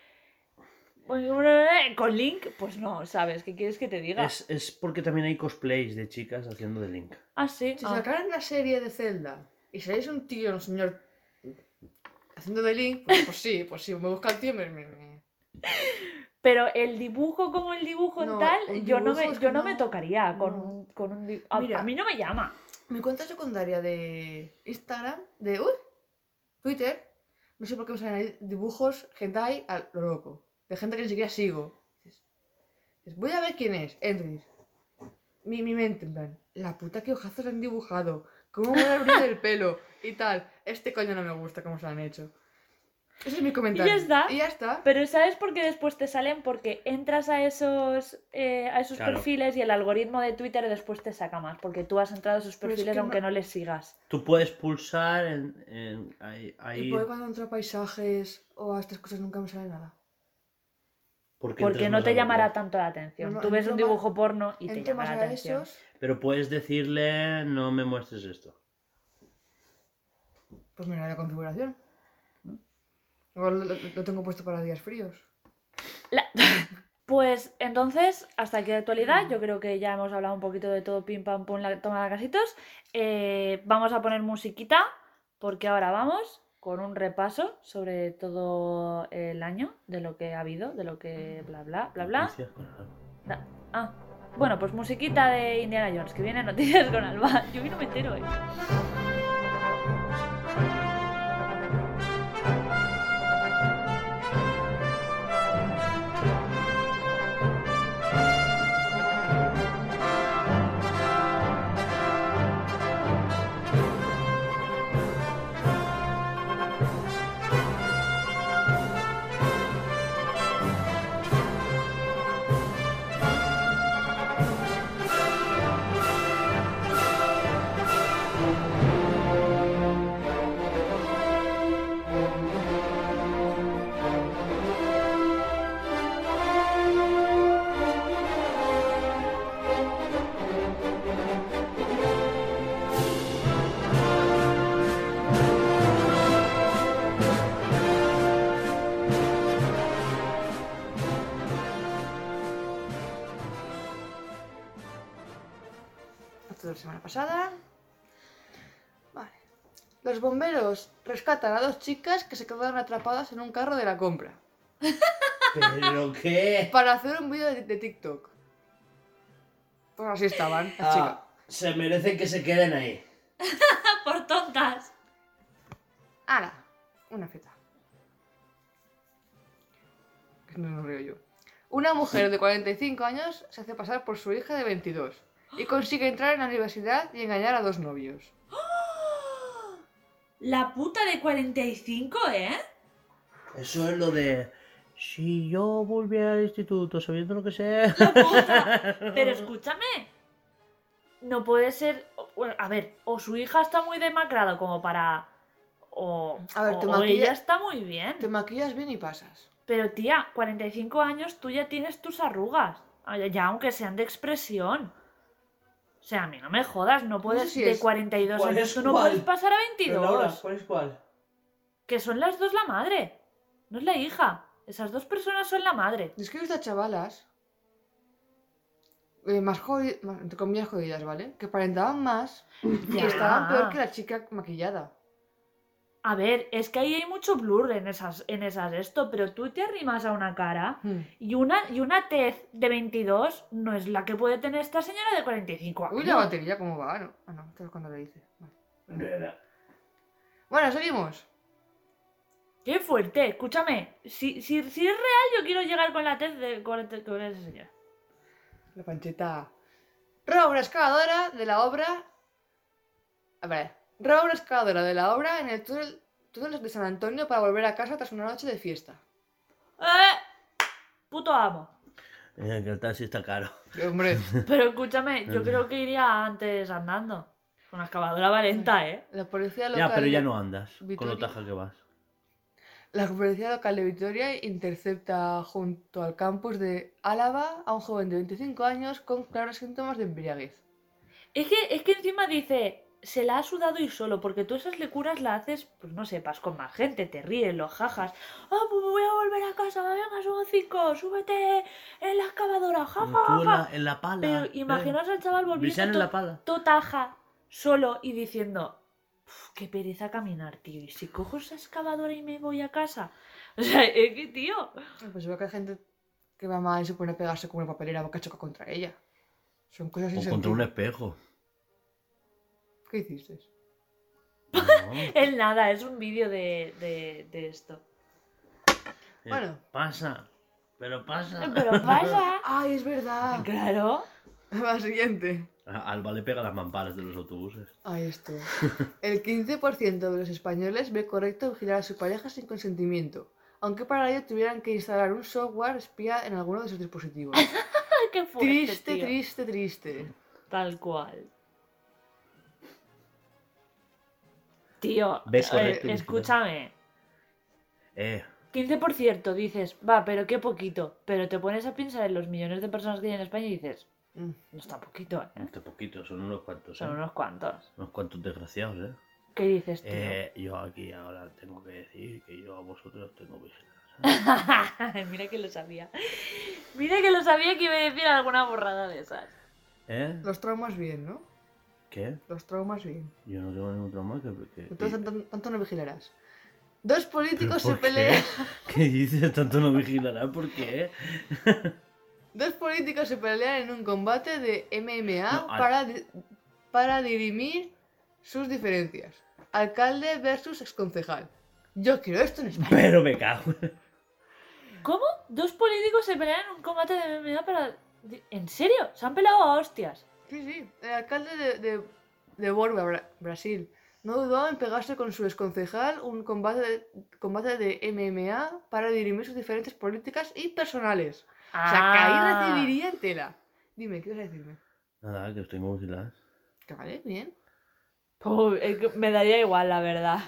A: con Link, pues no, ¿sabes? ¿Qué quieres que te diga?
B: Es, es porque también hay cosplays de chicas haciendo de Link.
A: Ah, sí.
D: Si
A: ah.
D: sacaran una serie de Zelda y seréis un tío, un señor haciendo de Link, pues, pues sí, pues sí, me busca el tío y me- me- me-
A: Pero el dibujo como el dibujo
D: No,
A: tal,
D: el
A: yo no me,
D: dibujo es
A: yo
D: que
A: no,
D: no,
A: me tocaría con,
D: no.
A: un- con un di- a,
D: Mira.
A: a mí no me llama.
D: Mi cuenta secundaria de Instagram, de uy, Twitter, no sé por qué me salen ahí dibujos hentai a lo loco, de gente que ni siquiera sigo. Dices, dices, voy a ver quién es, entro y dices, mi, mi mente, en plan, la puta que ojazos han dibujado, cómo me han abrir el pelo y tal, este coño no me gusta cómo se lo han hecho. Ese es mi comentario.
A: está.
D: Y ya está.
A: Pero ¿sabes por qué después te salen? Porque entras a esos, eh, a esos
B: Claro.
A: perfiles y el algoritmo de Twitter después te saca más, porque tú has entrado a esos
D: Pero es
A: perfiles
D: que
A: aunque
D: no-
A: no... les sigas.
B: Tú puedes pulsar en. en- ahí,
D: Y
B: ahí-
D: por ahí cuando entro a paisajes o a estas cosas nunca me sale nada.
B: porque
A: Porque
B: entras
A: no
B: más
A: te
B: a
A: llamará
B: verlo.
A: tanto la atención.
D: No, no,
A: tú ves un
D: entro más-
A: dibujo porno y te
D: entro más
A: llama la
D: a
A: atención.
D: esos,
B: Pero puedes decirle, no me muestres esto.
D: pues mira la configuración. Igual lo, lo- lo tengo puesto para días fríos.
A: La- Pues entonces, hasta aquí la
D: Mm.
A: actualidad. Yo creo que ya hemos hablado un poquito de todo pim pam pum, la toma de casitos. Eh, vamos a poner musiquita, porque ahora vamos con un repaso sobre todo el año, de lo que ha habido, de lo que bla bla bla bla.
B: Noticias con algo.
A: Da- Ah, bueno, pues musiquita de Indiana Jones, que viene noticias con Alba. Yo que no me entero, eh.
D: Esto de la semana pasada. Vale. Los bomberos rescatan a dos chicas que se quedaron atrapadas en un carro de la compra.
B: ¿Pero qué?
D: Para hacer un vídeo de, de TikTok. Pues así estaban, las chicas.
B: Ah, se merecen que se queden ahí.
A: Por tontas.
D: ¡Hala! Una feta. No me río yo. Una mujer de 45 años se hace pasar por su hija de 22 y consigue entrar en la universidad y engañar a dos novios.
A: La puta de 45, ¿eh?
B: Eso es lo de. Si yo volviera al instituto sabiendo lo que sé.
A: puta. Pero escúchame. No puede ser. o- bueno, a ver, o su hija está muy demacrada como para. O,
D: A ver,
A: o-
D: te
A: o
D: maquilla-
A: ella está muy bien.
D: Te maquillas bien y pasas.
A: Pero tía, 45 años tú ya tienes tus arrugas. Ah, ya- Ya aunque sean de expresión. O sea, a mí no me jodas, no puedes.
D: si
A: de
D: es-
A: 42
B: ¿cuál
A: años
B: es
A: tú no
B: cuál?
A: puedes pasar a
B: Pero
A: 22.
B: Laura, ¿cuál es cuál?
A: Que son las dos la madre. No es la hija. Esas dos personas son la madre.
D: Y Es que he visto a chavalas eh, más jodidas, entre comillas jodidas, ¿vale? Que aparentaban más y
A: Ya.
D: que estaban peor que la chica maquillada.
A: A ver, es que ahí hay mucho blur en esas, en esas esto, pero tú te arrimas a una cara
D: Hmm.
A: y una, y una tez de 22 no es la que puede tener esta señora de 45 años.
D: Uy, la batería, ¿cómo va? No, ah, no, esto es cuando lo dice. Vale. Bueno, seguimos.
A: ¡Qué fuerte! Escúchame, si, si, si es real yo quiero llegar con la tez de con, la- con esa señora.
D: La pancheta. Roba una excavadora de la obra. A ver. Roba una excavadora de la obra en el túnel, túnel de San Antonio para volver a casa tras una noche de fiesta.
A: ¡Eh! Puto amo.
B: Mira, que el taxi está caro.
D: Y, Hombre,
A: Pero escúchame, yo creo que iría antes andando. Con la excavadora valenta, ¿eh?
D: la policía local.
B: Ya, pero ya no andas. Con
D: Vitoria.
B: lo taja que vas.
D: La policía local de Vitoria intercepta junto al campus de Álava a un joven de 25 años con claros síntomas de embriaguez.
A: Es que, es que encima dice, se la ha sudado y solo, porque tú esas lecuras la haces, pues no sepas, con más gente, te ríes, lo jajas. Ah, pues me voy a volver a casa, venga, subo cinco, súbete en la excavadora, ja,
B: Como
A: ja,
B: tú en
A: ja,
B: la,
A: ja.
B: en la pala.
A: Pero imaginaos al chaval
B: Brisan en
A: volviendo
B: la
A: to-
B: pala.
A: totaja, solo y diciendo, "Uf, qué pereza caminar, tío. Y si cojo esa excavadora y me voy a casa. O sea, es que, tío.
D: Pues veo que hay gente que va mal y se pone a pegarse con una papelera porque choca contra ella. Son cosas sin
B: O contra
D: sentido.
B: un espejo.
D: ¿Qué hiciste?
B: No.
A: Es nada, es un vídeo de, de, de esto.
B: Eh,
D: Bueno.
B: Pasa. Pero pasa.
A: Pero pasa.
D: ¡Ay, es verdad!
A: Claro.
D: La siguiente.
B: A- Alba le pega las mamparas de los autobuses.
D: Ahí esto. El 15% de los españoles ve correcto vigilar a su pareja sin consentimiento, aunque para ello tuvieran que instalar un software espía en alguno de sus dispositivos.
A: Ay, qué fuerte,
D: triste,
A: tío.
D: triste, triste.
A: Tal cual. Tío,
B: Ve
A: eh,
B: correcto,
A: escúchame.
B: Eh,
A: 15% dices, va, pero qué poquito. Pero te pones a pensar en los millones de personas que hay en España y dices,
D: Mm.
A: no está poquito, ¿eh?
B: este poquito, son unos cuantos,
A: Son
B: eh.
A: unos cuantos.
B: Unos cuantos desgraciados, eh.
A: ¿Qué dices, tío?
B: Eh, yo aquí ahora tengo que decir que yo a vosotros tengo vigilados.
A: Mira que lo sabía. Mira que lo sabía que iba a decir alguna borrada de esas.
B: ¿Eh?
D: Los traumas bien, ¿no?
B: ¿Qué?
D: Los traumas bien.
B: Yo no tengo ningún trauma que... que-
D: Entonces tanto, tanto no vigilarás. Dos políticos se
B: por qué?
D: pelean.
B: ¿Qué dices? Tanto no vigilará, ¿por qué?
D: Dos políticos se pelean en un combate de MMA
B: No, al-
D: para, di- para dirimir sus diferencias. Alcalde versus exconcejal. Yo quiero esto en España.
B: Pero me cago.
A: ¿Cómo? Dos políticos se pelean en un combate de MMA para... ¿En serio? Se han pelado a hostias.
D: Sí, sí. El alcalde de, de, de Borba, Bra- Brasil, no dudó en pegarse con su exconcejal un combate de, combate de MMA para dirimir sus diferencias políticas y personales. O sea, que
A: Ah.
D: ahí recibiría en tela. Dime, ¿qué vas a decirme?
B: Nada, que os tengo vigilados.
D: Que vale, bien.
A: Puh, es que me daría igual, la verdad.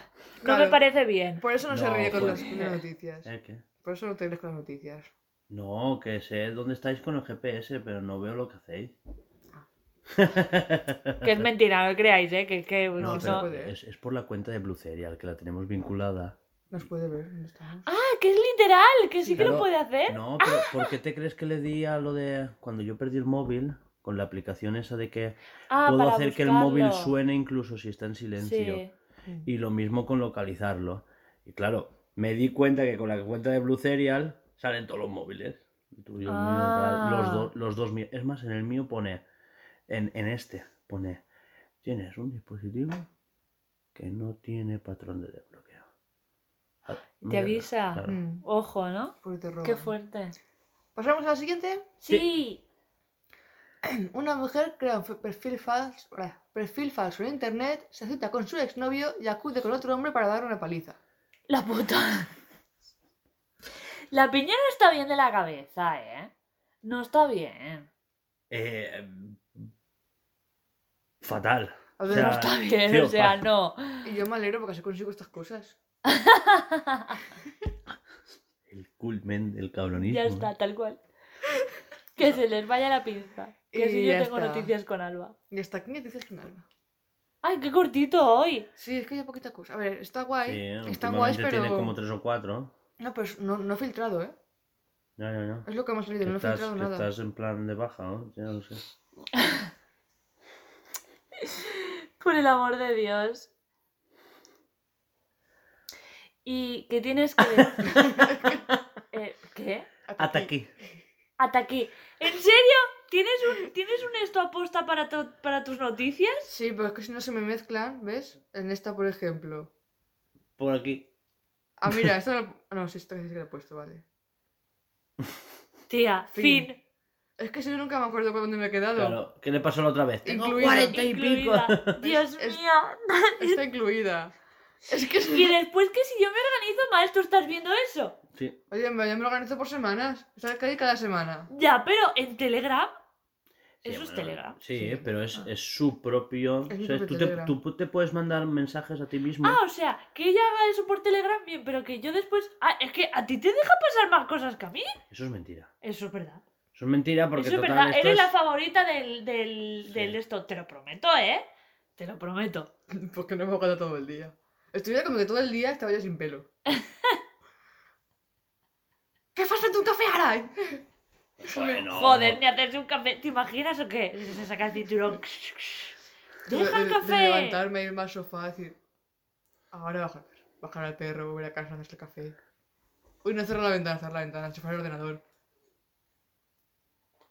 A: No me
D: Claro.
A: parece bien.
D: Por eso no, se
B: No,
D: ríe con
B: joder.
D: las, con las noticias.
B: ¿Eh? ¿Qué?
D: Por eso no te ríes con las noticias.
B: No, que sé dónde estáis con el GPS, pero no veo lo que hacéis.
A: Que es mentira, no creáis, ¿eh? Que, que
B: No,
A: que
D: se
B: pero pues
A: no-
D: puede.
B: es, es por la cuenta de Blue Serial, que la tenemos vinculada.
D: Nos puede ver dónde estamos.
A: Ah, que es literal, que sí que lo
B: Claro.
A: puede hacer.
B: No, pero ¿por qué te crees que le di a lo de cuando yo perdí el móvil? Con la aplicación esa de que
A: Ah,
B: puedo
A: para
B: hacer que el móvil
A: buscarlo.
B: suene incluso si está en silencio.
A: Sí.
D: Mm,
B: Y lo mismo con localizarlo. Y claro, me di cuenta que con la cuenta de Blue Serial salen todos los móviles. El tuyo, el mío,
A: Ah.
B: tal, los, do- los dos míos. Es más, en el mío pone, en, en este, pone, tienes un dispositivo que no tiene patrón de desbloqueo. Ah,
A: Te
B: mierda,
A: avisa.
B: claro.
D: Mm,
A: Ojo, ¿no?
D: porque te
A: Qué
D: roban.
A: fuerte.
D: Pasamos a la siguiente.
A: Sí.
D: Una mujer crea un fe- perfil falso, bra, perfil falso en internet, se cita con su exnovio y acude con otro hombre para dar una paliza.
A: La puta. La piña no está bien de la cabeza, ¿eh? No está bien.
B: Eh, fatal.
D: A
B: O
D: ver,
B: sea,
A: No está bien,
B: tío,
A: o sea,
B: pa-
A: no.
D: y yo me alegro porque así consigo estas cosas.
B: El culmen del cabronismo. ¿eh?
A: ya está, tal cual. Que se les vaya la pinza. Que
D: Y
A: si yo
D: ya
A: tengo
D: está.
A: noticias con Alba.
D: Y hasta aquí noticias con alma.
A: Ay, qué cortito hoy.
D: Sí, es que hay poquita cosa. A ver, está
B: Sí,
D: guay. está guay,
B: últimamente
D: pero.
B: tiene como tres o cuatro.
D: No, pero es- no, no he filtrado, ¿eh?
B: No, no, no.
D: Es lo que hemos salido,
B: Que
D: no he
B: estás,
D: filtrado
B: que
D: nada.
B: estás en plan de baja, ¿no? Ya lo sé.
A: Por el amor de Dios. ¿Y qué tienes que Eh, ¿Qué?
B: Hasta aquí.
A: Hasta aquí. ¿En serio? ¿Tienes un, ¿tienes un esto aposta para, to- para tus noticias?
D: Sí, pero es que si no se me mezclan, ¿ves? En esta, por ejemplo.
B: Por aquí.
D: Ah, mira, esto lo... ah, No, sí, esto sí que lo he puesto, vale.
A: Tía, fin.
D: Fin. Es que si yo nunca me acuerdo por dónde me he quedado.
B: Claro. ¿Qué le pasó la otra vez? Tengo
D: Incluido.
B: 40 y pico.
A: Incluida. Dios
D: Es-
A: mío.
D: Está incluida. Es que
A: Y
D: si...
A: después que si yo me organizo mal, ¿tú estás viendo eso?
B: Sí.
D: Oye, me, yo me organizo por semanas. ¿Sabes que hay cada semana?
A: Ya, pero en Telegram. Eso
B: Sí,
A: es
B: bueno,
A: Telegram.
B: Sí,
D: Sí.
B: pero es,
D: Ah.
B: es su propio.
D: Es mi
B: o sea,
D: propio
B: tú, te,
D: Telegram.
B: tú te puedes mandar mensajes a ti mismo.
A: Ah, o sea, que ella haga eso por Telegram bien, pero que yo después. Ah, es que a ti te deja pasar más cosas que a mí.
B: Eso es mentira.
A: Eso es verdad.
B: Eso es mentira porque
A: Eso es
B: total,
A: verdad,
B: esto
A: eres
B: es-
A: la favorita del, del, del
B: Sí.
A: esto, te lo prometo, ¿eh? Te lo prometo.
D: Porque no me acuerdo todo el día. Estuviera como que todo el día estaba yo sin pelo. ¿Qué haces frente a un café ahora?
B: Bueno,
A: Joder, ni hacerse un café. ¿Te imaginas o qué? Se saca el cinturón.
D: De-
A: ¡Deja
D: de-
A: el
D: de
A: café!
D: levantarme, irme al sofá y decir... Ahora bajar. Bajar al perro, volver a casa, hacerse el café. Uy, no cerrar la ventana, cerrar la ventana, enchufar el ordenador.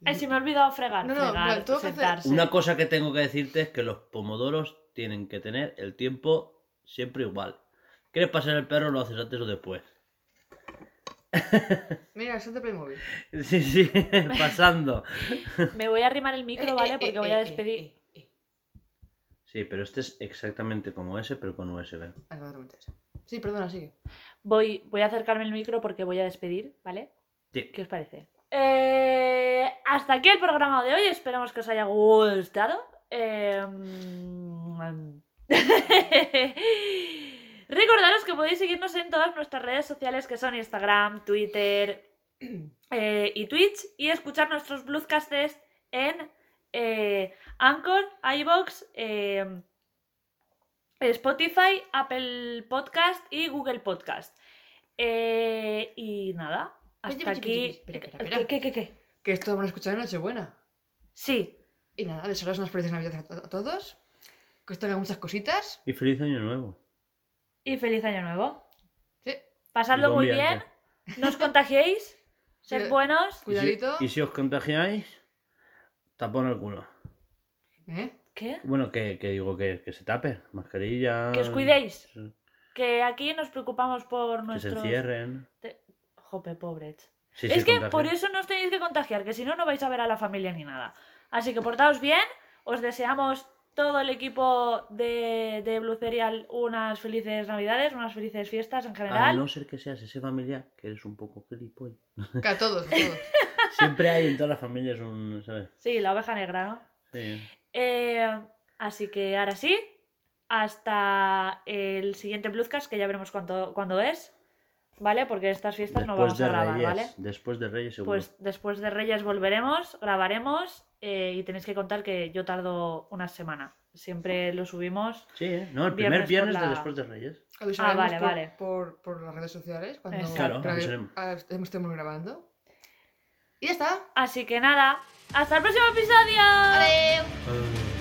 A: Ay, se me ha olvidado fregar.
D: No, no,
A: fregar,
D: vale, tengo que hacer
A: sentarse.
B: Mm. Una cosa que tengo que decirte es que los pomodoros tienen que tener el tiempo siempre igual. ¿Quieres pasar el perro? Lo haces antes o después.
D: Mira, eso es de Playmobil.
B: Sí, sí, pasando.
A: Me voy a arrimar el
D: Eh,
A: micro, ¿vale? Porque voy a despedir.
B: Sí, pero este es exactamente como ese, pero con USB.
D: Ah, no, no me interesa. Sí, perdona, sigue.
A: Voy, voy a acercarme el micro porque voy a despedir, ¿vale?
B: Sí.
A: ¿Qué os parece? Eh, hasta aquí el programa de hoy. Esperamos que os haya gustado. Eh, mm, Recordaros que podéis seguirnos en todas nuestras redes sociales que son Instagram, Twitter eh, y Twitch y escuchar nuestros broadcasts en eh, Anchor, iBox, eh, Spotify, Apple Podcast y Google Podcast. Eh, y nada, hasta
D: Oye, oye, oye,
A: aquí.
D: oye, espera, espera, espera.
A: ¿Qué, qué, qué, qué?
D: Que esto lo van a escuchar en Nochebuena.
A: Sí,
D: Y nada, desearos unas felices navidades a, to- a todos. Que os traiga muchas cositas.
B: Y feliz año nuevo.
A: y feliz año nuevo.
D: Sí.
A: Pasadlo
B: Y buen
A: muy bien,
B: viaje.
A: no os contagiéis, sed
D: Sí.
A: buenos.
B: Y si-
D: Cuidadito.
B: Y si, os contagiáis, tapón el culo.
D: ¿Eh?
A: ¿Qué?
B: Bueno, que, que digo que, que se tape. Mascarilla.
A: Que os cuidéis.
B: sí,
A: Que aquí nos preocupamos por
B: Ah. Que se
A: nuestros.
B: encierren.
A: Jope, pobres.
B: Si
A: es
B: se
A: que
B: contagian.
A: por eso no os tenéis que contagiar, que si no, no vais a ver a la familia ni nada. Así que portaos bien, os deseamos todo el equipo de, de Blue Cereal unas felices navidades, unas felices fiestas en
B: A
A: general.
B: no ser que seas ese familiar que eres un poco gilipollas.
D: Que a todos, a todos.
B: Siempre hay en todas las familias un. ¿Sabes?
A: Sí, la oveja negra, ¿no?
B: Sí.
A: Eh, así que ahora sí, hasta el siguiente Bluzcast, que ya veremos cuánto, cuándo es, ¿vale? Porque estas fiestas no vamos a grabar,
B: Reyes.
A: ¿vale?
B: Después de Reyes, seguro.
A: Pues después de Reyes volveremos, grabaremos eh, y tenéis que contar que yo tardo una semana. Siempre lo subimos.
B: Sí, ¿eh? No, el
A: viernes
B: primer
A: por
B: viernes
A: la-
B: de después de Reyes.
A: Ah,
D: Avisaremos
A: vale,
D: por,
A: vale.
D: Por, por las redes sociales cuando
A: Exacto. Claro,
D: grabe-
B: avisaremos.
D: ah, estemos estemos grabando. Y ya está.
A: Así que nada, hasta el próximo episodio.
D: Adiós.
B: Ah.